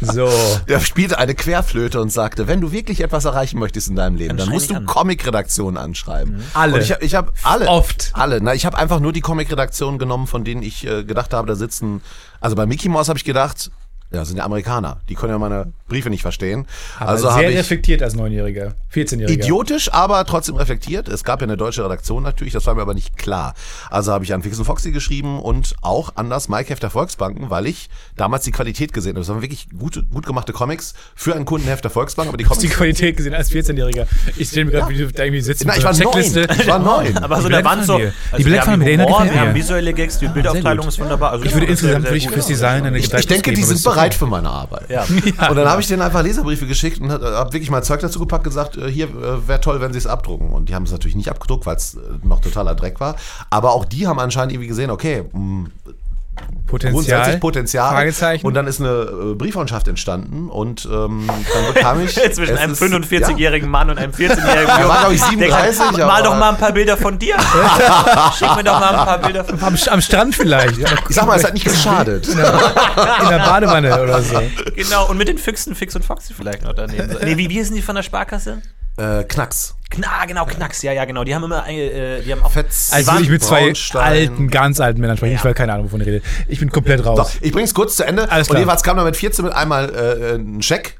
Speaker 1: So.
Speaker 2: Der spielte eine Querflöte und sagte, wenn du wirklich etwas erreichen möchtest in deinem Leben, dann
Speaker 3: schreib
Speaker 2: musst
Speaker 3: mich
Speaker 2: du
Speaker 3: an.
Speaker 2: Comic-Redaktionen anschreiben.
Speaker 1: Alle.
Speaker 2: Und ich habe ich hab alle.
Speaker 1: Oft.
Speaker 2: Alle. Na, ich habe einfach nur die Comic-Redaktionen genommen, von denen ich äh, gedacht habe, da sitzen. Also bei Mickey Mouse habe ich gedacht, ja, sind ja Amerikaner. Die können ja meine Briefe nicht verstehen. also habe
Speaker 1: sehr
Speaker 2: ich
Speaker 1: reflektiert als Neunjähriger. 14-Jähriger.
Speaker 2: Idiotisch, aber trotzdem reflektiert. Es gab ja eine deutsche Redaktion natürlich, das war mir aber nicht klar. Also habe ich an Fix und Foxy geschrieben und auch an das Maiheft der Volksbanken, weil ich damals die Qualität gesehen habe. Das waren wirklich gute, gut gemachte Comics für ein Kundenheft der Volksbank, aber die
Speaker 1: Hast du die
Speaker 2: Comics.
Speaker 1: Qualität gesehen als 14-Jähriger? Ich stelle mir gerade, wie du da irgendwie sitzt. mit
Speaker 2: Nein, ich
Speaker 1: so
Speaker 2: war
Speaker 1: einer
Speaker 2: neun. Ich war neun.
Speaker 3: aber so
Speaker 1: Die
Speaker 3: der
Speaker 1: Black
Speaker 3: Wand Also so.
Speaker 1: Family. Die Black
Speaker 3: wir haben
Speaker 1: Family, der erinnert
Speaker 3: Humor,
Speaker 1: mich
Speaker 3: wir
Speaker 1: an
Speaker 3: haben
Speaker 1: die.
Speaker 3: visuelle Gags, die Bildaufteilung ist wunderbar. Also
Speaker 1: Ich würde
Speaker 3: ja,
Speaker 1: insgesamt
Speaker 3: sehr,
Speaker 1: würde ich
Speaker 3: sehr
Speaker 1: fürs
Speaker 3: gut.
Speaker 1: Design eine
Speaker 2: Ich, ich denke, die sind bereit für meine Arbeit.
Speaker 3: Ja.
Speaker 2: Und dann habe ich denen einfach Leserbriefe geschickt und habe wirklich mal Zeug dazu gepackt, gesagt, äh, hier äh, wäre toll, wenn sie es abdrucken. Und die haben es natürlich nicht abgedruckt, weil es äh, noch totaler Dreck war. Aber auch die haben anscheinend irgendwie gesehen, okay, mm, mh,
Speaker 1: Potenzial.
Speaker 2: grundsätzlich Potenzial.
Speaker 1: Fragezeichen.
Speaker 2: Und dann ist eine äh, Briefmannschaft entstanden und ähm, dann bekam ich.
Speaker 3: Zwischen
Speaker 2: es
Speaker 3: einem
Speaker 2: ist-
Speaker 3: 45-jährigen Mann und einem 14-jährigen
Speaker 2: Ja, er war, glaube
Speaker 3: Jungen.
Speaker 2: ich, 37.
Speaker 3: Der kann-
Speaker 2: aber-
Speaker 3: Mal doch mal ein paar Bilder von dir. Schick mir doch mal ein paar Bilder von dir.
Speaker 1: am, am Strand vielleicht.
Speaker 2: Ich sag mal, es hat nicht geschadet.
Speaker 1: In der Badewanne oder so.
Speaker 3: Genau, und mit den Füchsen, Fix und Foxy vielleicht noch daneben. Nee, wie, wie hießen die von der Sparkasse?
Speaker 2: äh, Knacks.
Speaker 3: Kna, genau, Knacks, ja, ja, genau. Die haben immer, eine, äh, die haben auch
Speaker 2: Fetz.
Speaker 1: Also würde ich mit zwei
Speaker 2: Braunstein.
Speaker 1: alten, ganz alten Männern sprechen. Ich habe keine Ahnung, wovon ihr redet. Ich bin komplett
Speaker 2: So,
Speaker 1: raus.
Speaker 2: ich bring's kurz zu Ende.
Speaker 1: Alles
Speaker 2: und
Speaker 1: klar.
Speaker 2: jeweils kam dann mit 14 mit einmal äh, äh, ein Scheck.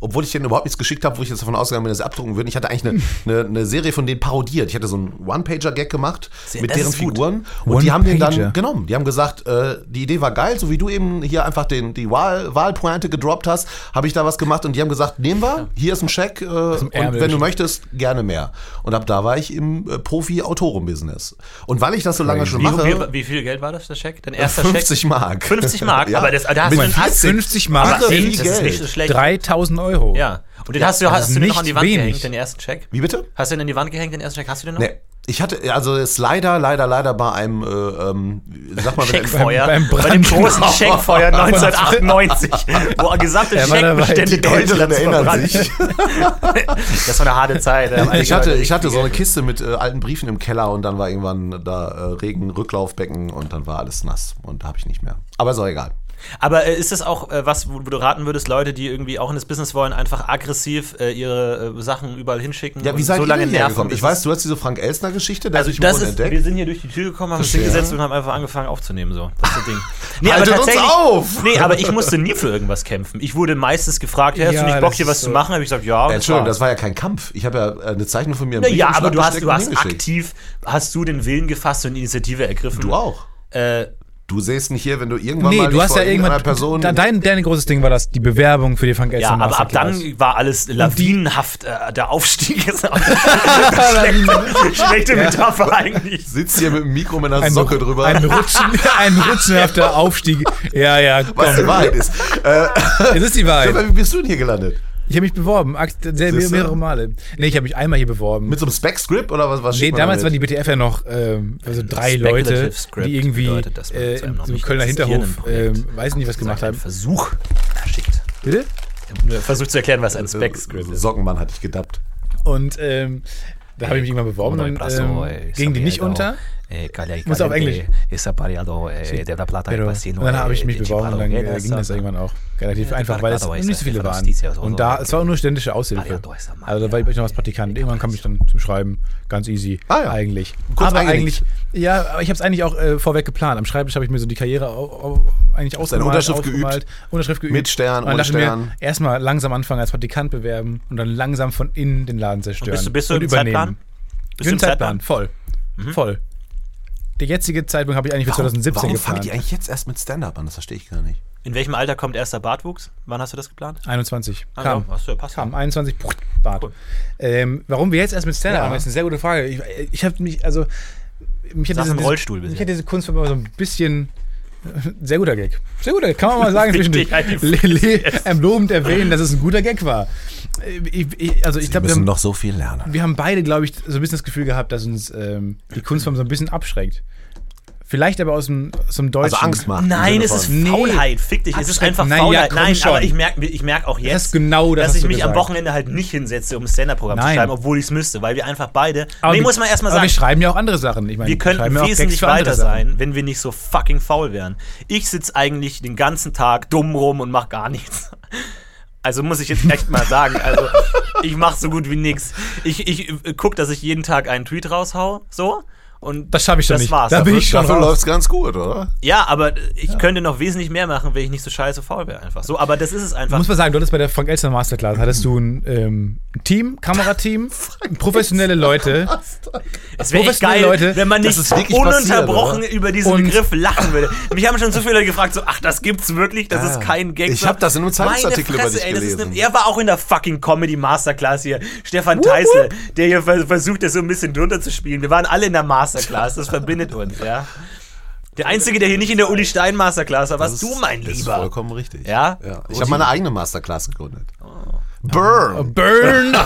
Speaker 2: Obwohl ich denen überhaupt nichts geschickt habe, wo ich jetzt davon ausgegangen bin, dass sie abdrucken würden. Ich hatte eigentlich
Speaker 1: Hm.
Speaker 2: eine, eine, eine Serie von denen parodiert. Ich hatte so einen One-Pager-Gag gemacht
Speaker 3: Sehr-
Speaker 2: mit
Speaker 3: das
Speaker 2: deren
Speaker 3: ist gut.
Speaker 2: Figuren. Und die haben den
Speaker 1: One-Pager.
Speaker 2: dann genommen. Die haben gesagt, äh, die Idee war geil, so wie du eben hier einfach den, die Wahl, Wahlpointe gedroppt hast, habe ich da was gemacht und die haben gesagt, nehmen wir, hier ist ein Scheck äh, und
Speaker 1: Ärmel
Speaker 2: wenn du
Speaker 1: geschnitten.
Speaker 2: möchtest, gerne mehr. Und ab da war ich im äh, Profi-Autoren-Business. Und weil ich das so lange schon mache,
Speaker 3: Wie, wie, wie viel Geld war das, der Scheck? Dein erster
Speaker 2: 50
Speaker 3: Scheck?
Speaker 2: Mark.
Speaker 3: 50 Mark, aber das- da hast
Speaker 2: Mit
Speaker 3: du einen
Speaker 2: 14.
Speaker 1: 50 Mark
Speaker 2: Irre
Speaker 1: sind-
Speaker 2: viel
Speaker 3: das ist
Speaker 2: Geld.
Speaker 3: nicht so schlecht.
Speaker 1: 3000 Euro.
Speaker 3: Ja. Und den hast du,
Speaker 1: das
Speaker 3: hast
Speaker 1: ist
Speaker 3: du den noch
Speaker 1: nicht
Speaker 3: an die Wand
Speaker 1: wenig.
Speaker 3: gehängt, den ersten Check?
Speaker 2: also Wie bitte?
Speaker 3: Hast du den an die Wand gehängt, den ersten Check? Hast du den noch?
Speaker 2: Nee. Ich hatte, also es ist leider, leider, leider bei einem, äh, ähm, sag mal, wenn-
Speaker 3: Scheckfeuer.
Speaker 1: Beim- beim
Speaker 3: bei dem
Speaker 1: Brand-
Speaker 3: großen Scheckfeuer 1998, wo gesamte
Speaker 1: Er war dabei.
Speaker 3: Scheckbestände
Speaker 1: Die
Speaker 2: Deutschland erinnern
Speaker 3: verbrannt.
Speaker 2: sich.
Speaker 3: Das war eine harte Zeit. da haben einige
Speaker 2: Ich hatte,
Speaker 3: Leute
Speaker 2: ich hatte so eine
Speaker 3: richtig
Speaker 2: Kiste mit äh, alten Briefen im Keller und dann war irgendwann da äh, Regen, Rücklaufbecken und dann war alles nass und da habe ich nicht mehr. Aber ist auch egal.
Speaker 3: Geld. Aber äh, ist das auch äh, was, wo, wo du raten würdest, Leute, die irgendwie auch in das Business wollen, einfach aggressiv äh, ihre äh, Sachen überall hinschicken
Speaker 2: Ja, wie
Speaker 3: und
Speaker 2: seid
Speaker 3: so lange
Speaker 2: ihr denn
Speaker 3: nerven?
Speaker 2: hergekommen?
Speaker 3: bis
Speaker 2: Ich
Speaker 3: es-
Speaker 2: weiß, du hast diese Frank-Elsner-Geschichte, da
Speaker 3: Also
Speaker 2: habe ich
Speaker 3: das
Speaker 2: mal
Speaker 3: ist, wir
Speaker 2: entdeckt.
Speaker 3: sind hier durch die Tür gekommen, haben uns hingesetzt und haben einfach angefangen aufzunehmen. So. Das ist das Ding. Nee,
Speaker 2: Haltet uns auf!
Speaker 3: Nee, aber ich musste nie für irgendwas kämpfen. Ich wurde meistens gefragt, hey, hast
Speaker 1: Ja,
Speaker 3: du nicht Bock,
Speaker 1: das
Speaker 3: hier
Speaker 1: ist
Speaker 3: was
Speaker 1: so.
Speaker 3: zu machen? Habe ich gesagt, ja.
Speaker 2: Äh,
Speaker 3: und das
Speaker 2: Entschuldigung,
Speaker 3: war's.
Speaker 2: das war ja kein Kampf. Ich habe ja äh, eine Zeichnung von mir im
Speaker 3: Ja,
Speaker 2: Briefumschlag
Speaker 3: aber du hast,
Speaker 2: gesteckt
Speaker 3: du
Speaker 2: und
Speaker 3: hast
Speaker 2: hingeschickt.
Speaker 3: aktiv, hast du den Willen gefasst und die Initiative ergriffen?
Speaker 2: Du auch.
Speaker 3: Äh,
Speaker 2: Du säßt nicht hier, wenn du irgendwann
Speaker 1: Nee,
Speaker 2: mal
Speaker 1: du
Speaker 2: dich
Speaker 1: hast
Speaker 2: vor
Speaker 1: ja irgendwann.
Speaker 2: irgendeiner Person
Speaker 1: Da- dein, dein großes Ding war das, die Bewerbung für die Frank
Speaker 3: ja, aber ab
Speaker 1: Masterclass.
Speaker 3: dann war alles lawinenhaft. Äh, der Aufstieg ist auch schlechte, schlechte Metapher eigentlich.
Speaker 2: sitzt hier mit dem Mikro mit einer
Speaker 1: ein,
Speaker 2: Socke drüber.
Speaker 1: ein, Rutschen, ein rutschenhafter Aufstieg. Ja, ja,
Speaker 2: was die
Speaker 1: komm.
Speaker 2: Wahrheit ist. Äh,
Speaker 1: Es ist die Wahrheit.
Speaker 2: aber wie bist du denn hier gelandet?
Speaker 1: Ich habe mich beworben, akt- sehr,
Speaker 2: Siehste?
Speaker 1: mehrere Male. Nee, ich habe mich einmal hier beworben.
Speaker 2: Mit so einem Spec-Script oder was? was
Speaker 1: Nee,
Speaker 2: schickt man
Speaker 1: damals war
Speaker 2: damit?
Speaker 1: die BTF ja noch ähm, also drei
Speaker 3: Speculative
Speaker 1: Leute,
Speaker 3: Script
Speaker 1: die irgendwie
Speaker 3: bedeutet, dass man
Speaker 1: äh,
Speaker 3: zu einem noch
Speaker 1: im
Speaker 3: nicht
Speaker 1: Kölner
Speaker 3: existierenden
Speaker 1: Hinterhof,
Speaker 3: Projekt
Speaker 1: ähm, weiß nicht, was gemacht haben.
Speaker 3: Versuch geschickt.
Speaker 1: Bitte?
Speaker 2: Also,
Speaker 3: Ich hab nur versucht zu erklären, was ein Spec-Script
Speaker 2: Äh,
Speaker 3: ist.
Speaker 2: Sockenmann hatte ich gedappt.
Speaker 1: Und ähm, Da habe ich mich irgendwann beworben und ähm, ging die nicht unter. Muss auf Englisch. Pero, Genau. und dann habe ich mich beworben und dann äh, ging das irgendwann auch relativ einfach, weil es nicht so viele waren. Und da, es war nur ständische Aushilfe. Also da war ich noch als Praktikant. Und irgendwann kam ich dann zum Schreiben. Ganz easy.
Speaker 2: Ah, ja.
Speaker 1: Eigentlich.
Speaker 2: Kurz
Speaker 1: aber
Speaker 2: eingenickt.
Speaker 1: eigentlich, ja, aber ich habe es eigentlich auch äh, vorweg geplant. Am Schreibtisch habe ich mir so die Karriere au, au, eigentlich ausgemalt.
Speaker 2: Unterschrift geübt.
Speaker 1: aufgemalt, Unterschrift geübt.
Speaker 2: Mit Stern,
Speaker 1: und dann
Speaker 2: ohne
Speaker 1: dachte ich mir,
Speaker 2: Stern.
Speaker 1: Erstmal langsam anfangen als Praktikant bewerben und dann langsam von innen den Laden zerstören.
Speaker 3: Bist du, bist du
Speaker 1: und
Speaker 3: im Zeitplan? Bist du im
Speaker 1: Im Zeitplan,
Speaker 3: Zeitplan?
Speaker 1: voll.
Speaker 3: Mhm.
Speaker 1: Voll. Der jetzige Zeitpunkt habe ich eigentlich für 2017
Speaker 2: warum fangen
Speaker 1: geplant.
Speaker 2: die eigentlich jetzt erst mit Stand-Up an? Das verstehe ich gar nicht.
Speaker 3: In welchem Alter kommt erster Bartwuchs? Wann hast du das geplant?
Speaker 1: 21.
Speaker 3: Ah,
Speaker 1: Kam.
Speaker 3: ja, Achso, passt.
Speaker 1: Kam, 21, puh, Bart. Ähm, warum wir jetzt erst mit Stand-Up
Speaker 2: Ja.
Speaker 1: anfangen, ist eine sehr gute Frage. Ich, ich habe mich, also, mich hat
Speaker 3: Saß
Speaker 1: diese,
Speaker 3: im
Speaker 1: diese-
Speaker 3: Rollstuhl bis
Speaker 1: mich hat diese Kunst immer so ein bisschen, äh, sehr guter Gag. Sehr guter Gag, kann man mal sagen zwischendurch.
Speaker 3: Richtig, halt die
Speaker 1: Le, le, ähm, lobend erwähnen, dass es ein guter Gag war. Äh, Ich, ich, also, ich
Speaker 2: Wir
Speaker 1: glaube, wir,
Speaker 2: müssen
Speaker 1: haben-
Speaker 2: noch so viel lernen.
Speaker 1: wir haben beide, glaube ich, so ein bisschen das Gefühl gehabt, dass uns ähm, die Kunstform so ein bisschen abschreckt. Vielleicht aber aus dem, aus dem Deutschen.
Speaker 2: Also Angst machen. im
Speaker 3: Nein,
Speaker 2: Sinne
Speaker 3: es ist
Speaker 2: von-
Speaker 1: Nee.
Speaker 3: Faulheit. Fick dich, es ist
Speaker 1: Abschrecken.
Speaker 3: einfach
Speaker 1: Nein, ja,
Speaker 3: Faulheit.
Speaker 1: komm
Speaker 3: Nein,
Speaker 1: schon.
Speaker 3: aber ich merke ich merk auch jetzt,
Speaker 1: Das ist genau das,
Speaker 3: dass
Speaker 1: hast
Speaker 3: ich
Speaker 1: du
Speaker 3: mich am
Speaker 1: gesagt.
Speaker 3: Wochenende halt nicht hinsetze, um ein Stand-Up-Programm zu
Speaker 1: Nein.
Speaker 3: schreiben, obwohl ich es müsste, weil wir einfach beide.
Speaker 1: Aber
Speaker 3: nee,
Speaker 1: wir-
Speaker 3: muss man erstmal
Speaker 1: Aber
Speaker 3: sagen,
Speaker 1: wir schreiben ja auch andere Sachen. Ich meine,
Speaker 3: wir könnten
Speaker 1: schreiben ja auch Gags
Speaker 3: wesentlich
Speaker 1: für andere
Speaker 3: weiter
Speaker 1: Sachen.
Speaker 3: sein, wenn wir nicht so fucking faul wären. Ich sitze eigentlich den ganzen Tag dumm rum und mach gar nichts. Also muss ich jetzt echt mal sagen, also ich mach so gut wie nix. Ich, ich äh, guck, dass ich jeden Tag einen Tweet raushau, so. Und
Speaker 1: Das schaffe ich doch
Speaker 3: das
Speaker 1: nicht.
Speaker 3: War's.
Speaker 1: Da bin ich schon
Speaker 2: Dafür
Speaker 1: raus.
Speaker 2: läuft es ganz gut, oder?
Speaker 3: Ja, aber äh, ich könnte noch wesentlich mehr machen, wenn ich nicht so scheiße faul wäre einfach. So, aber das ist es einfach.
Speaker 1: Muss man sagen, du hattest bei der Frank Elster Masterclass, hattest du ein ähm, Team, Kamerateam, professionelle Leute.
Speaker 3: es wäre echt
Speaker 1: professionelle
Speaker 3: geil,
Speaker 1: Leute,
Speaker 3: wenn man nicht
Speaker 2: das ist wirklich
Speaker 3: ununterbrochen
Speaker 2: passiert,
Speaker 3: über diesen
Speaker 1: Und-
Speaker 3: Begriff lachen würde. Mich haben schon so viele gefragt, so, ach, das gibt's wirklich, das ist kein Gag.
Speaker 2: Ah, Ich hab das in einem Zeitungsartikel
Speaker 3: Meine
Speaker 2: über
Speaker 3: Fresse,
Speaker 2: dich
Speaker 3: ey, das ist
Speaker 2: gelesen.
Speaker 3: Eine, er war auch in der fucking Comedy Masterclass hier. Stefan Teisle, der hier ver- versucht, das so ein bisschen drunter zu spielen. Wir waren alle in der Masterclass, das verbindet uns, ja. Der Einzige, der hier nicht in der Uli Stein Masterclass war, warst
Speaker 2: Das
Speaker 3: du, mein
Speaker 2: ist
Speaker 3: Lieber.
Speaker 2: vollkommen richtig.
Speaker 3: Ja?
Speaker 2: Ich habe meine eigene Masterclass gegründet.
Speaker 1: Oh.
Speaker 2: Burn!
Speaker 1: Burn!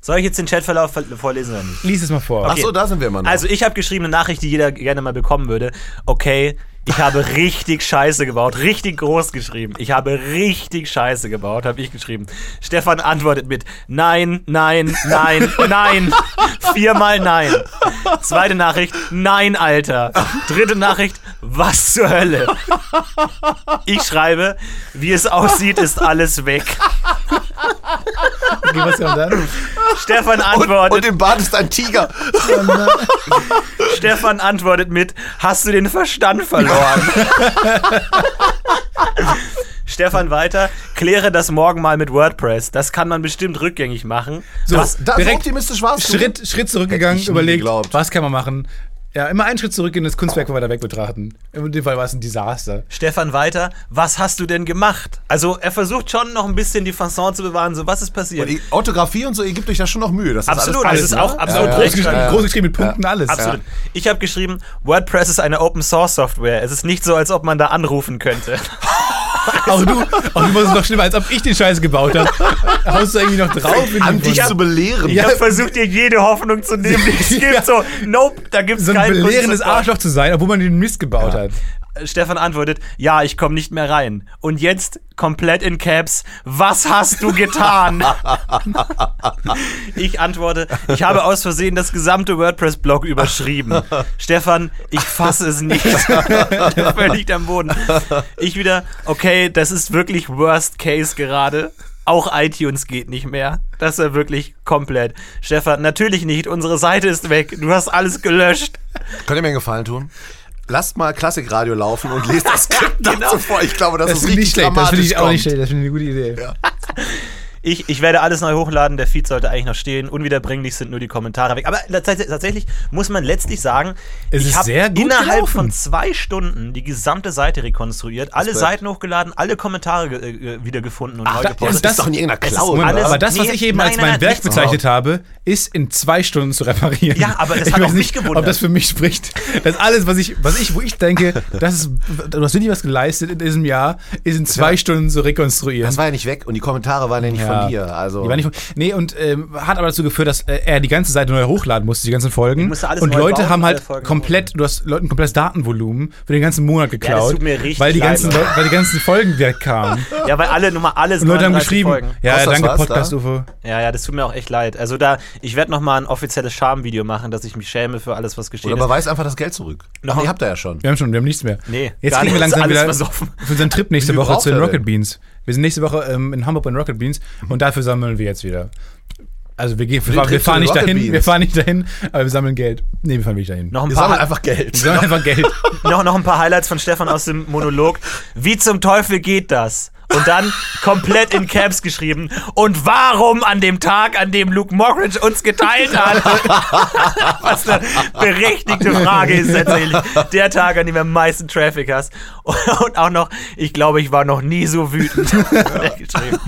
Speaker 3: Soll ich jetzt den Chatverlauf ver- vorlesen oder nicht?
Speaker 1: Lies es mal vor.
Speaker 2: Ach so, da sind wir immer noch.
Speaker 3: Also ich habe geschrieben eine Nachricht, die jeder gerne mal bekommen würde. Okay, ich habe richtig Scheiße gebaut, richtig groß geschrieben. Ich habe richtig Scheiße gebaut, habe ich geschrieben. Stefan antwortet mit Nein, nein, nein, nein. Viermal Nein. Zweite Nachricht, Nein, Alter. Dritte Nachricht, was zur Hölle. Ich schreibe, wie es aussieht, ist alles weg.
Speaker 1: Okay, was kommt dann?
Speaker 3: Stefan
Speaker 2: und,
Speaker 3: antwortet.
Speaker 2: und im Bad ist ein Tiger.
Speaker 3: Stefan antwortet mit: Hast du den Verstand verloren? Stefan weiter, kläre das morgen mal mit WordPress. Das kann man bestimmt rückgängig machen.
Speaker 1: So,
Speaker 2: Was? Da so
Speaker 1: direkt
Speaker 2: optimistisch warst du?
Speaker 1: Schritt, Schritt zurückgegangen,
Speaker 2: Hätte ich nie
Speaker 1: überlegt,
Speaker 2: geglaubt.
Speaker 1: was kann man machen? Ja, immer einen Schritt zurückgehen, das Kunstwerk weiter weg betrachten. In dem Fall war es ein Desaster.
Speaker 3: Stefan weiter, was hast du denn gemacht? Also er versucht schon noch ein bisschen die Fasson zu bewahren, so was ist passiert.
Speaker 2: Die Orthographie und so, ihr gebt euch da schon noch Mühe. Das
Speaker 3: Absolut,
Speaker 2: ist alles,
Speaker 3: das ist
Speaker 2: ne?
Speaker 3: auch absolut
Speaker 2: ja, ja.
Speaker 1: Groß,
Speaker 3: recht.
Speaker 1: geschrieben, groß geschrieben mit Punkten alles.
Speaker 3: Absolut. Ich habe geschrieben, WordPress ist eine Open Source Software. Es ist nicht so, als ob man da anrufen könnte.
Speaker 1: Auch du, auch du warst noch schlimmer, als ob ich den Scheiß gebaut habe. Haust du irgendwie noch drauf? in
Speaker 2: An
Speaker 1: die
Speaker 2: dich zu belehren.
Speaker 3: Ich hab versucht, dir jede Hoffnung zu nehmen, die es gibt. So, nope, da gibt's
Speaker 1: so ein
Speaker 3: keinen
Speaker 1: belehrendes
Speaker 3: Kunstsupport.
Speaker 1: Arschloch zu sein, obwohl man den Mist gebaut hat.
Speaker 3: Äh, Stefan antwortet, ja, ich komme nicht mehr rein. Und jetzt komplett in Caps, was hast du getan? ich antworte, ich habe aus Versehen das gesamte WordPress-Blog überschrieben. Stefan, ich fasse es nicht. Völlig am Boden. Ich wieder, okay, das ist wirklich Worst Case gerade. Auch iTunes geht nicht mehr. Das ist ja wirklich komplett. Stefan, natürlich nicht. Unsere Seite ist weg. Du hast alles gelöscht.
Speaker 2: Könnt ihr mir einen Gefallen tun? Lasst mal Klassikradio laufen und lest das Skript dazu vor. Ich glaube, das,
Speaker 1: Genau. Das
Speaker 2: ist
Speaker 1: finde
Speaker 2: richtig
Speaker 1: ich schlecht, das finde ich
Speaker 2: dramatisch
Speaker 1: auch nicht
Speaker 2: kommt.
Speaker 1: schlecht, das finde ich eine gute Idee.
Speaker 3: Ich, ich werde alles neu hochladen, der Feed sollte eigentlich noch stehen. Unwiederbringlich sind nur die Kommentare weg. Aber tats- tatsächlich muss man letztlich sagen,
Speaker 1: Es
Speaker 3: ich
Speaker 1: ist
Speaker 3: habe
Speaker 1: sehr
Speaker 3: innerhalb
Speaker 1: gut gelaufen.
Speaker 3: von zwei Stunden die gesamte Seite rekonstruiert, alle Seiten hochgeladen, alle Kommentare ge- äh, wiedergefunden und neu
Speaker 2: Ach, da,
Speaker 3: gepostet.
Speaker 2: das,
Speaker 1: das-
Speaker 2: ist doch in irgendeiner
Speaker 3: ist
Speaker 2: Cloud.
Speaker 3: alles-
Speaker 2: oder?
Speaker 1: Aber das, was
Speaker 3: Nee,
Speaker 1: ich eben
Speaker 3: nein,
Speaker 1: als
Speaker 3: nein,
Speaker 1: mein
Speaker 3: nein,
Speaker 1: Werk
Speaker 3: nichts.
Speaker 1: bezeichnet habe, ist in zwei Stunden zu reparieren.
Speaker 3: Ja, aber das
Speaker 1: ich
Speaker 3: hat
Speaker 1: weiß
Speaker 3: auch
Speaker 1: nicht,
Speaker 3: mich gewundert.
Speaker 1: Ob das für mich spricht. Das alles, was ich, was ich, wo ich denke, das ist, du hast wirklich was geleistet in diesem Jahr, ist in zwei Stunden zu rekonstruieren.
Speaker 2: Das war ja nicht weg und die Kommentare waren ja nicht
Speaker 1: Ja.
Speaker 2: von dir. Also,
Speaker 1: Die war nicht von, nee, und ähm, hat aber dazu geführt, dass äh, er die ganze Seite neu hochladen musste, die ganzen Folgen.
Speaker 3: musste alles
Speaker 1: und
Speaker 3: neu
Speaker 1: Leute
Speaker 3: bauen,
Speaker 1: haben halt
Speaker 3: alle Folgen
Speaker 1: komplett, du hast Leuten ein komplettes Datenvolumen für den ganzen Monat
Speaker 3: das
Speaker 1: geklaut.
Speaker 3: tut mir richtig
Speaker 1: weil, die
Speaker 3: leid,
Speaker 1: ganzen
Speaker 3: Leute.
Speaker 1: Leute, weil die ganzen Folgen wegkamen.
Speaker 3: Ja, weil alle nochmal alles
Speaker 1: Und Leute haben
Speaker 3: 39
Speaker 1: geschrieben,
Speaker 3: Folgen.
Speaker 1: ja,
Speaker 2: Kostet das
Speaker 1: danke
Speaker 2: was, da?
Speaker 1: Podcast-UFO.
Speaker 3: Ja, ja, das tut mir auch echt leid. Also da, ich werde nochmal ein offizielles Schamvideo machen, dass ich mich schäme für alles, was geschehen
Speaker 2: oder
Speaker 3: ist.
Speaker 2: beweist einfach das Geld zurück.
Speaker 3: Noch-
Speaker 2: Ach, ihr habt da ja schon.
Speaker 1: Wir haben schon, wir haben nichts mehr.
Speaker 3: Nee,
Speaker 1: Jetzt
Speaker 3: gar
Speaker 1: kriegen wir
Speaker 3: nicht.
Speaker 1: langsam
Speaker 3: Alles
Speaker 1: wieder
Speaker 3: versoffen.
Speaker 1: für unseren Trip nächste
Speaker 2: Wie
Speaker 1: Woche
Speaker 2: braucht
Speaker 1: zu den
Speaker 2: er
Speaker 1: Rocket
Speaker 2: denn?
Speaker 1: Beans. Wir sind nächste Woche ähm, in Hamburg bei den Rocket Beans und dafür sammeln wir jetzt wieder. Also wir, gehen, wir,
Speaker 2: den
Speaker 1: fahren-
Speaker 2: Trip
Speaker 1: wir
Speaker 2: zu
Speaker 1: fahren
Speaker 2: den
Speaker 1: nicht
Speaker 2: Rocket
Speaker 1: dahin, wir
Speaker 2: Beans.
Speaker 1: fahren nicht dahin, aber wir sammeln Geld. Nee, wir fahren nicht dahin.
Speaker 3: Noch ein,
Speaker 2: Ihr
Speaker 3: paar,
Speaker 2: sammelt
Speaker 3: Hi-
Speaker 2: einfach Geld.
Speaker 1: Wir sammeln einfach Geld.
Speaker 3: noch, noch ein paar Highlights von Stefan aus dem Monolog. Wie zum Teufel geht das? Und dann komplett in Caps geschrieben. Und warum an dem Tag, an dem Luke Mockridge uns geteilt hat? Was eine berechtigte Frage ist tatsächlich. Der Tag, an dem du am meisten Traffic hast. Und auch noch, ich glaube, ich war noch nie so wütend. Hat er geschrieben.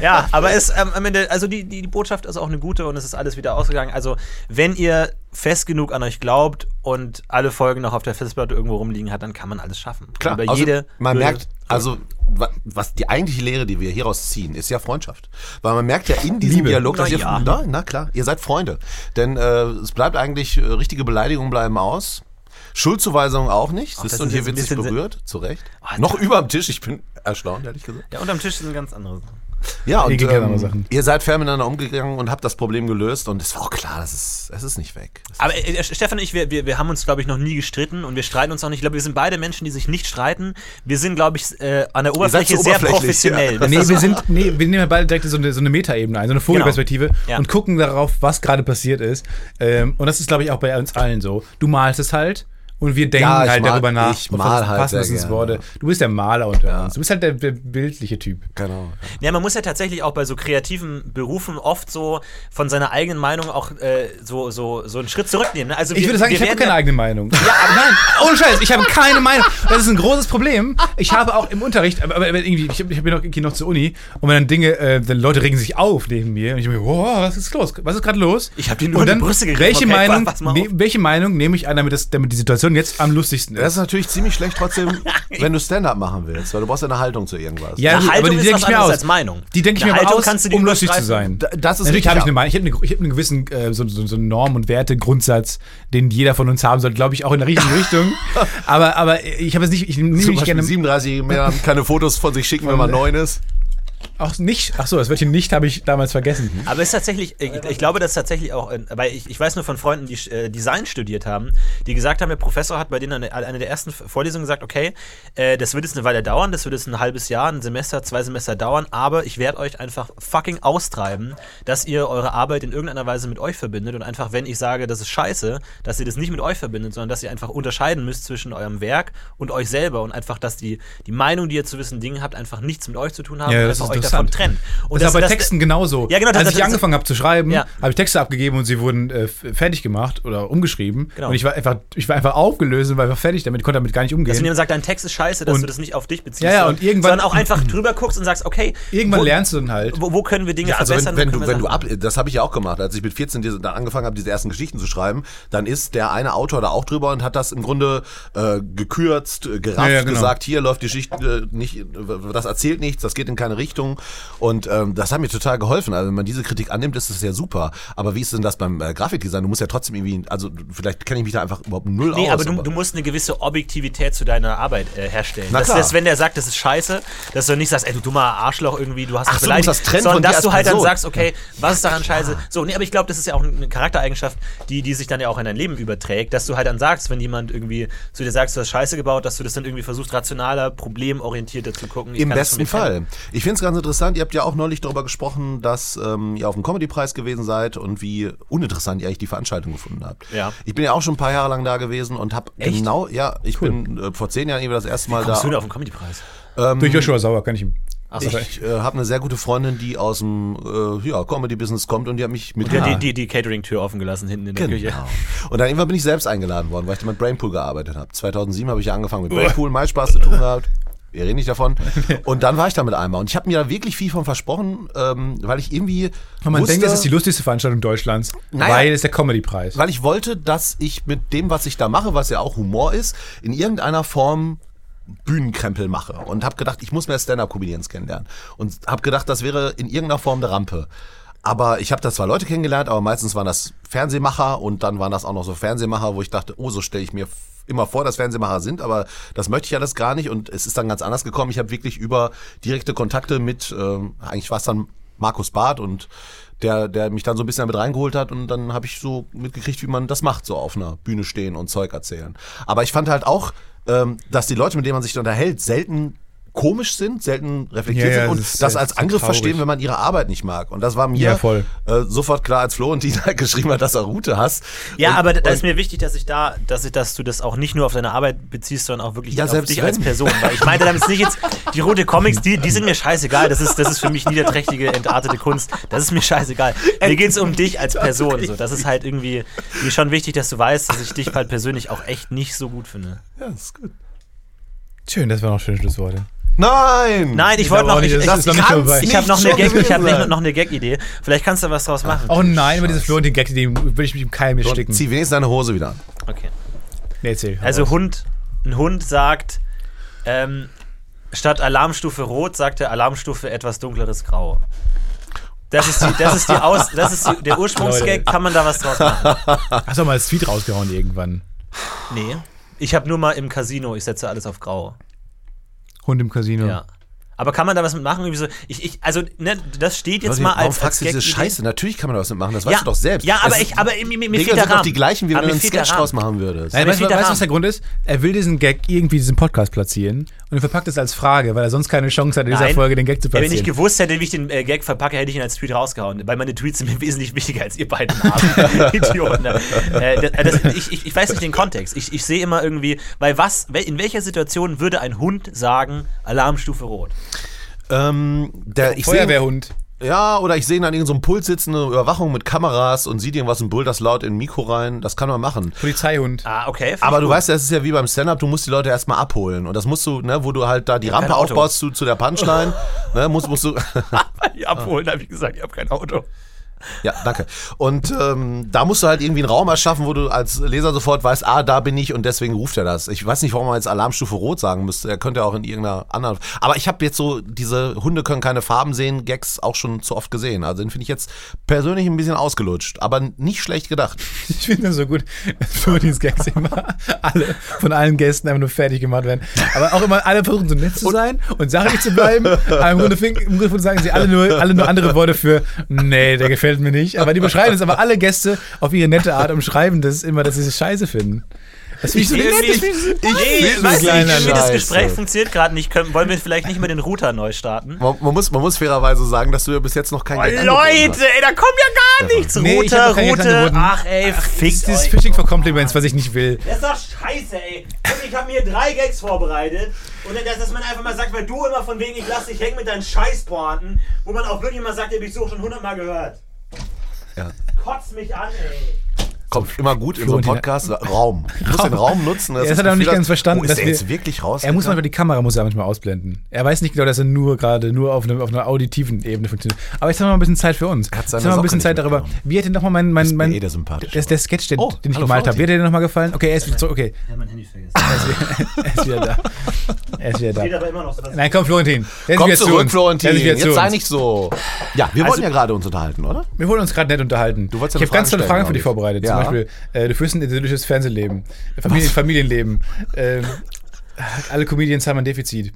Speaker 3: ja, aber es ähm, am Ende, also die, die, die Botschaft ist auch eine gute und es ist alles wieder ausgegangen. Also, wenn ihr fest genug an euch glaubt und alle Folgen noch auf der Festplatte irgendwo rumliegen hat, dann kann man alles schaffen.
Speaker 2: Klar,
Speaker 3: Über
Speaker 2: außer-
Speaker 3: jede
Speaker 2: man
Speaker 3: Hürde.
Speaker 2: merkt, also wa- was die eigentliche Lehre, die wir hieraus ziehen, ist ja Freundschaft. Weil man merkt ja in diesem
Speaker 1: Liebe.
Speaker 2: Dialog, dass
Speaker 3: Na
Speaker 2: ihr,
Speaker 3: ja.
Speaker 2: na, na klar, ihr seid Freunde. Denn äh, es bleibt eigentlich, äh, richtige Beleidigungen bleiben aus. Schuldzuweisungen auch nicht.
Speaker 3: das
Speaker 2: Siehst du, und
Speaker 3: ist
Speaker 2: hier
Speaker 3: jetzt ein
Speaker 2: wird sich
Speaker 3: bisschen-
Speaker 2: berührt, zu Recht.
Speaker 3: Ah,
Speaker 2: Noch
Speaker 3: da-
Speaker 2: überm Tisch, ich bin erstaunt, ehrlich gesagt.
Speaker 3: Ja, unterm Tisch sind ganz andere Sachen.
Speaker 2: Ja, und
Speaker 1: gehen gerne andere
Speaker 2: ähm,
Speaker 1: Sachen.
Speaker 2: ihr seid fair miteinander umgegangen und habt das Problem gelöst und es war auch klar, das ist, es ist nicht weg. Es-
Speaker 3: Aber äh, Stefan und ich, wir, wir, wir haben uns, glaube ich, noch nie gestritten und wir streiten uns auch nicht. Ich glaube, wir sind beide Menschen, die sich nicht streiten. Wir sind, glaube ich, äh, an der
Speaker 2: seid
Speaker 3: Oberfläche
Speaker 2: so
Speaker 3: sehr
Speaker 2: oberflächlich,
Speaker 3: professionell.
Speaker 2: ja.
Speaker 3: Das
Speaker 1: Nee,
Speaker 3: ist-
Speaker 1: wir sind, nee, wir nehmen ja beide direkt so eine, so eine Metaebene ein, so eine
Speaker 2: Genau.
Speaker 1: Vogelperspektive
Speaker 3: Ja.
Speaker 1: und gucken darauf, was gerade passiert ist. Ähm, und das ist, glaube ich, auch bei uns allen so. Du malst es halt und wir denken
Speaker 2: Ja, ich
Speaker 1: halt
Speaker 2: mal-
Speaker 1: darüber nach,
Speaker 2: ich mal
Speaker 1: was
Speaker 2: halt
Speaker 1: passen
Speaker 2: sehr
Speaker 1: ins
Speaker 2: gerne.
Speaker 1: Worte. Du bist der Maler unter uns. Du bist halt der, der bildliche Typ.
Speaker 2: Genau.
Speaker 3: Ja, man muss ja tatsächlich auch bei so kreativen Berufen oft so von seiner eigenen Meinung auch äh, so, so, so einen Schritt zurücknehmen. ne? Also
Speaker 1: Ich
Speaker 3: wir-
Speaker 1: würde sagen,
Speaker 3: wir
Speaker 1: ich habe
Speaker 3: werden
Speaker 1: keine
Speaker 3: ja-
Speaker 1: eigene Meinung. Ja, aber nein, ohne Scheiß, ich habe keine Meinung. Das ist ein großes Problem. Ich habe auch im Unterricht, aber, aber irgendwie, ich, hab- ich bin noch, gehe noch zur Uni und wenn dann Dinge, äh, dann Leute regen sich auf neben mir und ich denke mir, wow, was ist los? Was ist gerade los?
Speaker 3: Ich hab dir nur
Speaker 1: Und
Speaker 3: die
Speaker 1: dann,
Speaker 3: Brüste gerissen,
Speaker 1: welche
Speaker 3: okay,
Speaker 1: Meinung,
Speaker 3: pass mal auf.
Speaker 1: ne, welche Meinung nehme ich an, damit, das, damit die Situation jetzt am lustigsten
Speaker 2: Das ist
Speaker 1: ist?
Speaker 2: natürlich ziemlich schlecht trotzdem, wenn du Stand-up machen willst, weil du brauchst ja eine Haltung zu irgendwas.
Speaker 1: Ja,
Speaker 3: Eine
Speaker 1: gut,
Speaker 3: Haltung ist was anderes
Speaker 1: aus.
Speaker 3: als Meinung.
Speaker 1: Die denke ich
Speaker 3: Eine
Speaker 1: mir aber
Speaker 3: Haltung
Speaker 1: aus,
Speaker 3: kannst du dir
Speaker 1: um lustig zu sein.
Speaker 3: überschreiben.
Speaker 2: Da- das ist
Speaker 1: Natürlich
Speaker 2: richtig,
Speaker 1: habe ich
Speaker 2: ja.
Speaker 1: eine Meinung. Ich habe eine, ich hab einen gewissen äh, so, so, so Norm und Werte, Grundsatz, den jeder von uns haben sollte, glaube ich, auch in der richtigen Richtung. Aber, aber ich habe es nicht, ich nehme
Speaker 2: Zum
Speaker 1: nicht
Speaker 2: Beispiel
Speaker 1: gerne
Speaker 2: 37 Männer haben keine Fotos von äh, sich schicken, wenn man neun ist.
Speaker 1: Auch nicht. Ach so, das Wörtchen nicht habe ich damals vergessen.
Speaker 3: Aber es ist tatsächlich, ich, ich glaube, das ist tatsächlich auch, äh, weil ich, ich weiß nur von Freunden, die äh, Design studiert haben, die gesagt haben, der Professor hat bei denen eine, eine der ersten Vorlesungen gesagt, okay, äh, das wird jetzt eine Weile dauern, das wird jetzt ein halbes Jahr, ein Semester, zwei Semester dauern, aber ich werde euch einfach fucking austreiben, dass ihr eure Arbeit in irgendeiner Weise mit euch verbindet und einfach, wenn ich sage, das ist scheiße, dass ihr das nicht mit euch verbindet, sondern dass ihr einfach unterscheiden müsst zwischen eurem Werk und euch selber und einfach, dass die, die Meinung, die ihr zu wissen Dingen habt, einfach nichts mit euch zu tun haben
Speaker 1: Ja,
Speaker 3: und
Speaker 1: das
Speaker 3: einfach
Speaker 1: ist
Speaker 3: euch davon
Speaker 1: interessant.
Speaker 3: trennen. Und
Speaker 1: Und das war bei Texten genauso.
Speaker 3: Ja, genau, das-
Speaker 1: Als
Speaker 3: das-
Speaker 1: ich
Speaker 3: das-
Speaker 1: angefangen habe zu schreiben,
Speaker 3: Ja.
Speaker 1: habe ich Texte abgegeben und sie wurden äh, f- fertig gemacht oder umgeschrieben.
Speaker 3: Genau.
Speaker 1: Und ich war einfach, ich war einfach aufgelöst und war einfach fertig damit, konnte damit gar nicht
Speaker 3: Dass du
Speaker 1: umgehen.
Speaker 3: jemand sagt, dein Text ist scheiße, dass
Speaker 1: Und-
Speaker 3: du das nicht auf dich beziehst.
Speaker 1: Ja, ja,
Speaker 3: sondern-
Speaker 1: und irgendwann-
Speaker 3: Sondern auch
Speaker 2: Mhm.
Speaker 3: einfach drüber guckst und sagst, okay.
Speaker 1: Irgendwann
Speaker 3: wo,
Speaker 1: lernst du dann halt.
Speaker 3: Wo, wo können wir Dinge
Speaker 2: Ja, also
Speaker 3: verbessern?
Speaker 2: wenn, wenn
Speaker 3: wo können
Speaker 2: du,
Speaker 3: wir
Speaker 2: wenn du
Speaker 3: Sachen-
Speaker 2: ab, das habe ich ja auch gemacht, als ich mit 14 diese, da angefangen habe, diese ersten Geschichten zu schreiben, dann ist der eine Autor da auch drüber und hat das im Grunde äh, gekürzt, äh, gerafft,
Speaker 1: Ja, ja, genau.
Speaker 2: gesagt, hier läuft die Geschichte äh, nicht, äh, das erzählt nichts, das geht in keine Richtung und ähm, das hat mir total geholfen. Also wenn man diese Kritik annimmt, ist es ja super. Aber wie ist denn das beim äh, Grafikdesign? Du musst ja trotzdem irgendwie, also vielleicht kenne ich mich da einfach überhaupt null aus.
Speaker 3: Nee, aber du, du musst eine gewisse Objektivität zu deiner Arbeit äh, herstellen.
Speaker 2: Na
Speaker 3: Dass,
Speaker 2: klar.
Speaker 3: dass, wenn der sagt, das ist scheiße, dass du nicht sagst, ey, du dummer Arschloch irgendwie, du hast
Speaker 2: Ach
Speaker 3: mich
Speaker 2: so, du musst das trennen
Speaker 3: sondern
Speaker 2: von dir
Speaker 3: dass
Speaker 2: als
Speaker 3: du halt dann
Speaker 2: Person. Ah.
Speaker 3: sagst, okay, was ist daran scheiße? So, nee, aber ich glaube, das ist ja auch eine Charaktereigenschaft, die, die sich dann ja auch in dein Leben überträgt, dass du halt dann sagst, wenn jemand irgendwie zu dir sagt, du hast scheiße gebaut, dass du das dann irgendwie versuchst, rationaler, problemorientierter zu gucken. Ich
Speaker 2: Im
Speaker 3: kann das von
Speaker 2: besten
Speaker 3: mir trennen.
Speaker 2: Fall. Ich finde es ganz interessant, ihr habt ja auch neulich darüber gesprochen, dass ähm, ihr auf dem Comedy-Preis gewesen seid und wie uninteressant ihr eigentlich die Veranstaltung gefunden habt.
Speaker 3: Ja.
Speaker 2: Ich bin ja auch schon ein paar Jahre lang da gewesen und habe genau, ja, ich bin äh, vor zehn Jahren eben das erste Mal da.
Speaker 3: Kommst du denn auf den Comedy-Preis? Ähm,
Speaker 1: Durch Joshua Sauer kann ich ihm.
Speaker 2: Ich äh, habe eine sehr gute Freundin, die aus dem äh, ja, Comedy-Business kommt und die hat mich mit.
Speaker 3: Ja, die, die, die Catering-Tür offen gelassen hinten in der
Speaker 2: Genau.
Speaker 3: Küche.
Speaker 2: Und dann irgendwann bin ich selbst eingeladen worden, weil ich da mit Brainpool gearbeitet habe. 2007 habe ich ja angefangen mit
Speaker 1: Oh.
Speaker 2: Brainpool, mein Spaß zu tun gehabt. Wir reden nicht davon. Und dann war ich damit einmal. Und ich habe mir da wirklich viel von versprochen, ähm, weil ich irgendwie.
Speaker 1: Und man
Speaker 2: wusste,
Speaker 1: denkt, es ist die lustigste Veranstaltung Deutschlands,
Speaker 2: Naja.
Speaker 1: weil es der Comedy-Preis.
Speaker 2: weil ich wollte, dass ich mit dem, was ich da mache, was ja auch Humor ist, in irgendeiner Form Bühnenkrempel mache und habe gedacht, ich muss mehr Stand-up-Comedians kennenlernen und habe gedacht, das wäre in irgendeiner Form eine Rampe. Aber ich habe da zwar Leute kennengelernt, aber meistens waren das Fernsehmacher und dann waren das auch noch so Fernsehmacher, wo ich dachte, oh, so stelle ich mir f- immer vor, dass Fernsehmacher sind, aber das möchte ich alles gar nicht und es ist dann ganz anders gekommen. Ich habe wirklich über direkte Kontakte mit, ähm, eigentlich war es dann Markus Barth und der, der mich dann so ein bisschen damit reingeholt hat und dann habe ich so mitgekriegt, wie man das macht, so auf einer Bühne stehen und Zeug erzählen. Aber ich fand halt auch, ähm, dass die Leute, mit denen man sich unterhält, selten komisch sind, selten reflektiert
Speaker 1: Ja, ja,
Speaker 2: sind und
Speaker 1: das ist-
Speaker 2: das,
Speaker 1: das
Speaker 2: als
Speaker 1: ist
Speaker 2: Angriff
Speaker 1: traurig.
Speaker 2: verstehen, wenn man ihre Arbeit nicht mag. Und das war mir
Speaker 1: Ja, voll.
Speaker 2: Äh, sofort klar, als Flo und Tina geschrieben hat, dass er Route hast.
Speaker 3: Ja,
Speaker 2: und,
Speaker 3: aber da ist
Speaker 2: und,
Speaker 3: mir wichtig, dass ich da, dass ich, dass du das auch nicht nur auf deine Arbeit beziehst, sondern auch wirklich
Speaker 2: Ja,
Speaker 3: auf
Speaker 2: selbst
Speaker 3: dich
Speaker 2: wenn.
Speaker 3: als Person. Weil ich meinte damit jetzt nicht jetzt die rote Comics, die, die sind mir scheißegal. Das ist, das ist für mich niederträchtige, entartete Kunst. Das ist mir scheißegal. Mir geht's um dich als Person. So, das ist halt irgendwie mir schon wichtig, dass du weißt, dass ich dich halt persönlich auch echt nicht so gut finde.
Speaker 2: Ja, ist gut.
Speaker 1: Schön, das waren noch schöne Schlussworte.
Speaker 2: Nein!
Speaker 3: Nein, ich
Speaker 1: Ich
Speaker 3: wollte
Speaker 1: glaub
Speaker 3: noch,
Speaker 1: auch
Speaker 3: ich,
Speaker 1: nicht,
Speaker 3: ich,
Speaker 1: das ist noch nicht vorbei.
Speaker 3: ich, ich habe noch eine
Speaker 2: Nicht
Speaker 3: Gag,
Speaker 2: so
Speaker 3: ich habe
Speaker 2: gewesen.
Speaker 3: noch eine Gag-Idee. Vielleicht kannst du was draus machen.
Speaker 1: Oh nein, über diese Flo und den Gag, den würde ich mich im Keim
Speaker 2: Und
Speaker 1: ersticken.
Speaker 2: Zieh wenigstens deine Hose wieder an.
Speaker 3: Okay.
Speaker 1: Nee, erzähl.
Speaker 3: Also Hund, ein Hund sagt, ähm, statt Alarmstufe Rot sagt er Alarmstufe etwas dunkleres Grau. Das ist, die, das ist, die Aus, das ist die, der Ursprungsgag,
Speaker 1: Leute.
Speaker 3: kann man da was draus machen?
Speaker 1: Hast du mal das Tweet rausgehauen irgendwann?
Speaker 3: Nee. Ich habe nur mal im Casino, ich setze alles auf Grau.
Speaker 1: Hund im Casino.
Speaker 3: Ja. Aber kann man da was mitmachen? Irgendwie so, ich, ich, also, ne, das steht jetzt
Speaker 2: Leute,
Speaker 3: mal
Speaker 2: warum
Speaker 3: als, als
Speaker 2: fragst du diese
Speaker 3: Gag-Idee.
Speaker 2: Scheiße? Natürlich kann man da was mitmachen, das
Speaker 3: Ja,
Speaker 2: weißt du doch selbst.
Speaker 3: ja, aber
Speaker 2: Es-
Speaker 3: ich, aber mir, mir mir
Speaker 2: Dinger
Speaker 3: fehlt der
Speaker 2: sind doch die
Speaker 3: Rahmen.
Speaker 2: gleichen, wie
Speaker 3: Aber
Speaker 2: wenn du
Speaker 3: mir
Speaker 2: einen
Speaker 3: fehlt der
Speaker 2: Sketch
Speaker 3: Rahmen.
Speaker 2: draus machen würdest.
Speaker 1: Nein,
Speaker 3: Aber
Speaker 1: weißt
Speaker 3: ich
Speaker 1: du,
Speaker 3: will da
Speaker 1: weißt, du, was
Speaker 3: haben.
Speaker 1: der Grund ist? Er will diesen Gag irgendwie diesen Podcast platzieren und er verpackt es als Frage, weil er sonst keine Chance hat, in dieser
Speaker 3: Nein.
Speaker 1: Folge den Gag zu
Speaker 3: Ja, Wenn ich
Speaker 1: platzieren.
Speaker 3: gewusst hätte, wie ich den äh, Gag verpacke, hätte ich ihn als Tweet rausgehauen. Weil meine Tweets sind mir wesentlich wichtiger als ihr beiden Namen. Idioten. ne? Äh, das, das, ich, ich, ich weiß nicht den Kontext. Ich, ich sehe immer irgendwie, weil was, wel- in welcher Situation würde ein Hund sagen, Alarmstufe rot?
Speaker 2: Ähm, der, ich sehe
Speaker 1: Feuerwehrhund.
Speaker 2: Ja, oder ich sehe ihn an irgendeinem Pult sitzen, eine Überwachung mit Kameras und sieht irgendwas und brüllt das laut in ein Mikro rein. Das kann man machen.
Speaker 1: Polizeihund.
Speaker 3: Ah, okay. find
Speaker 2: Aber
Speaker 3: ich
Speaker 2: du
Speaker 3: gut.
Speaker 2: weißt, ja, das ist ja wie beim Stand-Up, du musst die Leute erstmal abholen. Und das musst du, ne, wo du halt da die Rampe
Speaker 3: kein Auto.
Speaker 2: aufbaust zu, zu der Punchline, ne, musst, musst du.
Speaker 3: Ja, abholen, habe ich gesagt, ich habe kein Auto.
Speaker 2: ja, danke. Und ähm, da musst du halt irgendwie einen Raum erschaffen, wo du als Leser sofort weißt, ah, da bin ich und deswegen ruft er das. Ich weiß nicht, warum man jetzt Alarmstufe Rot sagen müsste. Er könnte ja auch in irgendeiner anderen. Aber ich habe jetzt so, diese Hunde können keine Farben sehen, Gags auch schon zu oft gesehen. Also den finde ich jetzt persönlich ein bisschen ausgelutscht, aber nicht schlecht gedacht.
Speaker 1: Ich finde das so gut, dass für dieses Gags immer alle von allen Gästen einfach nur fertig gemacht werden. Aber auch immer alle versuchen so nett zu sein und sachlich zu bleiben. Aber im Grunde, fink- im Grunde sagen sie alle nur, alle nur andere Worte für, nee, der gefällt mir nicht. Aber die beschreiben es, aber alle Gäste auf ihre nette Art umschreiben das immer, dass sie es scheiße finden. Das finde ich so nett. das finde ich so-
Speaker 3: Ich
Speaker 2: bin
Speaker 3: weiß nicht,
Speaker 1: kleiner
Speaker 3: irgendwie das
Speaker 2: Scheiße.
Speaker 3: Gespräch funktioniert gerade nicht. Können, wollen wir vielleicht nicht mal den Router neu starten?
Speaker 2: Man, man, muss, man muss fairerweise sagen, dass du ja bis jetzt noch kein Gag angeboten hast.
Speaker 3: Leute, ey, da kommt ja gar nichts.
Speaker 1: Nee, ich hab noch
Speaker 3: Router,
Speaker 1: keinen
Speaker 3: Router,
Speaker 1: angeboten.
Speaker 3: ach ey, fickt
Speaker 1: Dieses
Speaker 3: euch.
Speaker 1: Fishing for Compliments, was ich nicht will.
Speaker 3: Das ist doch scheiße, ey. Und ich habe mir drei Gags vorbereitet. Und dann, dass, dass man einfach mal sagt, weil du immer von wegen, ich lass dich hängen mit deinen Scheißporten, wo man auch wirklich mal sagt, ihr habt mich so schon hundertmal gehört.
Speaker 2: Ja.
Speaker 3: Kotzt mich an, ey.
Speaker 2: Kommt immer gut in so einem
Speaker 1: Florian.
Speaker 2: Podcast. Raum. Du musst den Raum nutzen.
Speaker 1: Ja, das
Speaker 2: ist
Speaker 1: hat er halt noch nicht
Speaker 2: Gefühl, dass-
Speaker 1: ganz verstanden,
Speaker 2: Oh, ist
Speaker 1: dass
Speaker 2: der
Speaker 1: wir-
Speaker 2: jetzt wirklich raus?
Speaker 1: Er muss manchmal die Kamera muss er manchmal ausblenden. Er weiß nicht genau, dass er nur gerade nur auf, einem, auf einer auditiven Ebene funktioniert. Aber jetzt haben wir mal ein bisschen Zeit für uns. Jetzt
Speaker 2: seine
Speaker 1: haben wir ein
Speaker 2: Socke
Speaker 1: bisschen
Speaker 2: nicht
Speaker 1: Zeit darüber.
Speaker 2: mitgenommen.
Speaker 1: Wie hätte nochmal mein mein
Speaker 2: mir
Speaker 1: mein
Speaker 2: eh der sympathische,
Speaker 1: das ist der Sketch, den,
Speaker 2: Oh,
Speaker 1: den ich
Speaker 2: hallo,
Speaker 1: gemalt habe.
Speaker 2: Florentin.
Speaker 1: Wie hat der denn nochmal gefallen? Okay, er ist wieder zurück. Okay,
Speaker 3: Ich hab mein Handy vergessen.
Speaker 1: er ist wieder da. Er ist wieder
Speaker 3: Geht
Speaker 1: da.
Speaker 3: aber immer noch so. dass-
Speaker 1: Nein, komm Florentin. Der
Speaker 2: Komm zurück, Florentin.
Speaker 1: Jetzt
Speaker 2: Jetzt
Speaker 1: zu
Speaker 2: sei
Speaker 1: uns.
Speaker 2: nicht so. Ja, wir
Speaker 3: Also-
Speaker 2: wollten ja gerade uns unterhalten, oder?
Speaker 1: Wir wollen uns gerade nett unterhalten. Du
Speaker 2: wolltest ja eine
Speaker 1: ich habe ganz
Speaker 2: Frage
Speaker 1: tolle Fragen
Speaker 2: stellen,
Speaker 1: für dich
Speaker 2: glaub
Speaker 1: vorbereitet.
Speaker 2: ich.
Speaker 1: Zum
Speaker 2: Ja.
Speaker 1: Beispiel, äh, du führst ein idyllisches Fernsehleben, äh, Familien, Familienleben. Ähm, alle Comedians haben ein Defizit.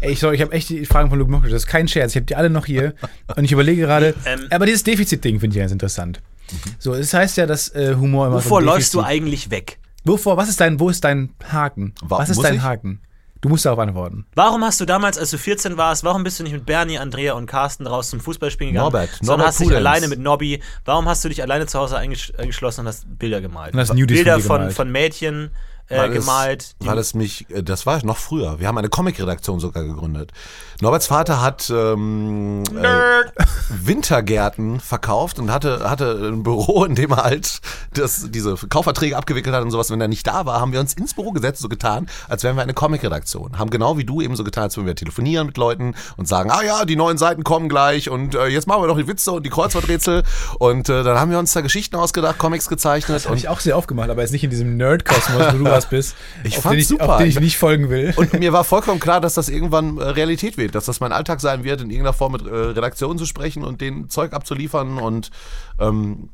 Speaker 1: Ey, ich, soll- ich habe echt die Fragen von Luke Mockridge. Das ist kein Scherz. Ich habe die alle noch hier. Und ich überlege gerade.
Speaker 3: Ähm.
Speaker 1: aber dieses Defizit-Ding finde ich ganz interessant.
Speaker 2: Mhm.
Speaker 1: So, es heißt ja, dass äh, Humor immer
Speaker 3: Wovor
Speaker 1: so ein
Speaker 3: läufst du
Speaker 1: Defizit-
Speaker 3: eigentlich weg?
Speaker 1: Wovor? Was ist dein, wo ist dein Haken?
Speaker 2: Wa-
Speaker 1: was ist
Speaker 2: muss
Speaker 1: dein
Speaker 2: ich?
Speaker 1: Haken? Du musst darauf antworten.
Speaker 3: Warum hast du damals, als du 14 warst, warum bist du nicht mit Bernie, Andrea und Carsten raus zum Fußballspielen gegangen?
Speaker 2: Norbert,
Speaker 3: sondern
Speaker 2: Norbert
Speaker 3: hast dich
Speaker 2: Pulenz.
Speaker 3: alleine mit Nobby. Warum hast du dich alleine zu Hause eingesch- eingeschlossen und hast Bilder gemalt?
Speaker 1: Und hast Nudies von
Speaker 3: Bilder
Speaker 1: dir
Speaker 3: von,
Speaker 1: gemalt.
Speaker 3: von Mädchen äh,
Speaker 2: Weil es-
Speaker 3: gemalt. die-
Speaker 2: Weil es mich, äh, das war noch früher. Wir haben eine Comic-Redaktion sogar gegründet. Norberts Vater hat ähm, äh, Wintergärten verkauft und hatte, hatte ein Büro, in dem er halt das, diese Kaufverträge abgewickelt hat und sowas. Wenn er nicht da war, haben wir uns ins Büro gesetzt, so getan, als wären wir eine Comic-Redaktion. Haben genau wie du eben so getan, als würden wir telefonieren mit Leuten und sagen, ah ja, die neuen Seiten kommen gleich und äh, jetzt machen wir noch die Witze und die Kreuzworträtsel. Und äh, dann haben wir uns da Geschichten ausgedacht, Comics gezeichnet
Speaker 1: Habe
Speaker 2: und
Speaker 1: ich auch sehr oft gemacht, aber jetzt nicht in diesem Nerd-Kosmos, wo du Podcast bist,
Speaker 2: Ich
Speaker 1: auf,
Speaker 2: fand's
Speaker 1: den ich,
Speaker 2: super.
Speaker 1: auf den ich nicht folgen will.
Speaker 2: Und mir war vollkommen klar, dass das irgendwann äh, Realität wird, dass das mein Alltag sein wird, in irgendeiner Form mit äh, Redaktionen zu sprechen und den Zeug abzuliefern und ähm,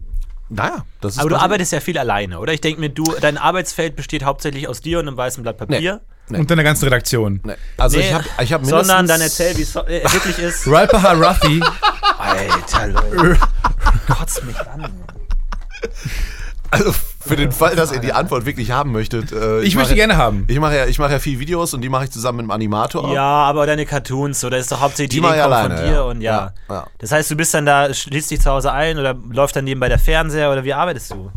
Speaker 2: naja, das ist.
Speaker 3: Aber du
Speaker 2: das-
Speaker 3: arbeitest ja viel alleine, oder? Ich denke mir, du, dein Arbeitsfeld besteht hauptsächlich aus dir und einem weißen Blatt Papier.
Speaker 1: Und deiner ganzen Redaktion.
Speaker 2: Nee, Also
Speaker 3: Nee,
Speaker 2: ich habe ich hab
Speaker 3: sondern
Speaker 2: mindestens-
Speaker 3: dann erzähl, wie es so, äh, wirklich ist.
Speaker 1: Ralpa Harathi,
Speaker 3: Alter, Leute. Kotzt mich an.
Speaker 2: Also für den Fall, dass ihr die Antwort wirklich haben möchtet. Äh,
Speaker 1: ich möchte
Speaker 2: mache-
Speaker 1: gerne haben.
Speaker 2: Ich mache ja, ich mache ja viel Videos und die mache ich zusammen mit dem Animator.
Speaker 3: Ja, aber deine Cartoons, so, das ist doch hauptsächlich
Speaker 2: Die mach ich
Speaker 3: Idee kommt
Speaker 2: alleine,
Speaker 3: von dir
Speaker 2: ja.
Speaker 3: und ja.
Speaker 2: Ja, ja.
Speaker 3: Das heißt, du bist dann da, schließt dich zu Hause ein oder läuft dann nebenbei der Fernseher oder wie arbeitest du?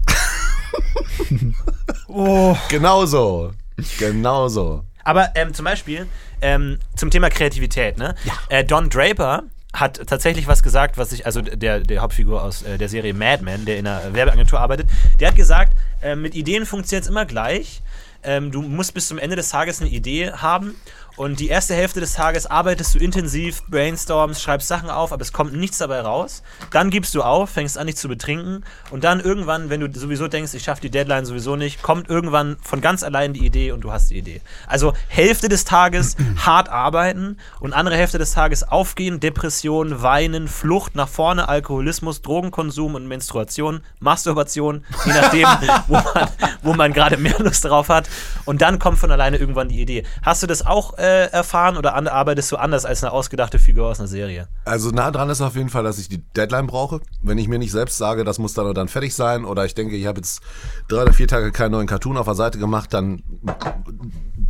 Speaker 2: Genau Genauso. Genauso.
Speaker 3: Aber ähm, zum Beispiel ähm, zum Thema Kreativität, ne? Äh, Don Draper hat tatsächlich was gesagt, was ich, also der, der Hauptfigur aus äh, der Serie Mad Men, der in einer Werbeagentur arbeitet, der hat gesagt, äh, mit Ideen funktioniert es immer gleich. Ähm, du musst bis zum Ende des Tages eine Idee haben und die erste Hälfte des Tages arbeitest du intensiv, brainstormst, schreibst Sachen auf, aber es kommt nichts dabei raus. Dann gibst du auf, fängst an, dich zu betrinken und dann irgendwann, wenn du sowieso denkst, ich schaffe die Deadline sowieso nicht, kommt irgendwann von ganz allein die Idee und du hast die Idee. Also Hälfte des Tages hart arbeiten und andere Hälfte des Tages aufgehen, Depression, Weinen, Flucht nach vorne, Alkoholismus, Drogenkonsum und Menstruation, Masturbation, je nachdem, wo man, wo man gerade mehr Lust drauf hat. Und dann kommt von alleine irgendwann die Idee. Hast du das auch äh, erfahren oder an, arbeitest du anders als eine ausgedachte Figur aus einer Serie?
Speaker 2: Also nah dran ist auf jeden Fall, dass ich die Deadline brauche. Wenn ich mir nicht selbst sage, das muss dann und dann fertig sein, oder ich denke, ich habe jetzt drei oder vier Tage keinen neuen Cartoon auf der Seite gemacht, dann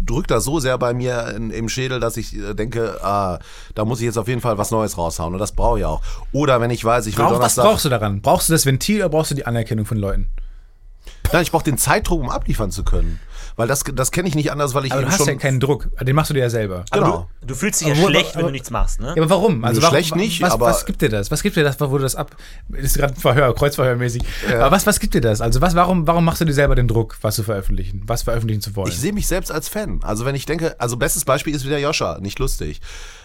Speaker 2: drückt das so sehr bei mir in, im Schädel, dass ich äh, denke, ah, da muss ich jetzt auf jeden Fall was Neues raushauen. Und das brauche ich auch. Oder wenn ich weiß, ich will
Speaker 1: Brauch, was
Speaker 2: Donnerstag.
Speaker 1: brauchst du daran? Brauchst du das Ventil oder brauchst du die Anerkennung von Leuten?
Speaker 2: Nein, ich brauche den Zeitdruck, um abliefern zu können. Weil das, das kenne ich nicht anders, weil ich
Speaker 1: Aber
Speaker 2: eben
Speaker 1: du hast
Speaker 2: schon
Speaker 1: ja keinen Druck. Also, Den machst du dir ja selber.
Speaker 2: Genau.
Speaker 3: Du fühlst dich ja
Speaker 1: Aber wo-
Speaker 3: schlecht, wenn
Speaker 1: aber-
Speaker 3: du nichts machst, ne?
Speaker 1: Ja, aber warum?
Speaker 2: Nö,
Speaker 1: warum,
Speaker 2: schlecht nicht,
Speaker 1: was,
Speaker 2: aber-
Speaker 1: was gibt dir das? Was gibt dir das? Wo du das ab. Das ist gerade ein Verhör, Kreuzverhörmäßig. Aber was, was gibt dir das? Also, was, warum, warum machst du dir selber den Druck, was zu veröffentlichen? Was veröffentlichen zu wollen?
Speaker 2: Ich sehe mich selbst als Fan. Also wenn ich denke, also bestes Beispiel ist wieder Joscha, nicht lustig.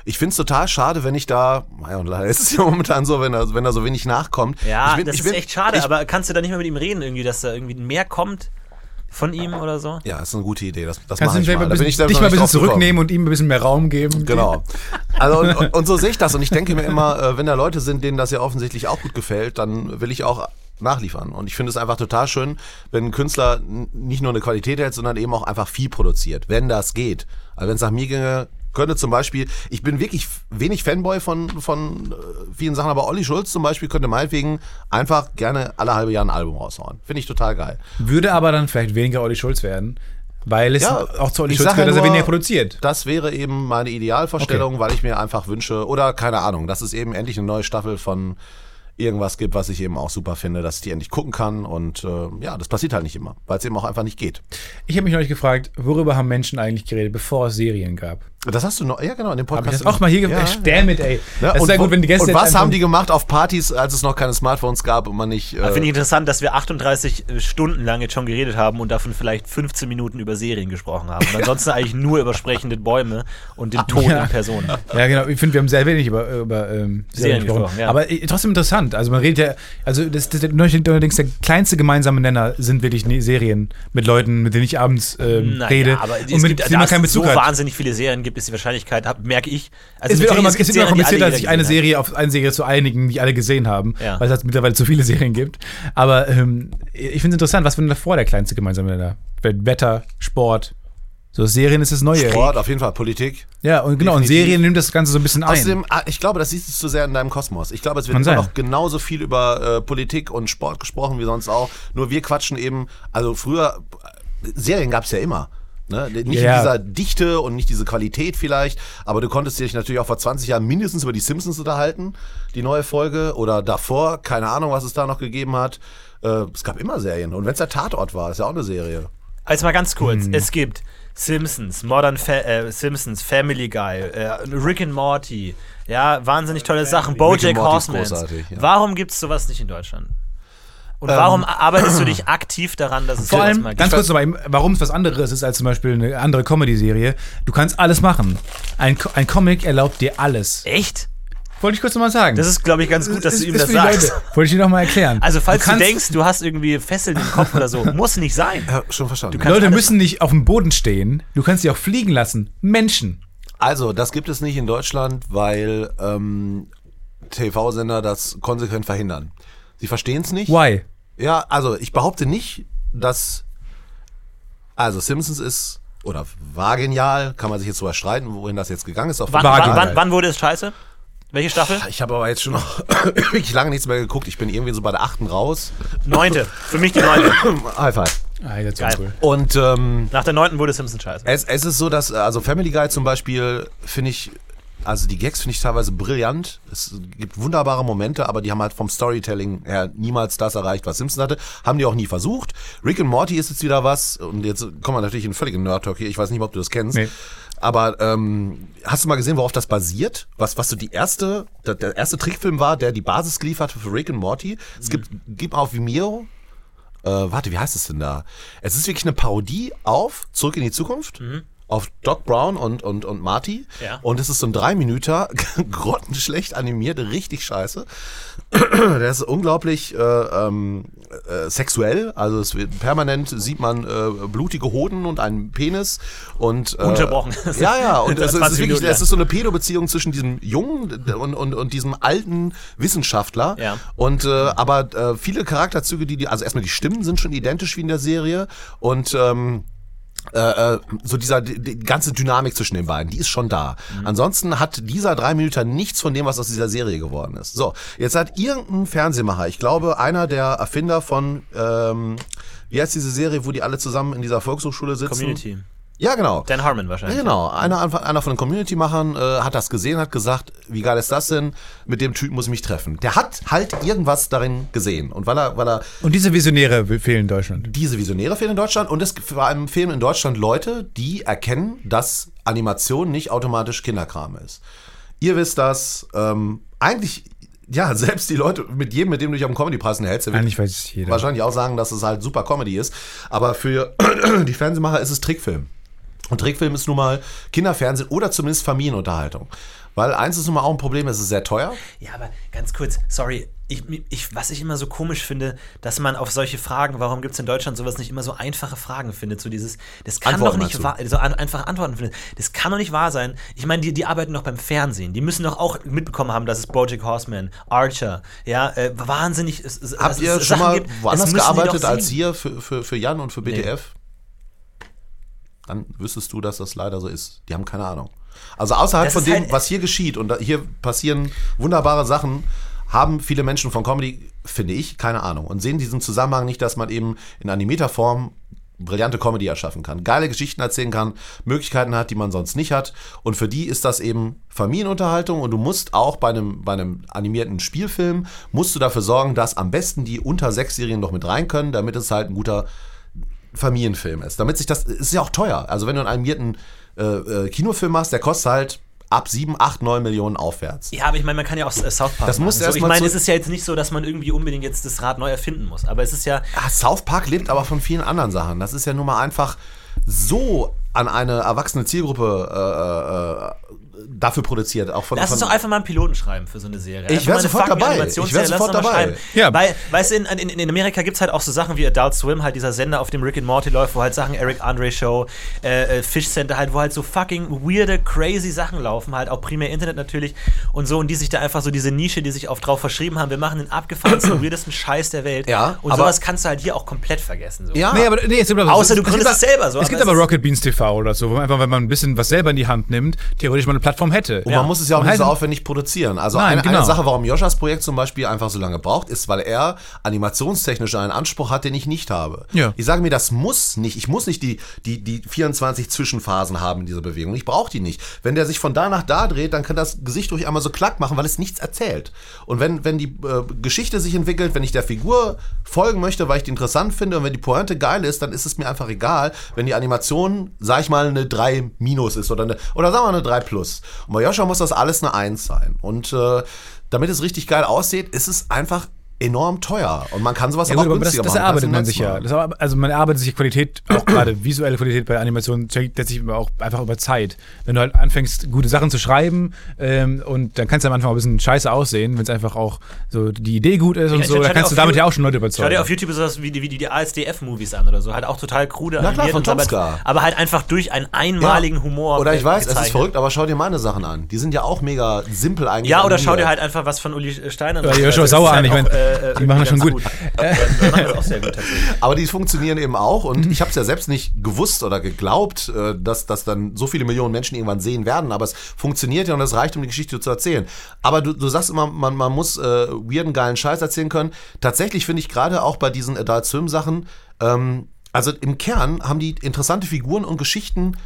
Speaker 2: Ich finde es total schade, wenn ich da, ja, und leider ist es ja momentan so, wenn er, wenn er so wenig nachkommt.
Speaker 3: Ja,
Speaker 2: ich bin,
Speaker 3: das
Speaker 2: ich
Speaker 3: ist
Speaker 2: bin,
Speaker 3: echt schade,
Speaker 2: ich,
Speaker 3: aber kannst du da nicht mal mit ihm reden, irgendwie, dass da irgendwie mehr kommt von ihm oder so?
Speaker 2: Ja, ist eine gute Idee, das, das mache
Speaker 1: Kannst du
Speaker 2: ich
Speaker 1: dich
Speaker 2: mal.
Speaker 1: mal,
Speaker 2: Da
Speaker 1: ein
Speaker 2: bin
Speaker 1: bisschen,
Speaker 2: ich selber
Speaker 1: dich
Speaker 2: noch
Speaker 1: mal ein
Speaker 2: nicht
Speaker 1: bisschen
Speaker 2: drauf gekommen.
Speaker 1: zurücknehmen und ihm ein bisschen mehr Raum geben?
Speaker 2: Genau. Also, und, und- und so sehe ich das. Und ich denke mir immer, äh, wenn da Leute sind, denen das ja offensichtlich auch gut gefällt, dann will ich auch nachliefern. Und ich finde es einfach total schön, wenn ein Künstler n- nicht nur eine Qualität hält, sondern eben auch einfach viel produziert, wenn das geht. Also wenn es nach mir ginge, könnte zum Beispiel, ich bin wirklich f- wenig Fanboy von, von äh, vielen Sachen, aber Olli Schulz zum Beispiel könnte meinetwegen einfach gerne alle halbe Jahr ein Album raushauen. Finde ich total geil.
Speaker 1: Würde aber dann vielleicht weniger Olli Schulz werden, weil es
Speaker 2: Ja,
Speaker 1: auch zu Olli
Speaker 2: ich
Speaker 1: Schulz
Speaker 2: sag ja
Speaker 1: gehört, dass er
Speaker 2: nur-
Speaker 1: weniger produziert.
Speaker 2: Das wäre eben meine Idealvorstellung, weil ich mir einfach wünsche, oder keine Ahnung, dass es eben endlich eine neue Staffel von irgendwas gibt, was ich eben auch super finde, dass ich die endlich gucken kann. Und äh, ja, das passiert halt nicht immer, weil es eben auch einfach nicht geht.
Speaker 1: Ich habe mich neulich gefragt, worüber haben Menschen eigentlich geredet, bevor es Serien gab?
Speaker 2: Das hast du noch, ja genau, in dem
Speaker 1: Habe ich
Speaker 2: Podcast.
Speaker 1: das auch mal hier äh,
Speaker 2: ja.
Speaker 1: gemacht? Damit, ey.
Speaker 2: Ja, und,
Speaker 1: das ist ja gut, wenn die Gäste
Speaker 2: und
Speaker 1: jetzt
Speaker 2: was
Speaker 1: einfach-
Speaker 2: haben die gemacht auf Partys, als es noch keine Smartphones gab und man nicht.
Speaker 3: Da
Speaker 2: Äh,
Speaker 3: Finde ich interessant, dass wir 38 Stunden lang jetzt schon geredet haben und davon vielleicht 15 Minuten über Serien gesprochen haben. Und ansonsten eigentlich nur über sprechende Bäume und den Tod
Speaker 1: Ja.
Speaker 3: in Personen.
Speaker 1: Ja, genau. Ich finde, wir haben sehr wenig über, über ähm, Serien gesprochen.
Speaker 3: gesprochen, ja.
Speaker 1: Aber äh, trotzdem interessant. Also man redet ja, also das, das, allerdings der kleinste gemeinsame Nenner sind wirklich ne Serien mit Leuten, mit denen ich abends ähm,
Speaker 3: Naja,
Speaker 1: rede
Speaker 3: aber
Speaker 1: und
Speaker 3: es
Speaker 1: mit
Speaker 3: gibt, da
Speaker 1: denen man
Speaker 3: es
Speaker 1: keinen Bezug
Speaker 3: so
Speaker 1: hat.
Speaker 3: wahnsinnig viele Serien gibt, ist die Wahrscheinlichkeit, hab, merke ich. Also
Speaker 1: Es wird auch
Speaker 3: natürlich,
Speaker 1: immer, es
Speaker 3: gibt
Speaker 1: wird immer
Speaker 3: Serien, die alle
Speaker 1: komplizierter,
Speaker 3: jeder
Speaker 1: sich eine
Speaker 3: gesehen hat.
Speaker 1: Serie auf eine Serie zu einigen, die alle gesehen haben,
Speaker 3: Ja.
Speaker 1: weil es halt mittlerweile zu viele Serien gibt. Aber ähm, ich finde es interessant, was war denn davor der kleinste gemeinsame Nenner? Wetter, Sport. So, Serien ist das Neue.
Speaker 2: Sport, auf jeden Fall, Politik.
Speaker 1: Ja, und genau, und
Speaker 2: Definitiv.
Speaker 1: Serien nimmt das Ganze so ein bisschen ein.
Speaker 2: Außerdem, ah, ich glaube, das siehst du zu sehr in deinem Kosmos. Ich glaube, es wird
Speaker 1: Kann
Speaker 2: immer
Speaker 1: sein.
Speaker 2: noch genauso viel über äh, Politik und Sport gesprochen wie sonst auch. Nur wir quatschen eben, also früher, äh, Serien gab es ja immer. Ne? Nicht
Speaker 1: Ja.
Speaker 2: in dieser Dichte und nicht diese Qualität vielleicht, aber du konntest dich natürlich auch vor 20 Jahren mindestens über die Simpsons unterhalten, die neue Folge, oder davor, keine Ahnung, was es da noch gegeben hat. Äh, es gab immer Serien. Und wenn es der Tatort war, ist ja auch eine Serie.
Speaker 3: Also mal ganz kurz,
Speaker 2: Hm.
Speaker 3: es gibt Simpsons, Modern Fa äh, Simpsons, Family Guy, äh, Rick and Morty, ja, wahnsinnig tolle Sachen,
Speaker 2: Rick and
Speaker 3: Bojack
Speaker 2: Morty ist
Speaker 3: Horseman.
Speaker 2: großartig, ja. Ähm.
Speaker 3: Warum gibt es sowas nicht in Deutschland? Und warum arbeitest du dich aktiv daran, dass es
Speaker 1: Vor
Speaker 3: sowas
Speaker 1: allem,
Speaker 3: mal gibt?
Speaker 1: ganz kurz nochmal, warum es was anderes ist als zum Beispiel eine andere Comedy-Serie. Du kannst alles machen. Ein, Co- ein Comic erlaubt dir alles.
Speaker 3: Echt?
Speaker 1: Wollte ich kurz nochmal sagen.
Speaker 3: Das ist, glaube ich, ganz gut, dass
Speaker 1: Ist-
Speaker 3: du ihm
Speaker 1: ist
Speaker 3: das
Speaker 1: für die
Speaker 3: sagst.
Speaker 1: Leute. Wollte ich dir nochmal erklären.
Speaker 3: Also, falls du,
Speaker 1: kannst-
Speaker 3: denkst, du hast irgendwie Fesseln im Kopf oder so, muss nicht sein.
Speaker 2: Ja, schon verstanden.
Speaker 3: kannst
Speaker 1: Leute
Speaker 3: alles-
Speaker 1: müssen nicht auf dem Boden stehen. Du kannst sie auch fliegen lassen. Menschen.
Speaker 2: Also, das gibt es nicht in Deutschland, weil ähm, TV-Sender das konsequent verhindern. Sie verstehen es nicht.
Speaker 1: Why?
Speaker 2: Ja, also ich behaupte nicht, dass. Also, Simpsons ist oder war genial, kann man sich jetzt drüber streiten, wohin das jetzt gegangen ist. Auf
Speaker 3: Wann,
Speaker 2: jeden
Speaker 1: Wagen-
Speaker 3: wann,
Speaker 2: Fall.
Speaker 3: wann, wann wurde es scheiße? Welche Staffel?
Speaker 2: Ich habe aber jetzt schon noch wirklich lange nichts mehr geguckt. Ich bin irgendwie so bei der achten raus.
Speaker 3: Neunte. Für mich die neunte.
Speaker 2: High five.
Speaker 1: Ah, jetzt
Speaker 3: Geil.
Speaker 1: cool.
Speaker 2: Und ähm,
Speaker 3: Nach der neunten wurde Simpson scheiße.
Speaker 2: Es, es ist so, dass, äh, also Family Guy zum Beispiel, finde ich, also die Gags finde ich teilweise brillant. Es gibt wunderbare Momente, aber die haben halt vom Storytelling her niemals das erreicht, was Simpson hatte. Haben die auch nie versucht. Rick and Morty ist jetzt wieder was. Und jetzt kommen wir natürlich in völligen Nerd-Talk hier. Ich weiß nicht, mal, ob du das kennst.
Speaker 1: Nee.
Speaker 2: Aber ähm, hast du mal gesehen, worauf das basiert? Was, was so die erste, der, der erste Trickfilm war, der die Basis geliefert hat für Rick and Morty? Es gibt, gibt auf Vimeo äh, warte, wie heißt es denn da? Es ist wirklich eine Parodie auf Zurück in die Zukunft. Auf Doc Brown und, und, und Marty.
Speaker 3: Mhm. Ja.
Speaker 2: Und es ist so ein Drei-Minüter, grottenschlecht animiert, richtig scheiße. Der ist unglaublich äh, ähm, äh, sexuell. Also es wird permanent sieht man äh, blutige Hoden und einen Penis. Und, äh,
Speaker 3: Unterbrochen.
Speaker 2: Ja, ja. Und das, ist
Speaker 3: 20
Speaker 2: wirklich,
Speaker 3: Minuten
Speaker 2: das
Speaker 3: lang.
Speaker 2: ist so eine Pedo-Beziehung zwischen diesem Jungen und, und, und diesem alten Wissenschaftler.
Speaker 3: Ja.
Speaker 2: Und äh, aber äh, viele Charakterzüge, die, die, also erstmal die Stimmen sind schon identisch wie in der Serie und ähm, äh, äh, so dieser die, die ganze Dynamik zwischen den beiden, die ist schon da.
Speaker 3: Mhm.
Speaker 2: Ansonsten hat dieser drei Minuten nichts von dem, was aus dieser Serie geworden ist. So, jetzt hat irgendein Fernsehmacher, ich glaube, einer der Erfinder von ähm, wie heißt diese Serie, wo die alle zusammen in dieser Volkshochschule sitzen?
Speaker 3: Community.
Speaker 2: Ja, genau.
Speaker 3: Dan Harmon wahrscheinlich.
Speaker 2: Ja, genau. Einer, einfach- einer von den Community-Machern äh, hat das gesehen, hat gesagt, wie geil ist das denn? Mit dem Typen muss ich mich treffen. Der hat halt irgendwas darin gesehen. Und weil er, weil er
Speaker 1: Und diese Visionäre fehlen in Deutschland.
Speaker 2: diese Visionäre fehlen in Deutschland und es vor allem fehlen in Deutschland Leute, die erkennen, dass Animation nicht automatisch Kinderkram ist. Ihr wisst das, ähm, eigentlich, ja, selbst die Leute, mit jedem, mit dem du dich am Comedy-Preis unterhältst, der wird
Speaker 1: Eigentlich weiß es jeder.
Speaker 2: wahrscheinlich auch sagen, dass es halt super Comedy ist. Aber für die Fernsehmacher ist es Trickfilm. Und Trickfilm ist nun mal Kinderfernsehen oder zumindest Familienunterhaltung. Weil eins ist nun mal auch ein Problem, es ist sehr teuer.
Speaker 3: Ja, aber ganz kurz, sorry, ich, ich, was ich immer so komisch finde, dass man auf solche Fragen, warum gibt es in Deutschland sowas nicht immer so einfache Fragen findet, so dieses, das kann
Speaker 2: Antworten
Speaker 3: doch nicht
Speaker 2: dazu.
Speaker 3: wahr, so an, einfache Antworten findet, das kann doch nicht wahr sein. Ich meine, die, die arbeiten doch beim Fernsehen, die müssen doch auch mitbekommen haben, dass es Project Horseman, Archer, ja, äh, wahnsinnig, es, es, dass
Speaker 2: Habt
Speaker 3: es
Speaker 2: ihr schon
Speaker 3: Sachen
Speaker 2: mal
Speaker 3: gibt, das
Speaker 2: woanders
Speaker 3: müssen die doch
Speaker 2: gearbeitet als
Speaker 3: sehen.
Speaker 2: hier für, für, für Jan und für BDF? Dann wüsstest du, dass das leider so ist. Die haben keine Ahnung. Also außerhalb
Speaker 3: Das
Speaker 2: von
Speaker 3: ist
Speaker 2: dem,
Speaker 3: halt-
Speaker 2: was hier geschieht und da, hier passieren wunderbare Sachen, haben viele Menschen von Comedy, finde ich, keine Ahnung und sehen diesen Zusammenhang nicht, dass man eben in animierter Form brillante Comedy erschaffen kann, geile Geschichten erzählen kann, Möglichkeiten hat, die man sonst nicht hat. Und für die ist das eben Familienunterhaltung und du musst auch bei einem, bei einem animierten Spielfilm, musst du dafür sorgen, dass am besten die unter Sechsjährigen noch mit rein können, damit es halt ein guter Familienfilm ist. Damit sich das, es ist ja auch teuer. Also wenn du einen animierten äh, äh, Kinofilm machst, der kostet halt ab 7, 8, 9 Millionen aufwärts.
Speaker 3: Ja, aber ich meine, man kann ja auch äh, South Park
Speaker 2: Das
Speaker 3: machen.
Speaker 2: musst du
Speaker 3: so,
Speaker 2: erst
Speaker 3: Ich
Speaker 2: mal
Speaker 3: meine,
Speaker 2: zu-
Speaker 3: es ist ja jetzt nicht so, dass man irgendwie unbedingt jetzt das Rad neu erfinden muss, aber es ist ja,
Speaker 2: Ah, South Park lebt aber von vielen anderen Sachen. Das ist ja nun mal einfach so an eine erwachsene Zielgruppe äh, äh, dafür produziert. Auch von,
Speaker 3: Lass
Speaker 2: von
Speaker 3: uns doch einfach mal einen Piloten schreiben für so eine Serie.
Speaker 2: Ich
Speaker 3: Einfach
Speaker 2: wär
Speaker 3: mal eine
Speaker 2: sofort
Speaker 3: fucking
Speaker 2: dabei.
Speaker 3: Animationsserie,
Speaker 2: Ich wär
Speaker 3: lass
Speaker 2: sofort
Speaker 3: doch mal
Speaker 2: dabei.
Speaker 3: schreiben.
Speaker 1: Ja.
Speaker 3: Weil, weißt du, in, in, in Amerika gibt es halt auch so Sachen wie Adult Swim, halt dieser Sender, auf dem Rick and Morty läuft, wo halt Sachen Eric Andre Show, äh, äh, Fish Center halt, wo halt so fucking weirde, crazy Sachen laufen, halt auch primär Internet natürlich und so und die sich da einfach so diese Nische, die sich auch drauf verschrieben haben, wir machen den abgefahrensten, weirdesten Scheiß der Welt.
Speaker 2: Ja,
Speaker 3: und
Speaker 2: aber-
Speaker 3: sowas kannst du halt hier auch komplett vergessen. So.
Speaker 2: Ja,
Speaker 1: Nee, aber nee, es gibt aber,
Speaker 3: Ah. Außer du
Speaker 1: es- es
Speaker 3: gründest
Speaker 1: gibt
Speaker 3: es selber so,
Speaker 1: Es
Speaker 3: aber
Speaker 1: gibt
Speaker 3: es
Speaker 1: aber
Speaker 3: ist-
Speaker 1: Rocket Beans TV oder so, wo man einfach, wenn man ein bisschen was selber in die Hand nimmt, theoretisch mal eine Plattform hätte.
Speaker 2: Und man muss es ja auch nicht so
Speaker 1: heißt-
Speaker 2: aufwendig produzieren. Also
Speaker 1: Nein,
Speaker 2: eine,
Speaker 1: genau.
Speaker 2: eine Sache, warum Joschas Projekt zum Beispiel einfach so lange braucht, ist, weil er animationstechnisch einen Anspruch hat, den ich nicht habe.
Speaker 1: Ja.
Speaker 2: Ich sage mir, das muss nicht. Ich muss nicht die, die, die 24 Zwischenphasen haben in dieser Bewegung. Ich brauche die nicht. Wenn der sich von da nach da dreht, dann kann das Gesicht durch einmal so klack machen, weil es nichts erzählt. Und wenn, wenn die äh, Geschichte sich entwickelt, wenn ich der Figur folgen möchte, weil ich die interessant finde und wenn die Pointe geil ist, dann ist es mir einfach egal, wenn die Animation, sag ich mal, eine 3 minus ist oder, eine, oder sagen wir eine 3 plus. Und bei Joscha muss das alles eine 1 sein. Und äh, damit es richtig geil aussieht, ist es einfach enorm teuer. Und man kann sowas
Speaker 1: Ja,
Speaker 2: aber
Speaker 1: gut,
Speaker 2: auch
Speaker 1: aber das,
Speaker 2: günstiger
Speaker 1: das
Speaker 2: machen. als
Speaker 1: erarbeitet
Speaker 2: im
Speaker 1: man
Speaker 2: letzten
Speaker 1: sich ja.
Speaker 2: Mal.
Speaker 1: Das, erarbe- also man erarbeitet sich Qualität, auch gerade visuelle Qualität bei Animationen, zeigt sich immer auch einfach über Zeit. Wenn du halt anfängst, gute Sachen zu schreiben ähm, und dann kannst du am Anfang auch ein bisschen scheiße aussehen, wenn es einfach auch so die Idee gut ist und
Speaker 3: Ja,
Speaker 1: so,
Speaker 3: schau
Speaker 1: dann
Speaker 3: dir
Speaker 1: kannst du
Speaker 3: auf
Speaker 1: damit
Speaker 3: You-
Speaker 1: ja auch schon Leute
Speaker 3: Schau dir auf
Speaker 1: überzeugen.
Speaker 3: YouTube sowas wie die, wie die, die ASDF-Movies an oder so. Halt auch total krude
Speaker 2: Na klar,
Speaker 3: animiert
Speaker 2: von
Speaker 3: und so, aber,
Speaker 2: Tomska.
Speaker 3: aber halt einfach durch einen einmaligen Humor.
Speaker 2: Oder ich weiß, das ist
Speaker 3: gezeichnet.
Speaker 2: verrückt, aber schau dir meine Sachen an. Die sind ja auch mega simpel eigentlich.
Speaker 3: Ja, oder schau
Speaker 2: animiert.
Speaker 3: dir halt einfach was von Uli Steiner
Speaker 1: Oder Joshua Sauer an, ich meine,
Speaker 3: äh,
Speaker 1: die machen das schon gut.
Speaker 3: Die machen das auch sehr gut tatsächlich.
Speaker 2: Aber die funktionieren eben auch
Speaker 3: Mhm.
Speaker 2: und ich habe es ja selbst nicht gewusst oder geglaubt, äh, dass das dann so viele Millionen Menschen irgendwann sehen werden, aber es funktioniert ja und es reicht, um die Geschichte zu erzählen. Aber du, du sagst immer, man, man muss äh, weirden, geilen Scheiß erzählen können. Tatsächlich finde ich gerade auch bei diesen Adult Swim Sachen, ähm, also im Kern haben die interessante Figuren und Geschichten,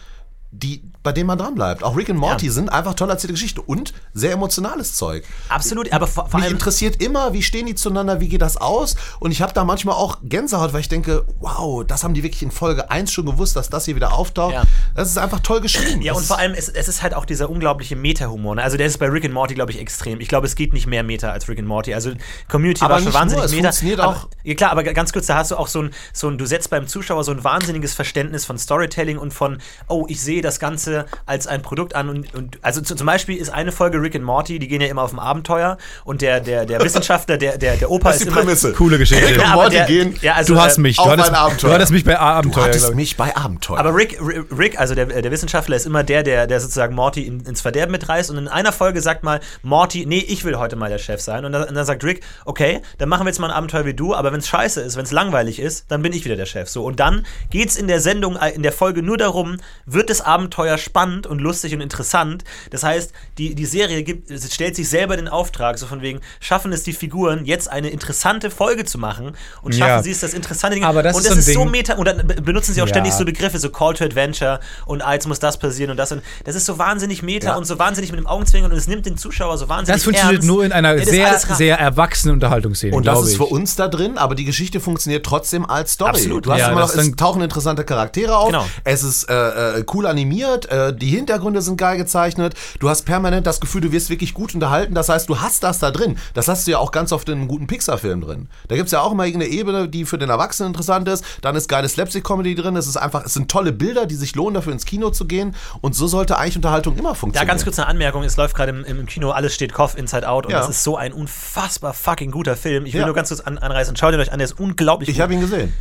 Speaker 2: die, bei denen man dranbleibt. Auch Rick und Morty sind einfach toll erzählte Geschichten und sehr emotionales Zeug.
Speaker 3: Absolut, aber vor, vor
Speaker 2: Mich
Speaker 3: allem.
Speaker 2: interessiert immer, wie stehen die zueinander, wie geht das aus? Und ich habe da manchmal auch Gänsehaut, weil ich denke, wow, das haben die wirklich in Folge 1 schon gewusst, dass das hier wieder auftaucht.
Speaker 3: Ja.
Speaker 2: Das ist einfach toll geschrieben.
Speaker 3: Ja,
Speaker 2: das
Speaker 3: und vor allem, es, es ist halt auch dieser unglaubliche Meta-Humor. Ne? Also, der ist bei Rick and Morty, glaube ich, extrem. Ich glaube, es geht nicht mehr Meta als Rick and Morty. Also, Community
Speaker 2: Aber
Speaker 3: war schon
Speaker 2: nicht nur,
Speaker 3: wahnsinnig
Speaker 2: es
Speaker 3: Meta.
Speaker 2: funktioniert
Speaker 3: aber,
Speaker 2: auch-
Speaker 3: Ja, klar, aber g- ganz kurz, da hast du auch so ein, so ein, du setzt beim Zuschauer so ein wahnsinniges Verständnis von Storytelling und von, oh, ich sehe das Ganze als ein Produkt an. Und, und also, zu, zum Beispiel ist eine Folge Rick and Morty, die gehen ja immer auf ein Abenteuer und der, der, der Wissenschaftler, der, der, der Opa
Speaker 2: Das ist die
Speaker 3: immer-
Speaker 2: Prämisse.
Speaker 1: Coole Geschichte.
Speaker 3: Ja, aber
Speaker 2: Morty
Speaker 3: der-
Speaker 2: gehen,
Speaker 3: ja, also,
Speaker 1: du hast
Speaker 3: äh,
Speaker 1: mich.
Speaker 2: auf
Speaker 1: Du hattest,
Speaker 2: ein Abenteuer.
Speaker 1: du hattest mich bei A-
Speaker 2: du
Speaker 1: Abenteuer,
Speaker 2: hattest
Speaker 1: glaub ich.
Speaker 2: mich bei Abenteuer.
Speaker 3: Aber Rick, Rick- Rick also der, der Wissenschaftler, ist immer der, der, der sozusagen Morty in, ins Verderben mitreißt. Und in einer Folge sagt mal Morty, nee, ich will heute mal der Chef sein. Und dann, und dann sagt Rick, okay, dann machen wir jetzt mal ein Abenteuer wie du, aber wenn es scheiße ist, wenn es langweilig ist, dann bin ich wieder der Chef. So, und dann geht's in der Sendung, äh, in der Folge nur darum, wird das Abenteuer spannend und lustig und interessant. Das heißt, die, die Serie gibt, es stellt sich selber den Auftrag, so von wegen, schaffen es die Figuren, jetzt eine interessante Folge zu machen und schaffen
Speaker 1: Ja.
Speaker 3: sie es, das interessante Ding.
Speaker 1: Aber das
Speaker 3: und
Speaker 1: ist
Speaker 3: das
Speaker 1: so ein
Speaker 3: ist so
Speaker 1: Ding-
Speaker 3: meta. Und dann be- benutzen sie auch
Speaker 1: Ja.
Speaker 3: ständig so Begriffe, so Call to Adventure und ah, jetzt muss das passieren und das und das ist so wahnsinnig Meta
Speaker 2: Ja.
Speaker 3: und so wahnsinnig mit dem Augenzwinkern und es nimmt den Zuschauer so wahnsinnig
Speaker 1: Das funktioniert
Speaker 3: ernst.
Speaker 1: nur in einer
Speaker 3: Ja, das
Speaker 1: sehr,
Speaker 3: alles ra-
Speaker 1: sehr erwachsenen Unterhaltungsszene.
Speaker 2: und das
Speaker 1: glaub
Speaker 2: ist
Speaker 1: ich.
Speaker 2: für uns da drin, aber die Geschichte funktioniert trotzdem als Story.
Speaker 3: Absolut.
Speaker 2: Du hast
Speaker 1: Ja,
Speaker 2: immer
Speaker 1: das
Speaker 2: noch,
Speaker 1: ist
Speaker 2: es
Speaker 1: dann-
Speaker 2: tauchen interessante Charaktere auf,
Speaker 3: Genau.
Speaker 2: es ist äh, äh, cool animiert, äh, die Hintergründe sind geil gezeichnet, du hast permanent das Gefühl, du wirst wirklich gut unterhalten, das heißt, du hast das da drin. Das hast du ja auch ganz oft in einem guten Pixar-Film drin. Da gibt's ja auch immer irgendeine Ebene, die für den Erwachsenen interessant ist, dann ist geile Slapstick-Comedy drin, es ist einfach, es sind tolle Bilder, die sich lohnen, dafür ins Kino zu gehen und so sollte eigentlich Unterhaltung immer
Speaker 3: Da
Speaker 2: funktionieren.
Speaker 3: ganz kurz eine Anmerkung, es läuft gerade im, im Kino, alles steht Kopf, Inside Out und
Speaker 2: Ja.
Speaker 3: das ist so ein unfassbar fucking guter Film. Ich will
Speaker 2: Ja.
Speaker 3: nur ganz kurz an, anreißen, schaut ihn euch an, der ist unglaublich
Speaker 2: Ich
Speaker 3: gut.
Speaker 2: habe ihn gesehen.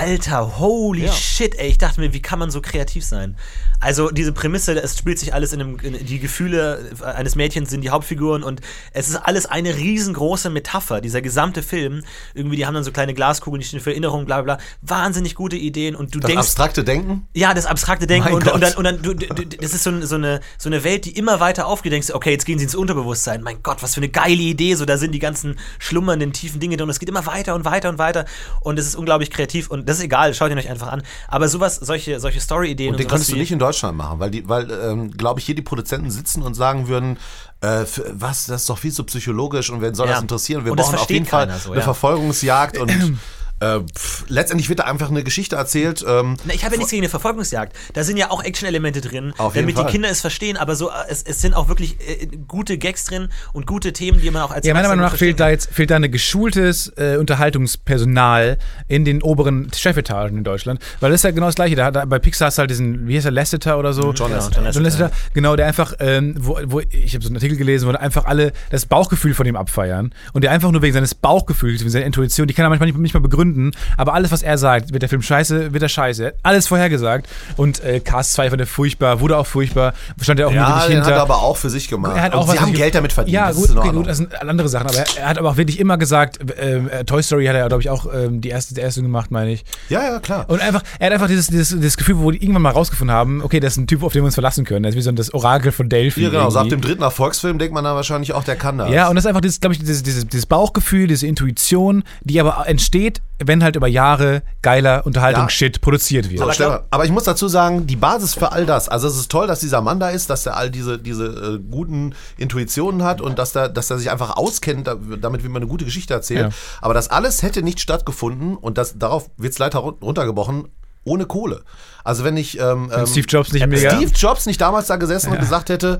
Speaker 3: Alter, holy
Speaker 2: Ja.
Speaker 3: shit, ey. Ich dachte mir, wie kann man so kreativ sein? Also, diese Prämisse, es spielt sich alles in einem. In, die Gefühle eines Mädchens sind die Hauptfiguren und es ist alles eine riesengroße Metapher. Dieser gesamte Film, irgendwie, die haben dann so kleine Glaskugeln, die stehen für Erinnerungen, bla bla. bla. Wahnsinnig gute Ideen und du
Speaker 2: Das
Speaker 3: denkst.
Speaker 2: abstrakte Denken.
Speaker 3: Ja, das abstrakte Denken
Speaker 2: Mein
Speaker 3: und, und
Speaker 2: Gott.
Speaker 3: dann, und dann du, du, du- das ist so, ein- so, eine, so eine Welt, die immer weiter aufgeht. Denkst, du, okay, jetzt gehen sie ins Unterbewusstsein. Mein Gott, was für eine geile Idee. So, da sind die ganzen schlummernden, tiefen Dinge drin. Und es geht immer weiter und weiter und weiter. Und es ist unglaublich kreativ. Und das ist egal, schaut ihn euch einfach an. Aber sowas, solche, solche Story-Ideen
Speaker 2: Und
Speaker 1: Also
Speaker 2: den
Speaker 3: sowas
Speaker 2: könntest du
Speaker 3: wie-
Speaker 2: nicht in Deutschland machen, weil, die- weil ähm, glaube ich, hier die Produzenten sitzen und sagen würden, äh, für, was, das ist doch viel zu psychologisch und wen soll
Speaker 3: Ja.
Speaker 2: das interessieren? Wir
Speaker 3: Und das
Speaker 2: brauchen auf
Speaker 3: versteht
Speaker 2: jeden Fall
Speaker 3: keiner so,
Speaker 2: eine
Speaker 3: ja.
Speaker 2: Verfolgungsjagd und äh, pff, letztendlich wird da einfach eine Geschichte erzählt. Ähm,
Speaker 3: Na, ich habe ja nichts gegen eine Verfolgungsjagd. Da sind ja auch Action-Elemente drin,
Speaker 2: Auf jeden
Speaker 3: damit die
Speaker 2: Fall.
Speaker 3: Kinder es verstehen. Aber so, äh, es, es sind auch wirklich äh, gute Gags drin und gute Themen, die man auch als
Speaker 1: Ja, meiner
Speaker 3: Erwachsener
Speaker 1: Meinung nach
Speaker 3: gut
Speaker 1: fehlt
Speaker 3: verstehen
Speaker 1: da jetzt fehlt da ein geschultes äh, Unterhaltungspersonal in den oberen Chefetagen in Deutschland, weil das ist ja genau das gleiche. Da, da bei Pixar hast du halt diesen, wie heißt er, Lasseter oder so?
Speaker 3: John
Speaker 1: Genau,
Speaker 3: Lasseter.
Speaker 1: John Lasseter, genau, der einfach, ähm, wo, wo ich habe so einen Artikel gelesen, wo einfach alle das Bauchgefühl von ihm abfeiern und der einfach nur wegen seines Bauchgefühls, wegen seiner Intuition, die kann er manchmal nicht, nicht mal begründen, aber alles, was er sagt, wird der Film scheiße, wird er scheiße. Er hat Alles vorhergesagt und äh, Cast 2 fand er furchtbar, wurde auch furchtbar, stand er auch nie
Speaker 2: ja,
Speaker 1: richtig
Speaker 2: den
Speaker 1: hinter.
Speaker 2: hat er aber auch für sich gemacht.
Speaker 1: Er hat
Speaker 2: und
Speaker 1: auch
Speaker 2: sie
Speaker 1: was
Speaker 2: haben
Speaker 1: nicht-
Speaker 2: Geld damit verdient.
Speaker 1: Ja,
Speaker 2: das
Speaker 1: gut,
Speaker 2: in
Speaker 1: okay,
Speaker 2: Ordnung.
Speaker 1: gut, also das sind andere Sachen. Aber er, er hat aber auch wirklich immer gesagt, ähm, äh, Toy Story hat er, glaube ich, auch ähm, die erste, die erste gemacht, meine ich.
Speaker 2: ja, ja, klar.
Speaker 1: Und einfach, er hat einfach dieses, dieses, dieses Gefühl, wo die irgendwann mal rausgefunden haben, okay, das ist ein Typ, auf den wir uns verlassen können. Das ist wie so ein- das Orakel von Delphi.
Speaker 2: ja, genau. So ab
Speaker 1: irgendwie.
Speaker 2: dem dritten Erfolgsfilm denkt man dann wahrscheinlich auch, der kann das.
Speaker 1: Ja, und das ist einfach, glaube ich, dieses, dieses, dieses Bauchgefühl, diese Intuition, die aber entsteht, wenn halt über Jahre geiler Unterhaltungsshit produziert wird.
Speaker 2: So,
Speaker 3: Aber
Speaker 2: aber,
Speaker 3: glaub-
Speaker 2: aber ich muss dazu sagen, die Basis für all das, also es ist toll, dass dieser Mann da ist, dass er all diese, diese äh, guten Intuitionen hat und dass er, dass er sich einfach auskennt, da- damit wie man eine gute Geschichte erzählt.
Speaker 1: Ja.
Speaker 2: Aber das alles hätte nicht stattgefunden und das, darauf wird es leider run- runtergebrochen, ohne Kohle. Also wenn ich ähm, ähm,
Speaker 1: Steve Jobs nicht
Speaker 2: wenn
Speaker 1: mega-
Speaker 2: Steve Jobs nicht damals da gesessen und gesagt hätte,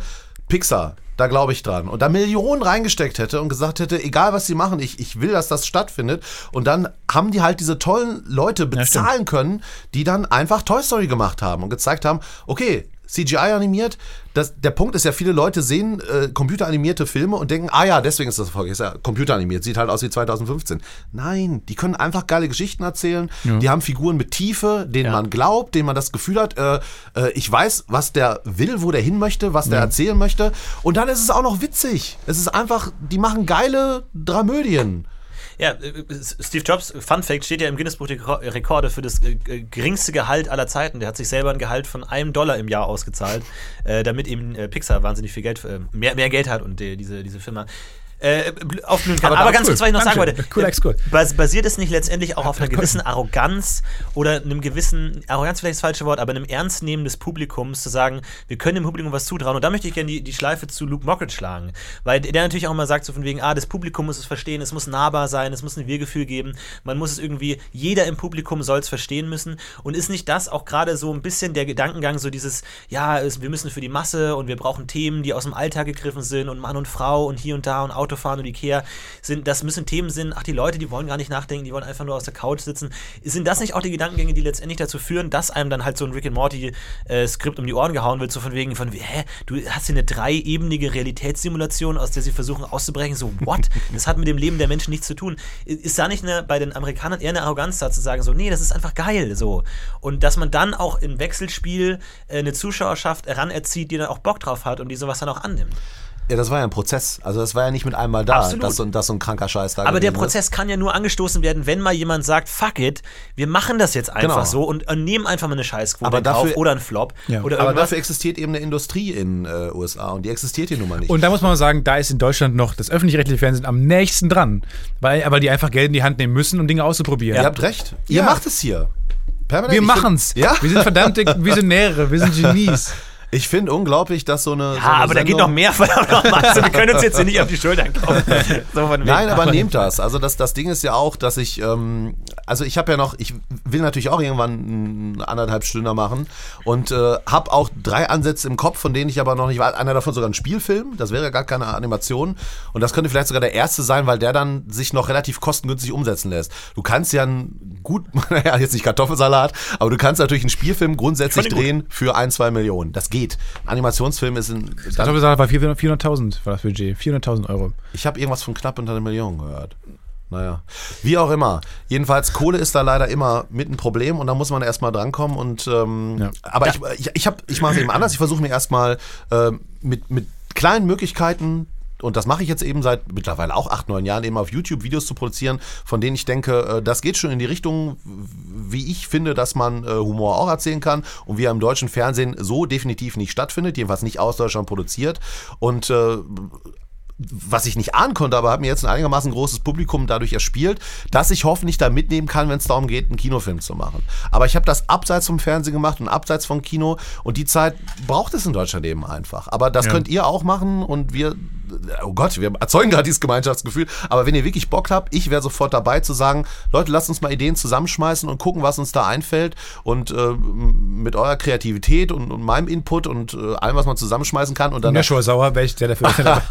Speaker 2: Pixar, da glaube ich dran. Und da Millionen reingesteckt hätte und gesagt hätte, egal was sie machen, ich, ich will, dass das stattfindet. Und dann haben die halt diese tollen Leute bezahlen können, die dann einfach Toy Story gemacht haben und gezeigt haben, okay, CGI animiert. Das, der Punkt ist ja, viele Leute sehen äh, computeranimierte Filme und denken, ah ja, deswegen ist das erfolgreich. Ist ja computeranimiert, sieht halt aus wie 2015. Nein, die können einfach geile Geschichten erzählen. Die haben Figuren mit Tiefe, denen man glaubt, denen man das Gefühl hat, äh, äh, ich weiß, was der will, wo der hin möchte, was der erzählen möchte. Und dann ist es auch noch witzig. Es ist einfach, die machen geile Dramödien.
Speaker 3: Ja, äh, Steve Jobs, Fun Fact, steht ja im Guinness-Buch der Ko- Rekorde für das äh, äh, geringste Gehalt aller Zeiten. Der hat sich selber ein Gehalt von einem Dollar im Jahr ausgezahlt, äh, damit eben äh, Pixar wahnsinnig viel Geld, äh, mehr, mehr Geld hat und die, diese, diese Firma äh, bl- aufblühen kann.
Speaker 1: Aber
Speaker 3: Aber,
Speaker 1: cool.
Speaker 3: ganz kurz, was ich noch sagen
Speaker 1: Dankeschön.
Speaker 3: wollte.
Speaker 1: Cooler
Speaker 3: äh,
Speaker 1: Exkurs.
Speaker 3: bas- Basiert es nicht letztendlich auch auf einer gewissen Arroganz oder einem gewissen, Arroganz vielleicht das falsche Wort, aber einem Ernstnehmen des Publikums zu sagen, wir können dem Publikum was zutrauen. Und da möchte ich gerne die, die Schleife zu Luke Mockridge schlagen. Weil der natürlich auch immer sagt, so von wegen, ah, das Publikum muss es verstehen, es muss nahbar sein, es muss ein Wir-Gefühl geben, man muss es irgendwie, jeder im Publikum soll es verstehen müssen. Und ist nicht das auch gerade so ein bisschen der Gedankengang, so dieses, ja, es, wir müssen für die Masse und wir brauchen Themen, die aus dem Alltag gegriffen sind und Mann und Frau und hier und da und Autofahren und Ikea sind, das müssen Themen sind, ach, die Leute, die wollen gar nicht nachdenken, die wollen einfach nur aus der Couch sitzen. Sind das nicht auch die Gedankengänge, die letztendlich dazu führen, dass einem dann halt so ein Rick and Morty-Skript um die Ohren gehauen wird, so von wegen von, hä, du hast hier eine dreiebene Realitätssimulation, aus der sie versuchen auszubrechen, so, what? Das hat mit dem Leben der Menschen nichts zu tun. Ist da nicht eine, bei den Amerikanern eher eine Arroganz da zu sagen, so, nee, das ist einfach geil, so. Und dass man dann auch im Wechselspiel äh, eine Zuschauerschaft heranerzieht, die dann auch Bock drauf hat und die sowas dann auch annimmt.
Speaker 2: Ja, das war ja ein Prozess. Also das war ja nicht mit einmal da,
Speaker 3: Absolut.
Speaker 2: dass so, ein- dass so ein kranker Scheiß da
Speaker 3: Aber der
Speaker 2: gewesen ist.
Speaker 3: Prozess kann ja nur angestoßen werden, wenn mal jemand sagt, fuck it, wir machen das jetzt einfach
Speaker 2: Genau.
Speaker 3: so und, und nehmen einfach mal eine Scheißquote
Speaker 2: Aber
Speaker 3: in Kauf
Speaker 2: dafür-
Speaker 3: oder einen Flop.
Speaker 1: Ja.
Speaker 3: Oder
Speaker 2: Aber
Speaker 3: irgendwas.
Speaker 2: dafür existiert eben eine Industrie in äh, USA und die existiert hier nun mal nicht.
Speaker 1: Und da muss man mal sagen, da ist in Deutschland noch das öffentlich-rechtliche Fernsehen am nächsten dran, weil aber die einfach Geld in die Hand nehmen müssen, um Dinge auszuprobieren.
Speaker 2: Ihr habt recht. Ihr
Speaker 1: Ja.
Speaker 2: macht es hier. Permanent.
Speaker 1: Wir
Speaker 2: Ich find-
Speaker 1: machen's.
Speaker 2: Ja.
Speaker 1: Wir sind verdammte Visionäre, wir sind Genies.
Speaker 2: Ich finde unglaublich, dass so eine. so
Speaker 3: Ah,
Speaker 2: eine
Speaker 3: aber da geht noch
Speaker 2: Sendung-
Speaker 3: mehr, verdammt nochmal. Also, wir können uns jetzt hier nicht auf die Schultern klopfen. So von wegen.
Speaker 2: Nein, aber nehmt das. Also das, das Ding ist ja auch, dass ich, ähm, also ich habe ja noch, ich will natürlich auch irgendwann einen anderthalb Stunden machen und äh, habe auch drei Ansätze im Kopf, von denen ich aber noch nicht weiß. Einer davon sogar ein Spielfilm, das wäre ja gar keine Animation und das könnte vielleicht sogar der erste sein, weil der dann sich noch relativ kostengünstig umsetzen lässt. Du kannst ja einen gut, naja, jetzt nicht Kartoffelsalat, aber du kannst natürlich einen Spielfilm grundsätzlich
Speaker 3: Ich fand ihn
Speaker 2: drehen für ein, zwei Millionen. Das geht. Ein Animationsfilm ist ein,
Speaker 1: Ich
Speaker 2: dann,
Speaker 1: glaube, das war 400 400.000 war das Budget. 400.000 Euro.
Speaker 2: ich habe irgendwas von knapp unter einer Million gehört. Naja, wie auch immer. Jedenfalls, Kohle ist da leider immer mit ein Problem und da muss man erstmal drankommen. Und, ähm,
Speaker 1: Ja.
Speaker 2: Aber ich, ich, ich, hab- ich mache es eben anders. Ich versuche mir erstmal ähm, mit, mit kleinen Möglichkeiten, und das mache ich jetzt eben seit mittlerweile auch acht, neun Jahren, eben auf YouTube Videos zu produzieren, von denen ich denke, äh, das geht schon in die Richtung, wie ich finde, dass man äh, Humor auch erzählen kann und wie er im deutschen Fernsehen so definitiv nicht stattfindet, jedenfalls nicht aus Deutschland produziert. Und äh, was ich nicht ahnen konnte, aber habe mir jetzt ein einigermaßen großes Publikum dadurch erspielt, dass ich hoffentlich da mitnehmen kann, wenn es darum geht, einen Kinofilm zu machen. Aber ich habe das abseits vom Fernsehen gemacht und abseits vom Kino und die Zeit braucht es in Deutschland eben einfach. Aber das könnt ihr auch machen und wir, oh Gott, wir erzeugen gerade dieses Gemeinschaftsgefühl. Aber wenn ihr wirklich Bock habt, ich wäre sofort dabei zu sagen, Leute, lasst uns mal Ideen zusammenschmeißen und gucken, was uns da einfällt und äh, mit eurer Kreativität und, und meinem Input und äh, allem, was man zusammenschmeißen kann und dann
Speaker 1: Joshua Sauer wäre ich der dafür.
Speaker 2: ja,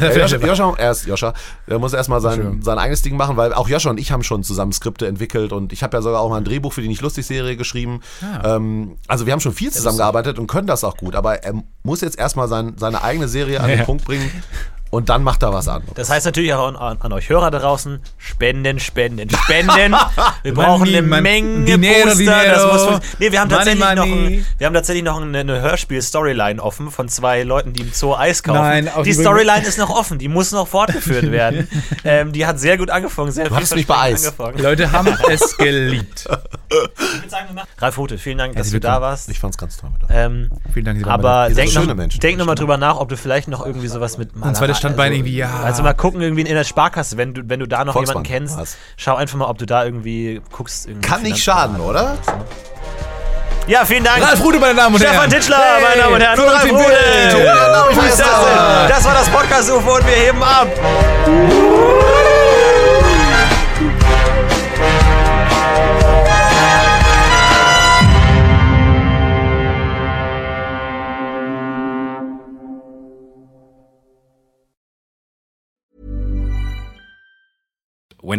Speaker 1: der
Speaker 2: Joscha,
Speaker 1: dafür
Speaker 2: Joscha, erst Joscha, der muss erstmal sein, sein eigenes Ding machen, weil auch Joscha und ich haben schon zusammen Skripte entwickelt und ich habe ja sogar auch mal ein Drehbuch für die Nicht-Lustig-Serie geschrieben. Ähm, also wir haben schon viel zusammengearbeitet und können das auch gut, aber er muss jetzt erstmal sein, seine eigene Serie an den
Speaker 1: Ja.
Speaker 2: Punkt bringen und dann macht er was anderes.
Speaker 3: Das heißt natürlich auch an, an, an euch Hörer da draußen, spenden, spenden, spenden. Wir brauchen eine
Speaker 1: Money,
Speaker 3: Menge
Speaker 1: Dinero,
Speaker 3: Booster.
Speaker 1: Dinero.
Speaker 3: Das muss, nee, wir haben
Speaker 1: Money,
Speaker 3: tatsächlich noch,
Speaker 1: money.
Speaker 3: ein, wir haben tatsächlich noch eine, eine Hörspiel-Storyline offen von zwei Leuten, die im Zoo Eis kaufen.
Speaker 1: Nein, auch
Speaker 3: die
Speaker 1: übrigens-
Speaker 3: Storyline ist noch offen, die muss noch fortgeführt werden. ähm, die hat sehr gut angefangen, sehr
Speaker 2: Du hattest mich bei Eis.
Speaker 1: Die Leute haben es geliebt.
Speaker 3: Ralf Hote, vielen Dank, dass
Speaker 1: Herzlich
Speaker 3: du da
Speaker 1: willkommen.
Speaker 3: warst.
Speaker 2: Ich fand's ganz toll mit euch.
Speaker 3: Ähm,
Speaker 1: Vielen Dank, Sie waren
Speaker 3: aber
Speaker 2: Ihr seid
Speaker 3: denk,
Speaker 2: schöne
Speaker 3: noch,
Speaker 2: Menschen.
Speaker 3: denk noch mal drüber nach, ob du vielleicht noch irgendwie sowas mit Malerei,
Speaker 1: zweites Standbein irgendwie, ja.
Speaker 3: Also mal gucken, irgendwie in der Sparkasse, wenn du, wenn du da noch
Speaker 2: Volksbank,
Speaker 3: jemanden kennst,
Speaker 2: was?
Speaker 3: schau einfach mal, ob du da irgendwie guckst. Irgendwie
Speaker 2: Kann nicht
Speaker 3: Finanzberater.
Speaker 2: schaden, oder?
Speaker 3: Ja, vielen Dank.
Speaker 1: Ralf Rude, meine Damen und
Speaker 3: Stefan
Speaker 1: Herren.
Speaker 3: Tischler,
Speaker 1: Hey,
Speaker 3: meine Damen und Herren. Ralf
Speaker 1: Florentin Will.
Speaker 3: Rude.
Speaker 2: Ja, Damen und
Speaker 3: Fuß
Speaker 2: Herren.
Speaker 3: Tasse. Das war das Podcast-UFO und wir heben ab.
Speaker 6: when